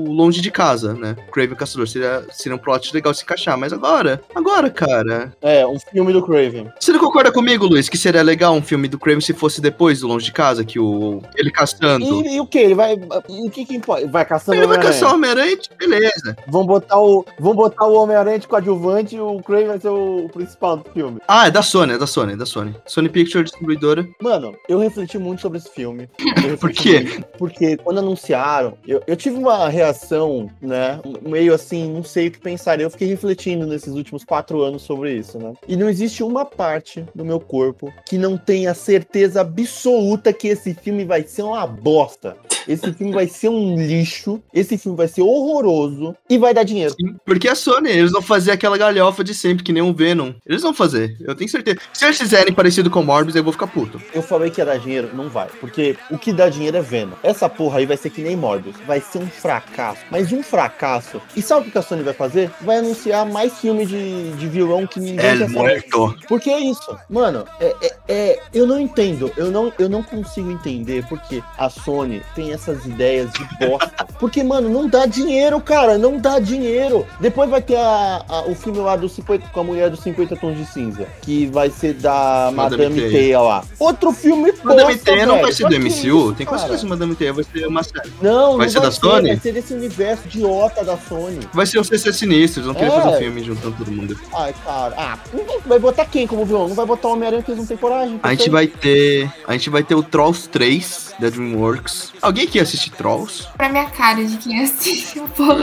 A: Longe de Casa, né? Craven o Caçador seria, seria um plot legal de se encaixar, mas agora, agora, cara.
D: É, um filme do Craven.
A: Você não concorda comigo, Luiz, que seria legal um filme do Craven se fosse depois do Longe de Casa, que o ele caçando.
D: E, e o que? Ele vai. e O que que importa? Vai caçando
A: Ele vai
D: Homem-Aranha?
A: caçar o Homem-Aranha, beleza.
D: Vão botar o, vão botar o Homem-Aranha de coadjuvante e o Craven vai ser o, o principal do filme.
A: Ah, é da Sony, é da Sony, é da Sony. Sony Picture Distribuidora.
D: Mano, eu refleti muito sobre esse filme.
A: <laughs>
D: Eu refleti
A: Por quê?
D: muito, porque quando anunciaram, eu, eu tive uma reação, né? Meio assim, não sei o que pensar. Eu fiquei refletindo nesses últimos quatro anos sobre isso, né? E não existe uma parte do meu corpo que não tenha certeza absoluta que esse filme vai ser uma bosta. Esse filme vai ser um lixo. Esse filme vai ser horroroso e vai dar dinheiro.
A: Sim, Porque é a Sony, eles vão fazer aquela galhofa de sempre, que nem um Venom. Eles vão fazer, eu tenho certeza. Se eles fizerem parecido com o Morbius, eu vou ficar puto.
D: Eu falei que ia dar dinheiro, não vai. Porque o que dá dinheiro é Venom. Essa porra aí vai ser que nem Morbius. Vai ser um fracasso. Mas um fracasso. E sabe o que que a Sony vai fazer? Vai anunciar mais filme de, de vilão que ninguém
A: É,
D: quer saber. Porque é isso. Mano, é, é- é- eu não entendo. Eu não, eu não consigo entender porque a Sony tem essas ideias de
A: <laughs>
D: bosta. Porque, mano, não dá dinheiro, cara. Não dá dinheiro. Depois vai ter a- a- o filme lá do 50, com a mulher dos 50 tons de cinza. Que vai ser da
A: Madame
D: Madame,
A: Teia.
D: Teia lá. Outro filme
A: Madame
D: bosta,
A: Teia não
D: velho.
A: vai ser
D: Pra
A: do
D: que
A: MCU?
D: isso,
A: Tem quase
D: cara?
A: certeza que Madame Teia vai ser uma série.
D: Não,
A: Vai
D: não
A: ser da Sony?
D: Vai ser desse universo idiota da Sony.
A: Vai ser o CC Sinistro, eles vão querer
D: É.
A: fazer um filme juntando todo mundo.
D: Ai, cara. Ah, vai botar quem como vilão? Não vai botar o Homem-Aranha porque eles não têm coragem.
A: A gente
D: porque-
A: vai ter. A gente vai ter o Trolls 3 da Dreamworks. Alguém aqui assiste Trolls?
B: Pra minha cara de quem assiste o povo.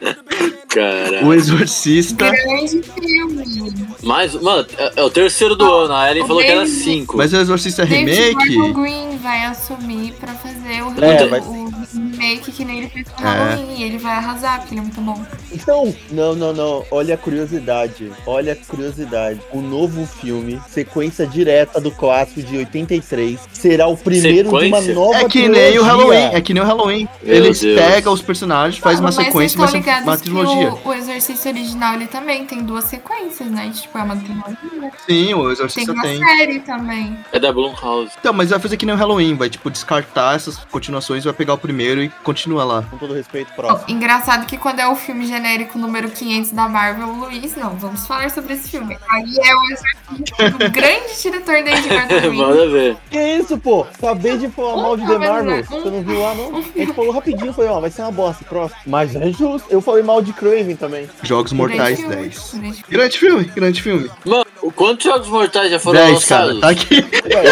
A: O
C: Cara.
A: Exorcista.
B: Grande filme.
C: Mas, mano, é, é o terceiro do ano. A Ellen
B: o
C: falou que era
B: David-
C: 5.
A: Mas o Exorcista
B: David
A: Remake.
B: Gordon Green vai assumir pra fazer o,
D: É,
B: o-
D: vai-
B: o- meio que que nem ele fez com o
A: É.
B: Halloween. E ele vai arrasar, porque ele é muito bom.
D: Então, não, não, não. Olha a curiosidade. Olha a curiosidade. O novo filme, sequência direta do clássico de 83, será o primeiro de
C: Sequência?
D: uma nova
A: É que
D: trilogia.
A: nem o Halloween, é que nem o Halloween.
C: Meu
A: Eles
C: Deus.
A: pegam os personagens, faz uma
B: Mano, mas
A: sequência,
B: vocês
A: mas
B: estão
A: é uma
B: ligados que
A: trilogia.
B: o, o exercício original ele também tem duas sequências, né? Tipo, é uma trilogia.
A: Sim, o
B: Tem
A: Exorcista
B: uma
A: tem.
B: série também.
C: É da Blumhouse. <laughs>
A: Então, mas vai fazer que nem o Halloween, vai, tipo, descartar essas continuações, vai pegar o primeiro e continua lá.
D: Com todo respeito,
B: Ó,
D: próximo.
B: engraçado que quando é o filme genérico número 500 da Marvel, o Luiz, não, vamos falar sobre esse filme. Aí é o exercício do grande diretor da Edgar Wing.
C: Manda ver.
A: Ah.
D: Que isso, pô? Acabei de falar
B: Um
D: mal de The
B: tava no
D: Marvel.
B: lugar, um-
D: Você não viu lá, não? A gente falou rapidinho, foi, ó, vai ser uma bosta, próximo. Mas é justo. Eu falei mal de Craven também.
A: Jogos <laughs> Mortais 10.
B: Grande filme.
A: Grande filme, grande filme.
C: Mano, o- quantos jogos mortais já foram
A: 10, cara,
C: lançados?
A: tá aqui. <laughs>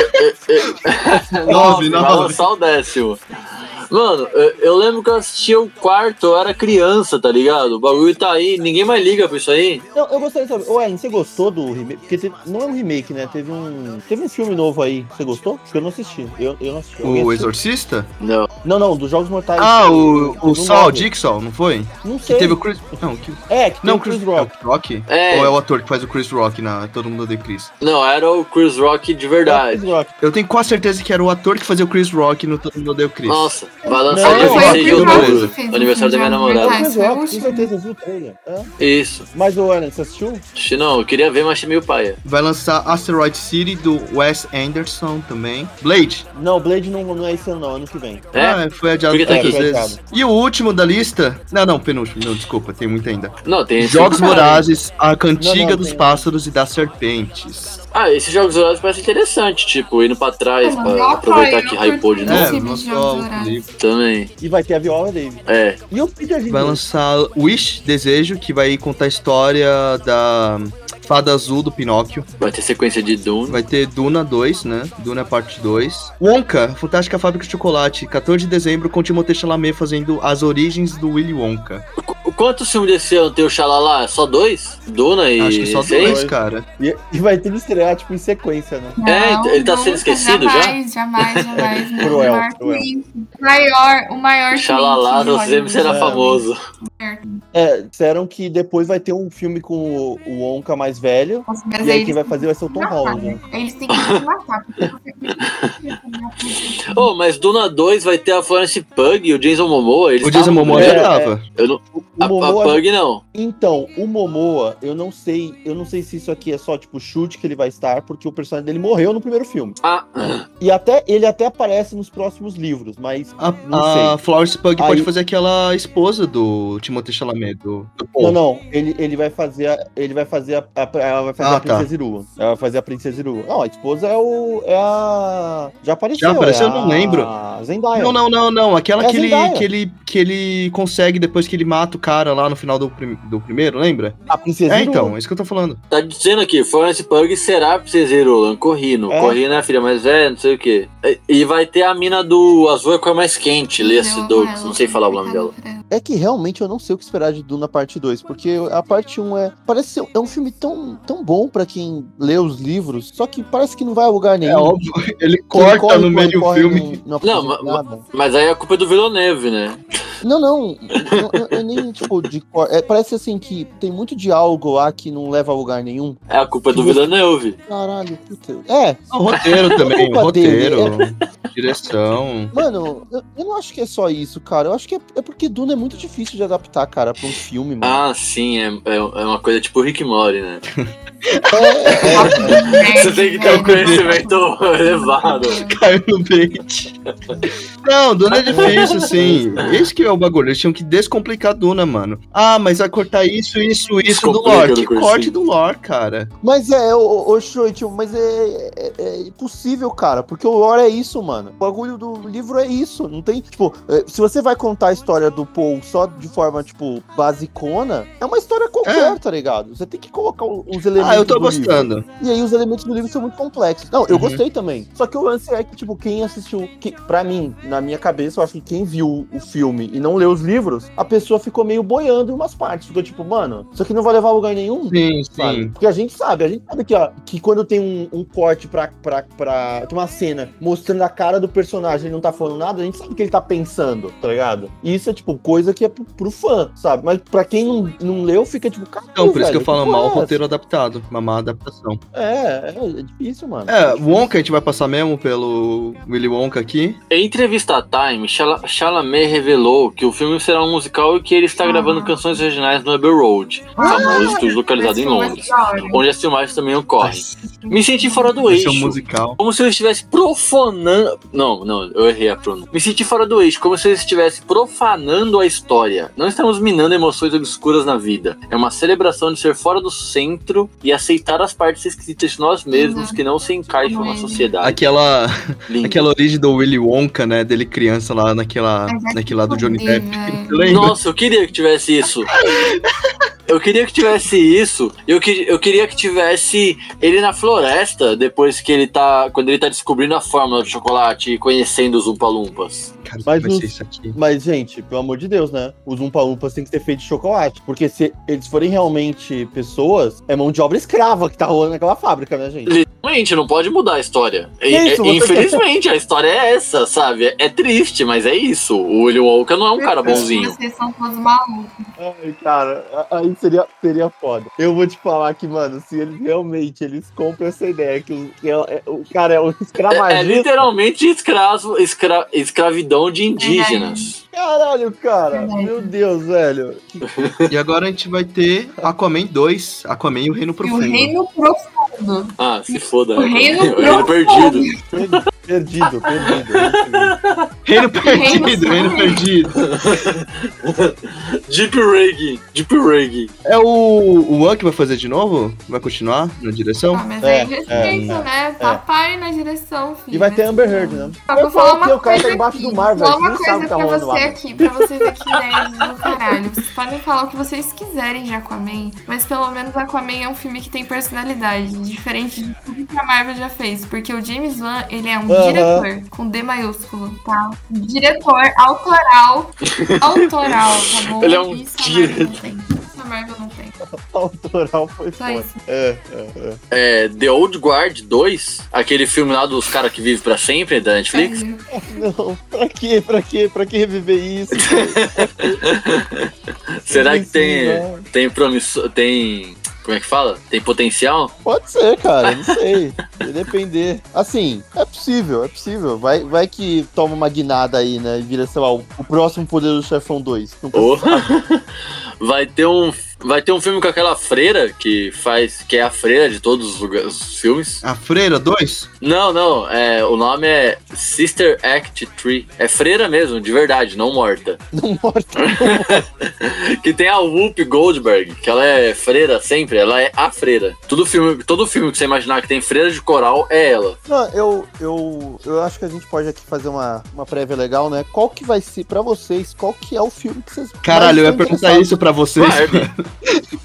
C: Nossa,
A: Nove,
C: Vai
A: nove.
C: lançar o décimo. Mano, eu, eu lembro que eu assistia o quarto, eu era criança, tá ligado? O bagulho tá aí, ninguém mais liga pra isso aí.
D: Não, eu gostaria de saber. Ô, Ellen, você gostou do remake? Porque teve- não é um remake, né? Teve um. Teve um filme novo aí. Você gostou? Porque eu não assisti. Eu, eu não assisti. Alguém
A: O
D: assistiu?
A: Exorcista?
C: Não.
D: Não, não, dos Jogos Mortais.
A: Ah, o,
D: Teve
A: o
D: um
A: Saul
D: novo.
A: Dixon, não foi?
D: Não sei.
A: Que teve o Chris. Não, que...
D: É, que tem
A: não
D: o Chris,
A: é o
D: Rock.
A: Rock?
C: É.
A: Ou é o ator que faz o Chris Rock na Todo Mundo Odeia o Chris?
C: Não, era o Chris Rock de
D: É o
C: verdade.
D: Chris Rock.
A: Eu tenho quase certeza que era o ator que fazia o Chris Rock no Todo Mundo Odeia o Chris.
C: Nossa, vai
D: Não,
C: lançar
D: foi
C: dia
D: o
C: 26 de
A: Chris Rock
C: outubro,
B: que fez o
C: aniversário da minha
B: filme de
C: namorada.
B: Mortais.
D: É o Chris
B: foi Ah, o
D: Rock, com
B: último.
D: certeza, eu vi o trailer. Hã?
C: Isso.
D: Mas, ô, Ellen, você assistiu?
C: Acho Não, eu queria ver, mas achei meio paia.
A: Vai lançar Asteroid City do Wes Anderson também. Blade.
D: Não, Blade não, não é esse ano, não, ano que vem.
C: É?
A: Ah, foi adiado
C: Porque tá
A: tantas
D: aqui.
A: vezes. E o último da lista. Não, não, penúltimo. Não, desculpa, tem muito ainda.
C: Não, tem esse
A: Jogos
C: cara.
A: Vorazes, A Cantiga
D: Não, não,
A: dos
D: tem-
A: Pássaros e das Serpentes.
C: Ah, esses jogos horários parece interessante, tipo, indo pra trás,
B: Ah,
C: pra
B: não,
C: aproveitar
B: pai,
C: que
B: eu
C: hypou de
B: curto.
C: novo.
A: É,
B: sei, mas
A: lançou
B: Jogos
A: o
B: Vorazes.
A: livro.
C: Também.
D: E vai ter a Viola Davis.
C: É.
D: E o Peter
A: Vai
D: Dinklage?
A: lançar Wish, Desejo, que vai contar a história da Fada Azul do Pinóquio.
C: Vai ter sequência de Dune.
A: Vai ter Duna 2, né? Duna parte 2. Wonka, Fantástica Fábrica de Chocolate, 14 de dezembro, com Timothée Chalamet fazendo as origens do Willy Wonka.
C: Qu- Quantos filmes desse ano tem o Xalala? Só dois? Duna e
A: Acho que só
C: esse aí?
A: dois, cara.
D: E, e vai ter que estrear, tipo, em sequência, né?
C: É, ele tá sendo
B: nunca,
C: esquecido já?
B: jamais, Jamais, jamais, não.
D: Cruel,
B: o maior
D: cruel.
B: cliente, o maior, o maior
C: Xalala,
B: cliente de
C: não sempre
B: Hollywood.
C: será
D: É.
C: famoso.
D: É, disseram que depois vai ter um filme com o, o Wonka mais velho.
B: Nossa, mas
D: E aí
B: eles-
D: quem vai fazer vai ser o Tom
B: Não,
D: Holland. né?
B: Eles têm
C: <laughs>
B: que se matar. porque
C: Ô, mas Duna 2 vai ter a Florence Pug e o Jason Momoa. Eles
A: O Jason
C: estavam-
A: Momoa
D: é,
A: já
D: é.
A: tava.
C: Eu não-
D: O,
C: a,
D: o
C: a
D: Momoa.
C: Pug não.
D: Então, o Momoa, eu não sei, eu não sei se isso aqui é só tipo chute que ele vai estar, porque o personagem dele morreu no primeiro filme.
C: Ah, <clears throat>
D: E até ele até aparece nos próximos livros, mas
A: A,
D: É, Não
A: a Florence Pug
D: Aí-
A: pode fazer aquela esposa do Timothée Chalamet, do, do Paul.
D: Não, não. Ele, ele vai fazer a, ele vai fazer a, a- ela vai fazer
A: Ah,
D: a princesa Irua. Ela vai fazer a princesa Irua. Não, a esposa é o é a já apareceu.
A: Já apareceu?
D: é
A: Eu não
D: a
A: lembro.
D: Zendaya.
A: Não, não, não, não. Aquela
D: É a
A: que, ele,
D: Zendaya.
A: que, ele, que ele consegue depois que ele mata o cara lá no final do, prim- do primeiro, lembra?
D: A princesa
A: É,
D: Irua.
A: então, é isso que eu tô falando.
C: tá dizendo aqui, Florence Pug será princesa Irolan, Corrino.
D: É.
C: Corrino é a filha mais velha, não sei o quê. E, e vai ter a mina do Azul é a cor mais quente, Lacey
B: eu
C: Douglas.
B: amo
C: Não tá sei
B: ela,
C: falar o nome dela.
B: eu amo ela.
D: É que realmente eu não sei o que esperar de Duna parte 2, porque a parte 1 é parece ser, é um filme tão, tão bom pra quem lê os livros, só que parece que não vai a lugar nenhum.
A: É óbvio, <laughs> ele
D: Quem
A: corta
D: corre,
A: no
D: corre,
A: meio do
D: corre,
A: filme.
D: Não,
C: Não,
D: não,
C: ma-
D: não
C: ma-
D: nada.
C: Mas aí a culpa é do Villeneuve, né?
D: Não, não. não é nem tipo de. cor- é, parece assim que tem muito diálogo lá que não leva a lugar nenhum.
C: É a culpa é do
A: Tipo,
C: Villeneuve.
D: Caralho, puta. É,
A: O roteiro também, <laughs> o
D: culpa dele,
A: roteiro, direção.
D: mano, eu, eu não acho que é só isso, cara. Eu acho que é, é porque Duna é muito difícil de adaptar, cara, pra um filme, mano.
C: Ah, sim, é, é- é uma coisa tipo Rick Mori, né?
D: É, é,
C: Você tem
B: <laughs>
C: que
B: Né?
C: ter um conhecimento elevado.
A: <laughs> Caiu no bait. Não, Duna é difícil, sim. Esse que é o bagulho. Eles tinham que descomplicar Duna, mano. Ah, mas vai cortar isso, isso, isso do
C: Descomplica
A: lore.
C: do
A: Que
C: cursinho.
A: corte do lore, cara.
D: mas é, ô, ô Shoy, tipo, mas é, é, é impossível, cara, porque o lore é isso, mano. O bagulho do livro é isso. Não tem, tipo, é, se você vai contar a história do Paul só de forma, tipo, basicona, é uma história qualquer, tá ligado? Você tem que colocar o- os elementos.
A: Ah, eu tô
D: do livro.
A: gostando.
D: E aí os elementos do livro são muito complexos. Não, eu
A: Uhum.
D: gostei também. Só que o lance é que, tipo, quem assistiu. Que, pra mim, na minha cabeça, eu acho que quem viu o filme e não leu os livros, a pessoa ficou meio boiando em umas partes. Ficou tipo, mano, isso aqui não vai levar a lugar nenhum.
A: Sim,
D: sabe?
A: sim.
D: Porque a gente sabe, a gente sabe que, ó, que quando tem um, um corte pra, pra, pra. Tem uma cena mostrando a cara do personagem, ele não tá falando nada, a gente sabe o que ele tá pensando, tá ligado? E isso é, tipo, coisa que é pro, pro fã, sabe? Mas pra quem não, não leu, fica tipo, caralho,
A: Então, por isso que
D: velho,
A: eu falo
D: porra
A: mal
D: é
A: o
D: essa?
A: roteiro adaptado, uma má adaptação.
D: É, é, é difícil, mano.
A: É, Wonka a gente vai passar mesmo pelo Willy Wonka aqui.
C: Em entrevista à Time, Chala- Chalamet revelou que o filme será um musical e que ele está
B: Ah.
C: gravando canções originais no Abbey Road,
A: Ah,
C: famoso estúdio localizado em
A: é um
B: Mas, mas,
C: Londres,
B: da hora.
C: onde as filmagens também ocorrem. Me senti fora do
A: Esse é um
C: eixo.
A: musical.
C: Como se eu estivesse profanando. Não, não, eu errei a pronúncia. Me senti fora do eixo, como se eu estivesse profanando a história. Não estamos minando emoções obscuras na vida. É uma celebração de ser fora do centro e aceitar as partes esquisitas de nós mesmos
A: Uhum.
C: que não se encaixam na sociedade.
A: Aquela, <laughs>
C: Lindo.
A: aquela origem do Willy Wonca, né? Dele criança lá naquela,
B: Mas é
A: naquele lá do Johnny
B: poder,
A: Depp.
B: velho.
A: Você lembra?
C: Nossa, eu queria que tivesse isso. Eu queria que tivesse isso. Eu, que, eu queria que tivesse ele na floresta depois que ele tá. Quando ele tá descobrindo a fórmula do chocolate e conhecendo os Umpalumpas.
A: Cara, é
D: Mas
A: vai
D: os-
A: ser isso aqui.
D: Mas, gente, pelo amor de Deus, né? Os Umpa Umpas tem que ser feito de chocolate. Porque se eles forem realmente pessoas, é mão de obra escrava que tá rolando naquela fábrica, né, gente?
C: Literalmente, não pode mudar a história. E-
D: É Isso,
C: e-
D: você-
C: infelizmente, a história é essa, sabe? É, é triste, mas é isso. O Willy Wonka não é um cara bonzinho.
B: Vocês são todos malucos.
D: Ai, cara, a- aí seria, seria foda. Eu vou te falar que, mano, se eles realmente eles compram essa ideia que o, que é- é- o cara é um
C: É, é
D: escravagista.
C: literalmente escravo, escra- escravidão de indígenas.
A: É,
D: Caralho, cara.
B: Verdade.
D: Meu Deus, velho. Que-
A: E agora a gente vai ter Aquaman 2, Aquaman e o Reino
B: E o
A: Profundo.
B: reino profundo.
C: Ah, se foda.
B: O reino
C: Eu
B: profundo.
C: era perdido.
D: Perdido, perdido.
A: <laughs> Reino Perdido, Reino Perdido.
C: Deep Reggae. Deep Reggae.
A: É o, o Juan que vai fazer de novo? Vai continuar na direção?
B: Ah, mas
D: É,
B: aí respeito,
D: é,
B: né? Tá pai na direção, filho.
D: E vai ter Amber Heard, né?
B: Só vou
D: Eu
B: falar
D: falo que
B: uma
D: o cara tá
B: coisa
D: embaixo
B: aqui.
D: do mar,
B: Vou falar
D: velho,
B: uma
D: não sabe o
B: coisa
D: que tá
B: pra
D: rolando
B: você
D: lá.
B: aqui, pra vocês aqui, nerds do caralho. Vocês podem falar o que vocês quiserem de Aquaman, mas pelo menos Aquaman é um filme que tem personalidade, diferente de tudo que a Marvel já fez. Porque o James Wan, ele é um
D: Aham.
B: diretor, com D maiúsculo, tá? Diretor,
C: <laughs>
B: autoral, autoral, tá bom?
C: Ele é um
B: Isso a Marvel não tem. Isso a Marvel não tem.
D: O autoral foi
B: Só
D: foda.
B: isso.
D: É, é, é.
C: É, The Old Guard 2, aquele filme lá dos caras que vivem pra sempre da Netflix.
D: Não, pra quê? Pra quê? Pra que reviver isso?
C: <laughs> Será que
D: Sim,
C: tem,
D: não.
C: tem promissor. Tem. Como é que fala? Tem potencial?
D: Pode ser, cara, não sei. Vai depender. Assim, é possível, é possível. Vai, vai que toma uma guinada aí, né? E vira, sei lá, o, o próximo Poder do Chefão 2. Nunca
C: Oh.
D: se sabe.
C: <laughs> Vai ter um vai ter um filme com aquela freira que faz que é a freira de todos os, lugares, os filmes.
A: A Freira 2?
C: Não, não, é, o nome é Sister Act 3. É freira mesmo, de verdade, não morta. <laughs>
D: Não morre.
C: que tem a Whoop Goldberg, que ela é freira sempre, ela é a freira. Todo filme, todo filme que você imaginar que tem freira de coral é ela.
D: Não, eu, eu, eu acho que a gente pode aqui fazer uma, uma prévia legal, né? Qual que vai ser, pra vocês, qual que é o filme que vocês.
A: Caralho, eu
D: mais
A: ia
D: estão
A: perguntar
D: interessados?
A: isso pra vocês.
C: Barbie. <laughs>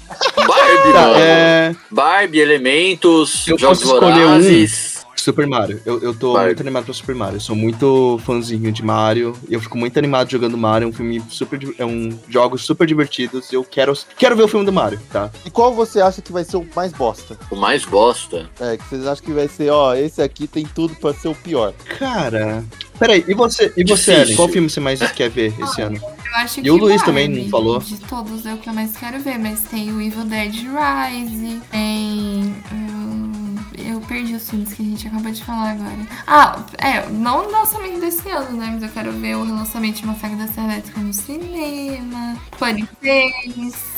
C: Barbie,
A: Tá,
C: mano.
A: é.
C: Barbie, elementos,
A: Eu
C: jogos
A: posso escolher um?
C: vorazes.
A: Super Mario. Eu, eu tô
C: Barbie.
A: muito animado pra Super Mario. Eu sou muito fãzinho de Mario. e Eu fico muito animado jogando Mario. É um filme super. di- É um jogo super divertido. Eu quero, quero ver o filme do Mario, tá?
D: E qual você acha que vai ser o mais bosta?
C: O mais bosta.
D: É, que vocês acham que vai ser, ó, esse aqui tem tudo pra ser o pior.
A: Cara. Peraí, e você, e você
C: Difícil.
A: Ellen? Qual filme você mais quer ver esse ano?
B: Eu acho
A: E
B: que
A: o Luiz
B: Barbie,
A: também não falou.
B: De todos é o que eu mais quero ver, mas tem o Evil Dead Rise, tem. hum, eu perdi os filmes que a gente acabou de falar agora. Ah, é, não o lançamento desse ano, né? Mas eu quero ver o lançamento de Massacre da Serra Elétrica no cinema, Panic 3.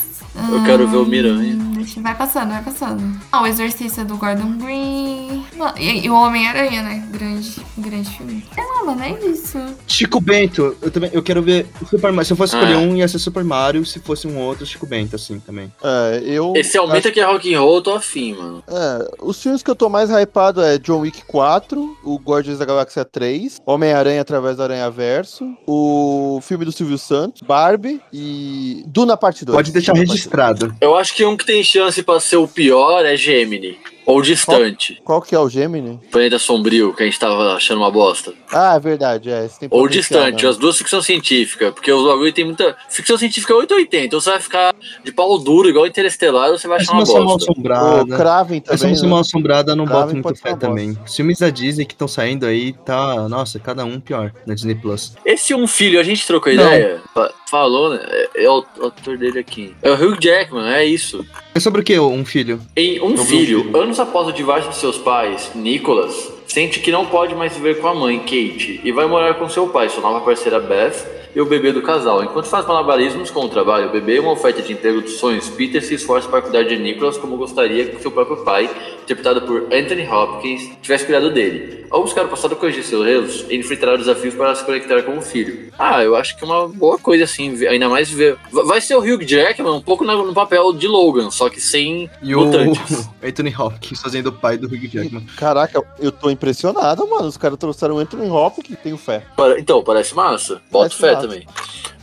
C: Eu quero ver o Miranha.
B: Hum, deixa- Vai passando, vai passando. Ah, o Exorcista do Gordon Green. Não, E, e o Homem-Aranha, né? Grande, grande filme. Sei lá, mano, é isso.
A: Chico Bento, eu também. Eu quero ver o Super Mario. Se eu fosse escolher
C: Ah.
A: um, ia ser Super Mario. Se fosse um outro, Chico Bento, assim, também.
D: É, eu.
C: Esse aumenta que é rock and roll, eu tô afim, mano.
D: É, os filmes que eu tô mais hypado é John Wick 4, o Guardiões da Galáxia 3, Homem-Aranha através do Aranha-Verso, o filme do Silvio Santos, Barbie e Duna Parte 2.
A: Pode deixar
D: Duna Parte
A: registrado.
C: Eu acho que um que tem chance pra ser o pior é Gemini. Ou distante.
D: Qual que é o Gemini?
C: Planeta Sombrio, que a gente tava achando uma bosta.
D: Ah, é verdade, é. esse tem
C: Ou
D: potencial,
C: distante,
D: né?
C: as duas ficção científica, porque o bagulho tem muita. Ficção científica é 880, ou você vai ficar de pau duro, igual Interestelar, ou você vai
A: Mas
C: achar uma
A: uma mal
C: bosta.
D: O
A: assombrada.
D: Kraven
A: Mas
D: também.
A: uma
D: Né?
A: mal assombrada não
D: Kraven
A: bota muito
D: pode ser
A: fé
D: uma bosta.
A: também. Os filmes da Disney que estão saindo aí, tá. Nossa, cada um pior na Disney Plus.
C: Esse um filho, a gente trocou
A: Não.
C: ideia? Fa- Falou, né? É, é o o ator dele aqui. É o Hugh Jackman, é isso.
A: É sobre o que, um filho?
C: Em Um
A: Sobre um
C: Filho,
A: filho.
C: anos após o divórcio de seus pais, Nicholas sente que não pode mais viver com a mãe, Kate, e vai morar com seu pai, sua nova parceira Beth, e o bebê do casal. Enquanto faz malabarismos com o trabalho, o bebê e uma oferta de emprego dos sonhos, Peter se esforça para cuidar de Nicholas como gostaria que seu próprio pai, interpretado por Anthony Hopkins, tivesse cuidado dele. Ao buscar o passado corrigir seus erros, ele enfrentará desafios para se conectar com o filho. Ah, eu acho que é uma boa coisa, assim, ver- ainda mais ver... Va- Vai ser o Hugh Jackman um pouco na- no papel de Logan, só que sem
A: E o
C: mutantes.
A: <laughs> Anthony Hopkins fazendo o pai do Hugh Jackman.
D: Caraca, eu tô impressionado, mano. Os caras trouxeram o Anthony Hopkins, tenho fé.
C: Para- Então, parece massa. Boto
D: Parece
C: fé
D: massa.
C: também.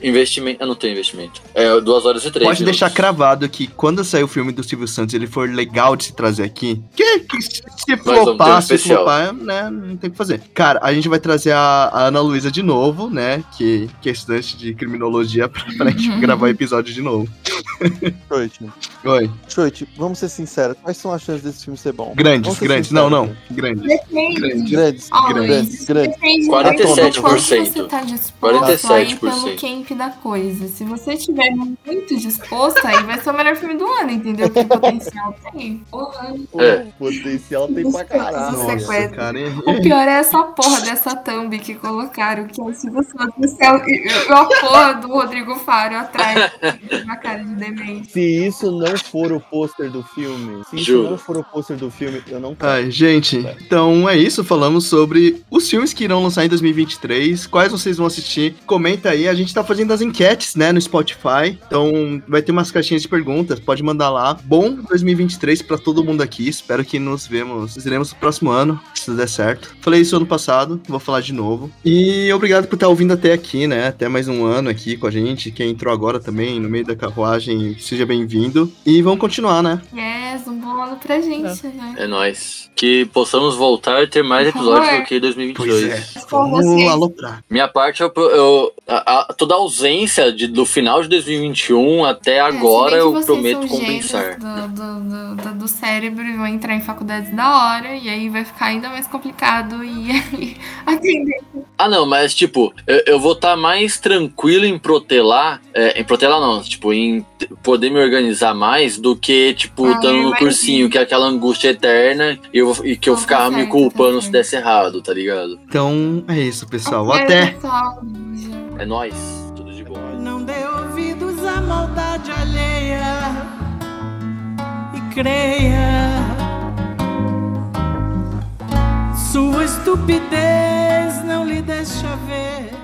C: Investimento. Ah, não tem investimento. É 2 horas e 3.
A: Pode deixar cravado que quando sair o filme do Silvio Santos ele for legal de se trazer aqui, que, que se se
C: vamos ter um
A: flopar, se
C: especial.
A: flopar, né, não tem o que fazer. Cara, a gente vai trazer a, a Ana Luísa de novo, né, que, que é estudante de criminologia pra, pra gente gravar o episódio de novo.
D: Choit,
A: Oi,
D: Choit, vamos ser sinceros. Quais são as chances desse filme ser bom?
A: grandes,
D: Vamos ser
A: grandes, não,
D: sinceros,
A: não,
D: gente.
A: grandes.
B: Depende.
D: Grandes,
B: Ó,
D: grandes,
B: Luiz,
D: grandes.
B: depende do
C: 47%.
B: quanto você tá disposto a ir pelo
C: 47%.
B: camp da coisa. Se você estiver muito disposto, aí vai ser o melhor filme do ano, entendeu? Que potencial tem. Porra.
C: É.
D: O potencial tem pra
B: Nossa,
D: caralho.
B: nossa.
A: Nossa,
B: sequestra.
A: cara,
B: O
A: é-
B: pior é essa porra dessa thumb que colocaram, que é o Silvio Santos que é o- e- e a porra do Rodrigo Faro atrás, na cara de demente.
D: Se isso não for o pôster do filme, se isso
C: Juro.
D: não for o pôster do filme, eu não quero.
A: Ai, gente, então é isso. Falamos sobre os filmes que irão lançar em 2023, quais vocês vão assistir. Comenta aí, a gente tá fazendo as enquetes, né, no Spotify. Então vai ter umas caixinhas de perguntas, pode mandar lá. Bom 2023 pra todo mundo aqui. Espero que nos vemos, nos veremos no próximo ano, se tudo der certo. Falei isso ano passado, vou falar de novo. E obrigado por estar ouvindo até aqui, né? Até mais um ano aqui com a gente. Quem entrou agora também no meio da carruagem, seja bem-vindo. E vamos continuar, né?
B: Yes, um bom ano pra gente, né?
C: É nóis. Que possamos voltar e ter mais
B: Por favor.
C: episódios do que 2022.
A: é.
B: Com
A: Vamos
B: vocês.
A: aloprar.
C: Minha parte, eu, eu- a- a- toda a ausência de- do final de 2021 até agora,
B: É, se bem que
C: eu
B: vocês
C: prometo
B: são gênios
C: compensar.
B: Do, do, do, do, do cérebro e vão entrar em faculdades da hora, e aí vai ficar ainda mais complicado e <laughs> aí atender.
C: Ah, não, mas tipo, eu, eu vou estar mais tranquilo em protelar. é, em protelar não, tipo, em t- poder me organizar mais do que, tipo,
B: Ah,
C: estando no
B: mas-
C: cursinho, que é aquela angústia eterna e, eu, vou- e que eu
B: Não, tá
C: ficava me
B: certo,
C: culpando
B: tá
C: se
B: certo.
C: desse errado, tá ligado?
A: Então é isso, pessoal. Até!
B: pessoal.
C: É nóis, tudo de bom.
H: Não dê ouvidos à maldade alheia e creia. Sua estupidez não lhe deixa ver